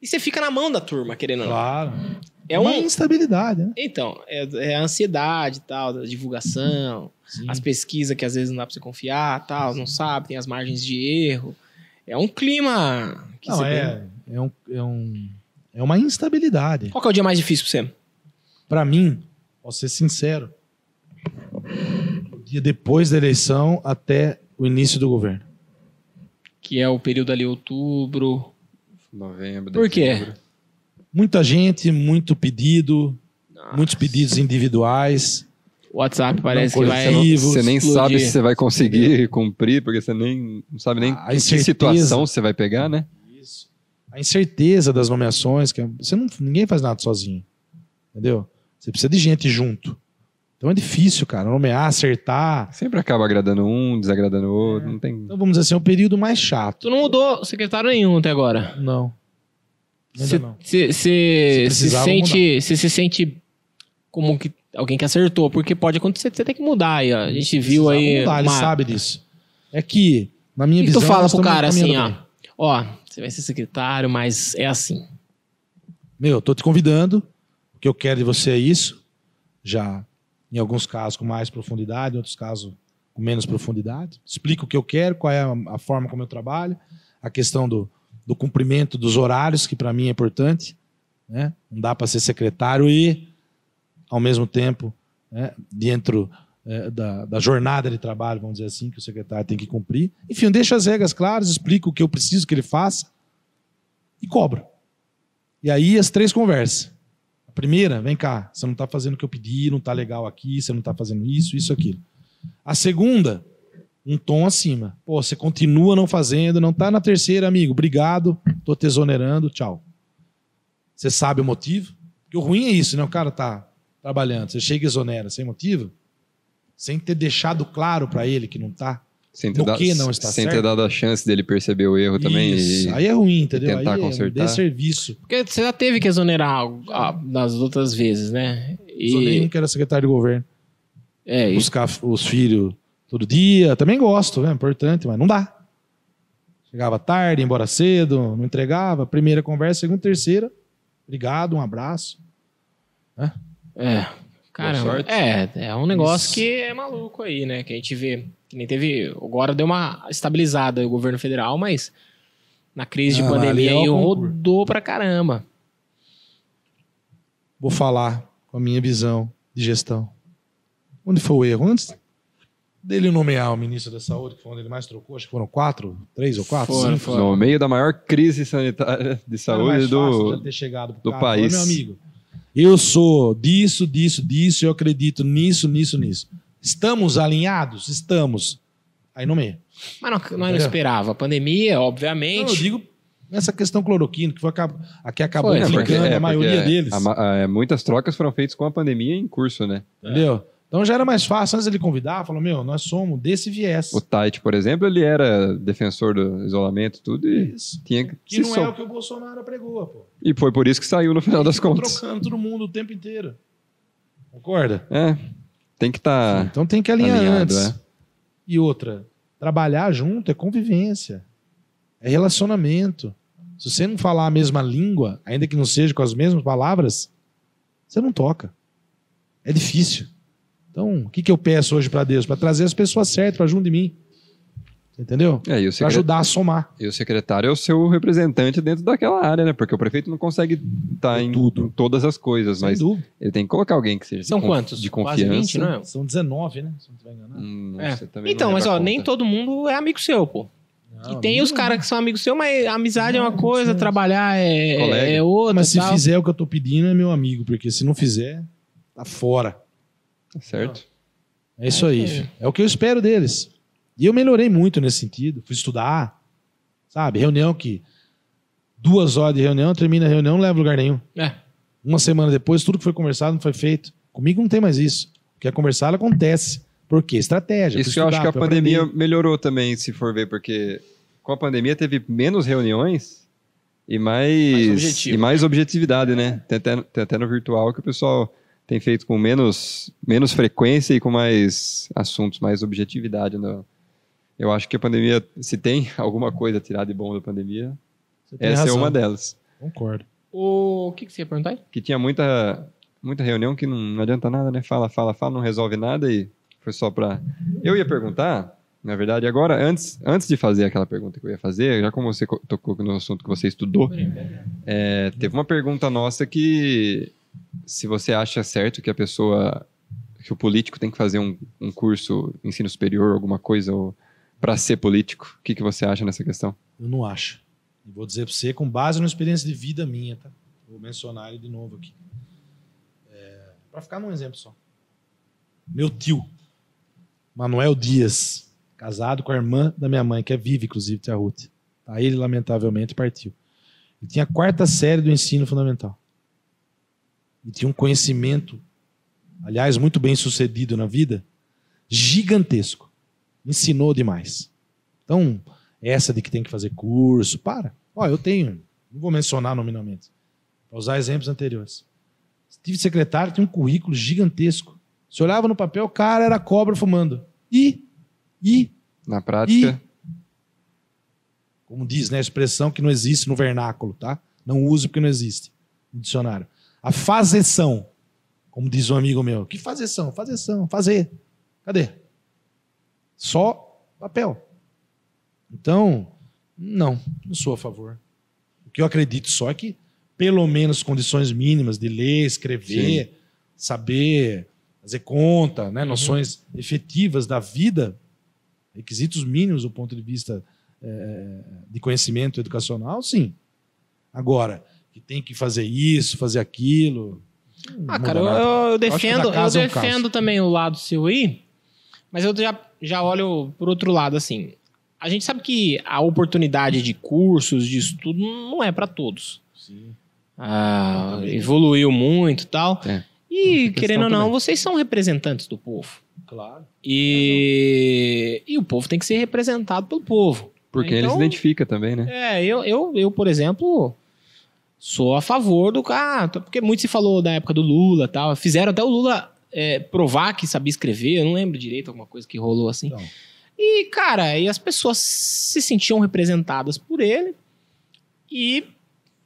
S1: E você fica na mão da turma, querendo ou não.
S3: Claro.
S1: É
S3: uma
S1: um.
S3: instabilidade, né?
S1: Então, é, é a ansiedade e tal, da divulgação,
S3: Sim.
S1: as pesquisas que às vezes não dá pra você confiar, tal, não sabe, tem as margens de erro. É um clima que
S3: Não,
S1: você
S3: é, é, um, é, um, é uma instabilidade.
S1: tem. Qual que é o dia mais difícil pra você?
S3: Pra mim, posso ser sincero, o dia depois da eleição até o início do governo.
S1: Que é o período ali, outubro.
S2: Novembro,
S1: Por quê?
S2: dezembro.
S3: Muita gente, muito pedido, muitos pedidos individuais.
S1: Ah, WhatsApp parece
S3: Não,
S1: que
S3: coisa
S1: vai.
S3: que você
S2: Você nem
S1: explodir.
S2: sabe se você vai conseguir cumprir, porque você nem não sabe nem
S3: Ah, A
S2: em que tipo
S3: incerteza.
S2: situação você vai pegar, né?
S3: Isso. A incerteza das nomeações, que é- você não, ninguém faz nada sozinho. Entendeu? Você precisa de gente junto. Então é difícil, cara, nomear, acertar.
S2: Sempre acaba agradando um, desagradando o outro, não tem.
S3: Então vamos dizer assim, é o período mais chato.
S1: Tu não mudou secretário nenhum até agora.
S3: Não. Ainda
S1: Você
S3: não.
S1: se,
S3: precisava
S1: sente, cê se sente como que alguém que acertou, porque pode acontecer que você tem que mudar aí, ó. A gente viu
S3: Precisava
S1: aí.
S3: mudar, ele
S1: uma-
S3: sabe disso. É que, na minha
S1: E tu
S3: visão.
S1: fala
S3: nós
S1: pro
S3: estamos
S1: cara assim,
S3: caminhando
S1: ó.
S3: bem.
S1: Ó, você vai ser secretário, mas é assim.
S3: Meu, tô te convidando. O que eu quero de você é isso. Já, em alguns casos, com mais profundidade, em outros casos, com menos profundidade. Explico o que eu quero, qual é a, a forma como eu trabalho, a questão do, do cumprimento dos horários, que para mim é importante. Né? Não dá para ser secretário e, ao mesmo tempo, né, dentro eh, da, da jornada de trabalho, vamos dizer assim, que o secretário tem que cumprir. Enfim, eu deixo as regras claras, explico o que eu preciso que ele faça e cobro. E aí as três conversas. A primeira, vem cá, você não tá fazendo o que eu pedi, não tá legal aqui, você não tá fazendo isso, isso, aquilo. A segunda, um tom acima. Pô, você continua não fazendo, não tá na terceira, amigo. Obrigado, tô te exonerando, tchau. Você sabe o motivo? Porque o ruim é isso, né? O cara tá trabalhando, você chega e exonera sem motivo, sem ter deixado claro para ele que não tá.
S2: Sem
S3: No
S2: ter, dado,
S3: que não está
S2: sem ter
S3: certo?
S2: dado a chance dele perceber o erro também.
S3: Isso,
S2: e-
S3: aí é ruim, entendeu?
S2: tentar
S3: aí
S2: consertar.
S3: é um desserviço.
S1: Porque você já teve que exonerar algo, ah, das outras vezes, né? E-
S3: Exonerei um que era secretário de governo.
S1: é, isso.
S3: buscar os filhos todo dia. Também gosto, né? importante, mas não dá. Chegava tarde, ia embora cedo, não entregava. Primeira conversa, segunda, terceira. Obrigado, um abraço.
S1: É. Caramba.
S2: sorte.
S1: É, é um negócio
S3: Isso.
S1: que é maluco aí, né? Que a gente vê. Que nem teve. Agora deu uma estabilizada o governo federal, mas na crise de
S3: Ah, ali
S1: pandemia
S3: é
S1: aí
S3: o concurso.
S1: rodou pra caramba.
S3: Vou falar com a minha visão de gestão. Onde foi o erro? Antes dele nomear o ministro da Saúde, que foi onde ele mais trocou, acho que foram quatro, três ou quatro,
S1: Foram,
S3: cinco.
S1: foram.
S2: No meio da maior crise sanitária de
S3: Era é mais
S2: saúde
S3: fácil né?
S2: do.
S3: já ter chegado pro
S2: do
S3: cara,
S2: país.
S3: "Ô, Meu amigo, eu sou disso, disso, disso, eu acredito nisso, nisso, nisso. Estamos alinhados? Estamos. Aí no meio.
S1: Mas não, mas não
S3: Entendeu?
S1: esperava. A pandemia,
S3: É. Não,
S1: obviamente.
S3: eu digo nessa questão cloroquina, que foi acab- a que acabou
S1: Foi,
S2: Não,
S1: né?
S3: ficando
S2: porque- é,
S3: a maioria
S2: porque
S3: deles.
S2: a ma- é, muitas trocas foram feitas com a pandemia em curso, né?
S3: Entendeu? Então já era mais fácil, antes ele convidar, falou, meu, nós somos desse viés.
S2: O Tait, por exemplo, ele era defensor do isolamento tudo e
S3: Isso.
S2: tinha que,
S3: Que
S2: é se
S3: não é
S2: sol-
S3: o que o Bolsonaro pregou, pô.
S2: E foi por isso que saiu no final das
S3: Ficou
S2: contas.
S3: trocando todo mundo o tempo inteiro. Concorda?
S2: É, tem que tá. estar.
S3: Então tem que alinhar
S2: Ah, Alinhado,
S3: antes.
S2: é.
S3: E outra, trabalhar junto é convivência. É relacionamento. Se você não falar a mesma língua, ainda que não seja com as mesmas palavras, você não toca. É difícil. Então, o que, que eu peço hoje para Deus? Para trazer as pessoas certas para junto de mim. Você Entendeu?
S2: É, e, o
S3: Para
S2: secre-
S3: ajudar a somar.
S2: e o secretário é o seu representante dentro daquela área, né? Porque o prefeito não consegue estar
S3: Em
S2: em,
S3: tudo.
S2: em todas as coisas,
S3: Sem
S2: mas
S3: dúvida.
S2: ele tem que colocar alguém que seja de
S1: São
S2: con-
S1: quantos?
S2: de
S1: Quase
S2: confiança.
S1: 20, não é?
S3: São 19, né? Se não estiver enganado.
S2: Hum,
S1: É.
S2: você também não
S1: Então, mas
S2: lembra
S1: ó,
S2: a conta.
S1: nem todo mundo é amigo seu, pô. e tem os
S2: né?
S1: caras que são amigos seu, mas amizade é uma
S3: Não,
S1: coisa,
S3: sim.
S1: trabalhar
S2: Colega.
S1: é, é outra.
S3: Mas se
S1: tal.
S3: fizer o que eu tô pedindo, é meu amigo, porque se não fizer, tá fora.
S2: Tá Certo?
S3: É isso
S1: É
S3: aí.
S1: isso aí.
S3: filho. É o que eu espero deles. E eu melhorei muito nesse sentido. Fui estudar, sabe? Reunião que. Duas horas de reunião, termina a reunião, não leva a lugar nenhum.
S1: É.
S3: Uma semana depois, tudo que foi conversado não foi feito. Comigo não tem mais isso. O que é conversado acontece. Por quê? Estratégia.
S2: Isso
S3: fui
S2: que eu acho
S3: estudar,
S2: que a
S3: fui
S2: pandemia
S3: aprender.
S2: melhorou também, se for ver, porque com a pandemia teve menos reuniões e mais,
S1: Mais objetivo.
S2: e mais objetividade, né? Tem até, tem até no virtual que o pessoal tem feito com menos, menos frequência e com mais assuntos, mais objetividade. né? Eu acho que a pandemia, se tem alguma coisa a tirar de bom da pandemia,
S3: Você tem
S2: essa
S3: razão.
S2: é uma delas.
S3: Concordo.
S1: O que, que você ia perguntar aí?
S2: Que tinha muita, muita reunião que não, não adianta nada, né? Fala, fala, fala, não resolve nada e foi só pra. Eu ia perguntar, na verdade, agora, antes, antes de fazer aquela pergunta que eu ia fazer, já como você co- tocou no assunto que você estudou, é, teve uma pergunta nossa que se você acha certo que a pessoa, que o político tem que fazer um, um curso ensino superior, alguma coisa, ou para ser político, o que, que você acha nessa questão?
S3: Eu não acho. E vou dizer para você, com base numa experiência de vida minha, tá? Vou mencionar ele de novo aqui. para ficar num exemplo só. Meu tio, Manuel Dias, casado com a irmã da minha mãe, que é viva, inclusive, tia Ruth. Tá? Ele, lamentavelmente, partiu. Ele tinha a quarta série do ensino fundamental. E tinha um conhecimento, aliás, muito bem sucedido na vida, gigantesco. Ensinou demais. Então, essa de que tem que fazer curso, para. Ó, eu tenho, não vou mencionar nominalmente, para usar exemplos anteriores. Tive secretário, tinha um currículo gigantesco. Se olhava no papel, o cara era cobra fumando. E, e,
S2: Na prática,
S3: como diz, né? a Expressão que não existe no vernáculo, tá? Não use porque não existe no dicionário. A fazeção, como diz um amigo meu. Que fazeção? Fazeção, fazer. Cadê? Só papel. Então, não, não sou a favor. O que eu acredito só é que, pelo menos, condições mínimas de ler, escrever, saber, fazer conta, né? noções efetivas da vida, requisitos mínimos do ponto de vista eh, de conhecimento educacional, sim. Agora, que tem que fazer isso, fazer aquilo. não
S1: Ah,
S3: muda
S1: cara, eu,
S3: nada.
S1: eu
S3: acho que
S1: defendo,
S3: da
S1: eu
S3: casa é um caso.
S1: defendo também o lado seu aí, mas eu já, já olho por outro lado, assim. A gente sabe que a oportunidade de cursos, de estudo, não é para todos.
S3: Sim.
S1: Ah,
S3: também.
S1: evoluiu muito e tal.
S2: É.
S1: E,
S2: Essa
S1: querendo ou
S2: questão
S1: não,
S2: também.
S1: vocês são representantes do povo.
S3: Claro.
S1: E, e o povo tem que ser representado pelo povo.
S2: porque ele
S1: Então-
S2: se identifica também, né?
S1: É, eu, eu, eu por exemplo, sou a favor do cara. Porque muito se falou da época do Lula e tal. Fizeram até o Lula é, provar que sabia escrever. Eu não lembro direito alguma coisa que rolou assim.
S3: Então.
S1: E, cara, e as pessoas se sentiam representadas por ele. E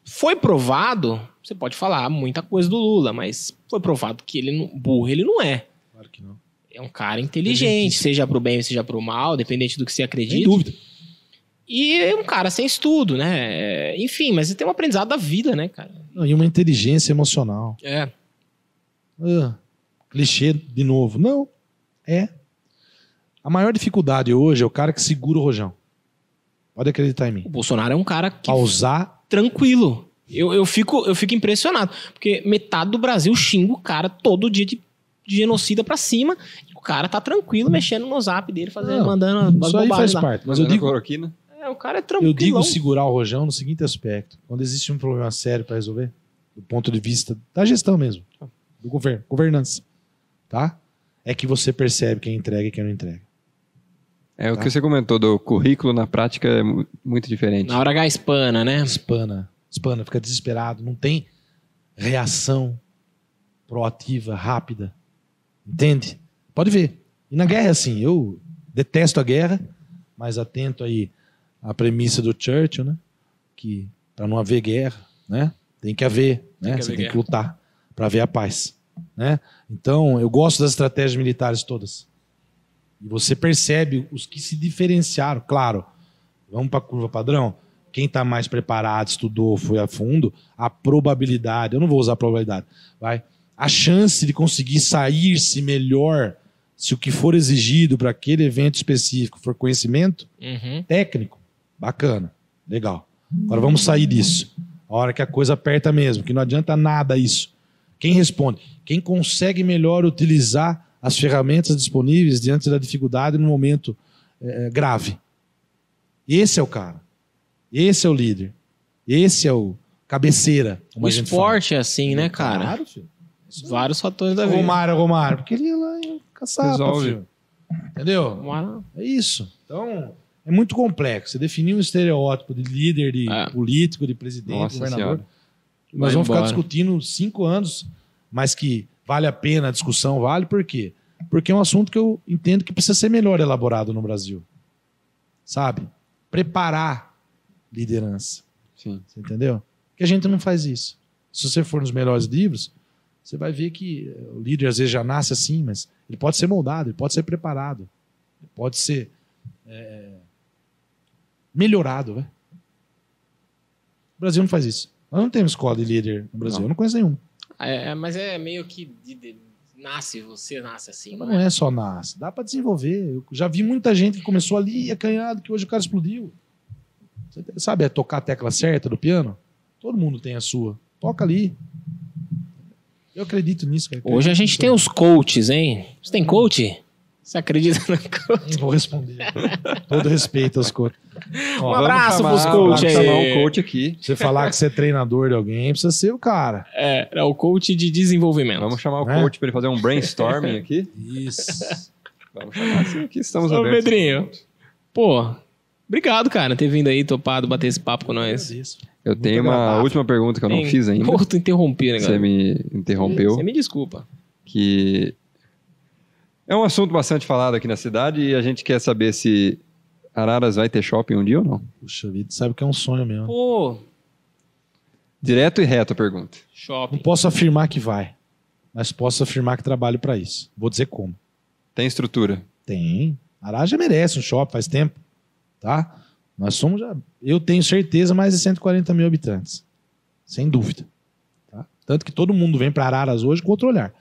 S1: foi provado. Você pode falar muita coisa do Lula, mas foi provado que ele não, burro ele não é.
S3: Claro que não.
S1: É um cara inteligente, seja pro bem ou seja pro mal, dependente do que você
S3: Sem
S1: acredita.
S3: dúvida.
S1: E é um cara sem estudo, né? É, Enfim, mas tem um aprendizado da vida, né, cara?
S3: Não, e uma inteligência emocional.
S1: É.
S3: Ah, clichê de novo. Não, é. A maior dificuldade hoje é o cara que segura o rojão. Pode acreditar em
S1: O
S3: mim.
S1: Bolsonaro é um cara que
S3: Pausar.
S1: tranquilo. Eu, eu, fico, eu fico impressionado. Porque metade do Brasil xinga o cara todo dia de, de genocida pra cima. E o cara tá tranquilo mexendo no zap dele, fazendo,
S3: Não,
S1: mandando umas
S3: Isso aí faz
S1: bobagens lá.
S3: parte. Mas eu
S2: Usando a
S3: digo,
S2: cloroquina.
S1: É, o cara é
S3: eu
S1: tranquilo.
S3: digo segurar o rojão no seguinte aspecto. Quando existe um problema sério para resolver, do ponto de vista da gestão mesmo, do governo, governança, tá? é que você percebe quem entrega e quem não entrega.
S2: É o
S3: Tá.
S2: que você comentou do currículo na prática é mu- muito diferente.
S1: Na hora H hispana, né?
S3: Espana. Espana, fica desesperado, não tem reação proativa, rápida. Entende? Pode ver. E na guerra é assim, eu detesto a guerra, mas atento aí à premissa do Churchill, né? Que para não haver guerra, né? Tem que haver, né?
S1: que haver
S3: Você tem que
S1: guerra.
S3: lutar para haver a paz, né? Então, eu gosto das estratégias militares todas. E você percebe os que se diferenciaram, claro. Vamos para a curva padrão? Quem está mais preparado, estudou, foi a fundo, a probabilidade, eu não vou usar a probabilidade, vai. A chance de conseguir sair-se melhor se o que for exigido para aquele evento específico for conhecimento
S1: Uhum.
S3: técnico, bacana, legal. Agora vamos sair disso. A hora que a coisa aperta mesmo, que não adianta nada isso. Quem responde? Quem consegue melhor utilizar as ferramentas disponíveis diante da dificuldade no momento eh, grave. Esse é o cara. Esse é o líder. Esse é o cabeceira. como
S1: O
S3: a gente fala.
S1: esporte é assim, né, cara?
S3: Claro, filho. Isso é aí.
S1: Vários fatores da vida.
S3: Romário, Romário. Porque ele ia lá e caçava,
S2: Resolve.
S3: filho. Entendeu?
S1: Romário-
S3: É isso. Então, é muito complexo. Você definir um estereótipo de líder, de
S1: É.
S3: político, de presidente,
S2: Nossa
S3: governador.
S2: Senhora.
S3: Nós
S1: Vai
S3: vamos ficar
S1: embora.
S3: discutindo cinco anos, mas que vale a pena a discussão, vale por quê? Porque é um assunto que eu entendo que precisa ser melhor elaborado no Brasil. Sabe? Preparar liderança.
S1: Um
S2: Sim.
S3: Você entendeu? Que a gente não faz isso. Se você for nos melhores livros, você vai ver que eh, o líder às vezes já nasce assim, mas ele pode ser moldado, ele pode ser preparado, ele pode ser eh, melhorado. Né? O Brasil não faz isso. Nós não temos escola de líder no Brasil.
S2: Não.
S3: Eu não conheço nenhum.
S1: É, é, mas é meio que de- de- nasce, você nasce assim.
S3: Mas
S1: Não
S3: não
S1: é?
S3: é só nasce. Dá para desenvolver. Eu já vi muita gente que começou ali acanhado, que hoje o cara explodiu. Você sabe, é tocar a tecla certa do piano? Todo mundo tem a sua. Toca ali. Eu acredito nisso. cara.
S1: Hoje a gente tem os coaches, hein? Você tem coach? Você acredita no coach?
S3: Não vou responder. Todo respeito aos coaches.
S1: Um
S3: Ó,
S1: abraço pros
S2: coaches.
S1: coach
S2: Vamos chamar
S1: aí.
S2: um coach aqui.
S3: Você falar que você é treinador de alguém, precisa ser o cara.
S1: É, é o coach de desenvolvimento.
S2: Vamos chamar o
S3: É.
S2: coach para ele fazer um brainstorming aqui.
S3: Isso.
S2: Vamos chamar assim aqui, estamos
S1: Ô,
S2: abertos.
S1: Pedrinho. Pô, obrigado, cara, ter vindo aí, topado, bater esse papo com nós.
S2: Eu
S3: Muito
S2: tenho uma
S3: agradável.
S2: última pergunta que eu não
S1: Tem-
S2: fiz ainda.
S1: Pô, tu interrompi, né,
S2: Você
S1: cara?
S2: me interrompeu.
S1: Você me desculpa.
S2: que é um assunto bastante falado aqui na cidade e a gente quer saber se Araras vai ter shopping um dia ou não.
S3: Puxa vida, sabe que é um sonho mesmo.
S1: Pô,
S2: Direto e reto a pergunta.
S3: Não
S1: shopping.
S3: posso afirmar que vai, mas posso afirmar que trabalho para isso. Vou dizer como.
S2: Tem estrutura?
S3: Tem. Araja merece um shopping faz tempo. Tá? Nós somos já. Eu tenho certeza mais de 140 mil habitantes. Sem dúvida. Tá? Tanto que todo mundo vem para Araras hoje com outro olhar.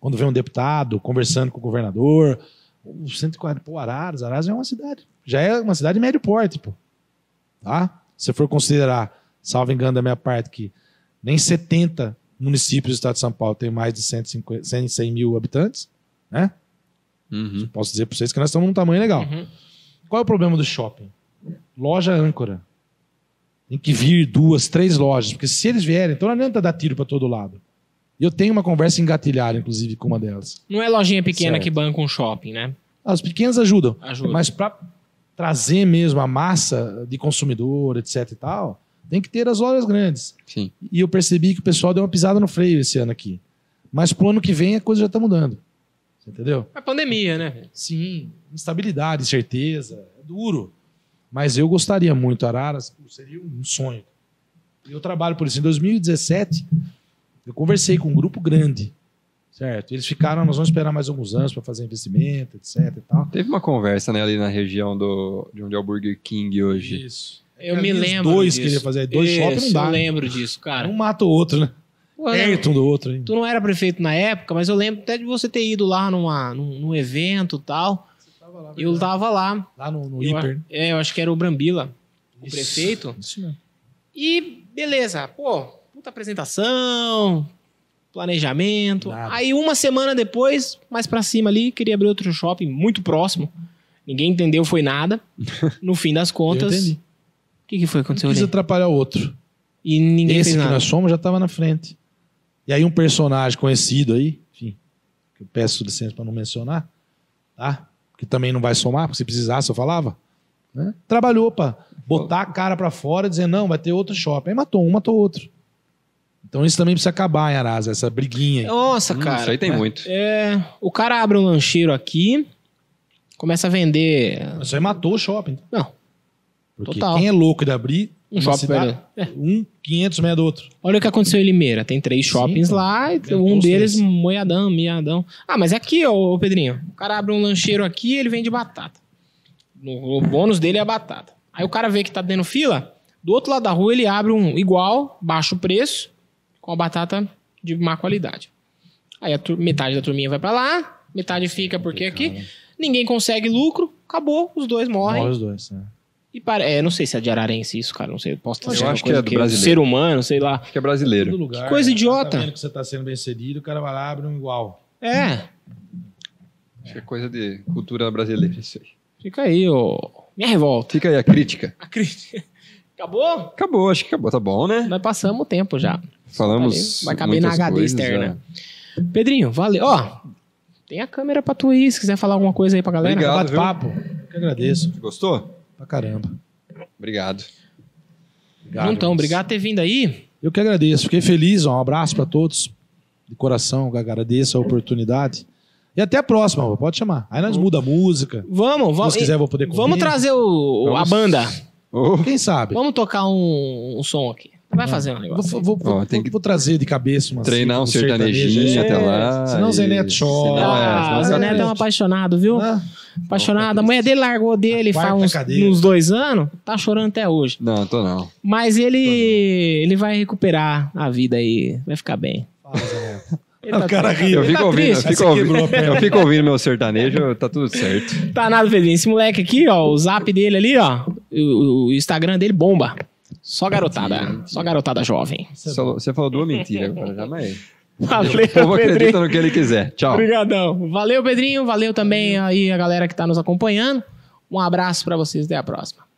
S3: Quando vem um deputado conversando com o governador, o 140, pô, Araras, Araras é uma cidade. Já é uma cidade de médio porte, pô. Tá? Se você for considerar, salvo engano da minha parte, que nem 70 municípios do estado de São Paulo têm mais de 150, 100, 100 mil habitantes, né? Posso dizer para vocês que nós estamos num tamanho legal.
S1: Uhum.
S3: Qual é o problema do shopping? Loja âncora. Tem que vir duas, três lojas, porque se eles vierem, então não adianta dar tiro para todo lado. E eu tenho uma conversa engatilhada, inclusive, com uma delas.
S1: Não é lojinha pequena
S3: Certo.
S1: que banca um shopping, né?
S3: Ah, Os pequenos ajudam,
S1: Ajuda.
S3: mas para trazer mesmo a massa de consumidor, etc e tal, tem que ter as lojas grandes.
S2: Sim.
S3: E eu percebi que o pessoal deu uma pisada no freio esse ano aqui. Mas pro ano que vem a coisa já está mudando. Você entendeu?
S1: É pandemia, né?
S3: Sim, instabilidade, incerteza, é duro. Mas eu gostaria muito, Araras, pô, seria um sonho. Eu trabalho por isso. Em 2017, eu conversei com um grupo grande, certo? Eles ficaram, "Ah, nós vamos esperar mais alguns anos para fazer investimento, etc e tal.
S2: Teve uma conversa né, ali na região do, de onde é o Burger King hoje.
S3: Isso.
S1: Eu
S3: Pra
S1: me
S3: mim, os
S1: lembro
S3: dois
S1: disso.
S3: queria fazer, dois
S1: Isso,
S3: shopping não dá,
S1: Eu
S3: né?
S1: lembro disso, cara.
S3: Um mata o outro, né?
S1: Pô, é eu lembro-
S3: Perto um do outro. Hein?
S1: Tu não era prefeito na época, mas eu lembro até de você ter ido lá numa, num, num evento e tal. Eu tava lá.
S3: lá no, no
S1: Eu,
S3: hiper.
S1: é, eu acho que era o Brambila, o
S3: Isso.
S1: prefeito.
S3: Isso mesmo.
S1: E beleza, pô, puta apresentação, planejamento.
S3: Nada.
S1: Aí uma semana depois, mais pra cima ali, queria abrir outro shopping muito próximo. Ninguém entendeu, foi nada. No fim das
S3: Eu
S1: contas,
S3: entendi.
S1: o que, que foi que
S3: Não
S1: aconteceu
S3: quis
S1: ali?
S3: atrapalhar o outro.
S1: E ninguém
S3: Esse
S1: fez
S3: que
S1: nada.
S3: nós somos já estava na frente. E aí um personagem conhecido aí, enfim, que que eu peço licença para não mencionar, tá? Que também não vai somar, porque se precisasse eu falava. né? Trabalhou para botar a cara para fora e dizer, não, vai ter outro shopping. Aí matou um, matou outro. Então isso também precisa acabar, em Arasa, essa briguinha. aí.
S1: Nossa,
S2: Hum,
S1: cara.
S2: isso aí tem muito.
S1: É, o cara abre um lancheiro aqui, começa a vender.
S3: Isso aí matou o shopping.
S1: Não,
S3: Porque
S1: Total.
S3: quem é louco de abrir
S1: um
S3: uma
S1: shopping.
S3: cidade,
S1: velho.
S3: um 500 metros do outro.
S1: Olha o que aconteceu em Limeira. Tem três
S3: Sim,
S1: shoppings
S3: pô.
S1: lá, e
S3: Tem
S1: um
S3: todos
S1: deles,
S3: eles.
S1: moiadão, miadão. Ah, mas é aqui, ô, ô, Pedrinho. O cara abre um lancheiro aqui ele vende batata. O, o bônus dele é a batata. Aí o cara vê que tá tendo fila, do outro lado da rua ele abre um igual, baixo preço, com a batata de má qualidade. Aí a tur- metade da turminha vai pra lá, metade fica porque aqui. Ninguém consegue lucro, acabou, os dois morrem.
S3: Morre os dois. né?
S1: E para... é, não sei se é de Ararense isso, cara, não sei. Posso estar
S2: Eu
S1: sendo uma
S2: acho que
S1: coisa
S2: é do
S1: que é
S2: brasileiro.
S1: ser humano, sei lá.
S2: Acho que é brasileiro.
S3: Todo lugar,
S1: Que coisa
S3: né?
S1: idiota.
S3: Tá vendo que você tá sendo bem cedido, o cara vai lá abre um igual.
S1: É,
S2: Acho que é coisa de cultura brasileira isso aí.
S1: fica aí, ô. Minha revolta.
S2: Fica aí a crítica.
S1: A crítica. Acabou?
S2: Acabou, acho que acabou. Tá bom, né?
S1: Nós passamos o tempo já.
S2: Falamos.
S1: Vai caber na
S2: muitas
S1: HD
S2: coisas,
S1: externa.
S2: né?
S1: Pedrinho, valeu. Ó, tem a câmera pra tu aí, se quiser falar alguma coisa aí pra galera.
S2: Obrigado,
S3: Bate
S2: viu?
S3: papo. Eu que agradeço.
S2: Gostou?
S3: Pra caramba.
S2: Obrigado.
S1: Não tão, obrigado por ter vindo aí.
S3: Eu que agradeço. Fiquei feliz. ó. Um abraço pra todos. De coração, eu agradeço a oportunidade. E até a próxima, ó. pode chamar. Aí nós muda a música.
S1: Vamos,
S3: Se
S1: vamos.
S3: você quiser, eu vou poder comer.
S1: Vamos trazer o, o- a
S2: Vamos.
S1: banda.
S2: Ô,
S3: Quem sabe?
S1: Vamos tocar um, um som aqui. Vai fazer um
S3: Vou,
S1: negócio.
S3: vou, vou,
S2: Ó, tem
S3: vou-
S2: que
S3: vou trazer de cabeça uma
S2: treinar um sertanejinho
S3: sertaneja.
S2: até lá.
S3: É, Senão o Zé Neto chora.
S2: Senão é,
S1: Ah,
S2: senão
S1: o
S2: Zé
S1: Zé Neto é um
S3: Neto.
S1: apaixonado, viu?
S3: Ah,
S1: Apaixonado.
S2: Não,
S1: A mulher dele largou dele
S3: A
S1: faz
S3: quarta
S1: uns,
S3: cadeira.
S1: uns dois anos. Tá chorando até hoje.
S2: Não, tô não.
S1: Mas ele,
S3: Tá
S1: ele vai recuperar a vida aí. Vai ficar bem.
S3: fala, Zé Neto.
S1: Ele tá
S3: O cara
S1: triste.
S3: riu.
S2: Eu
S1: Ele
S2: fico
S1: tá
S2: ouvindo, eu
S1: triste.
S3: Aí
S2: fico
S3: você quebrou a
S2: ouvindo,
S3: perna.
S2: eu fico ouvindo meu sertanejo, tá tudo certo.
S1: Tá nada, Pedrinho. Esse moleque aqui, ó, o zap dele ali, ó. O, o Instagram dele bomba. Só garotada. Só garotada jovem.
S3: Tá
S2: Você falou, você falou duas mentiras agora, já mas.
S1: Valeu,
S3: Tá
S2: O povo acredita
S1: Pedrinho.
S2: no que ele quiser. Tchau.
S1: Obrigadão. Valeu, Pedrinho. Valeu também aí a galera que tá nos acompanhando. Um abraço pra vocês. Até a próxima.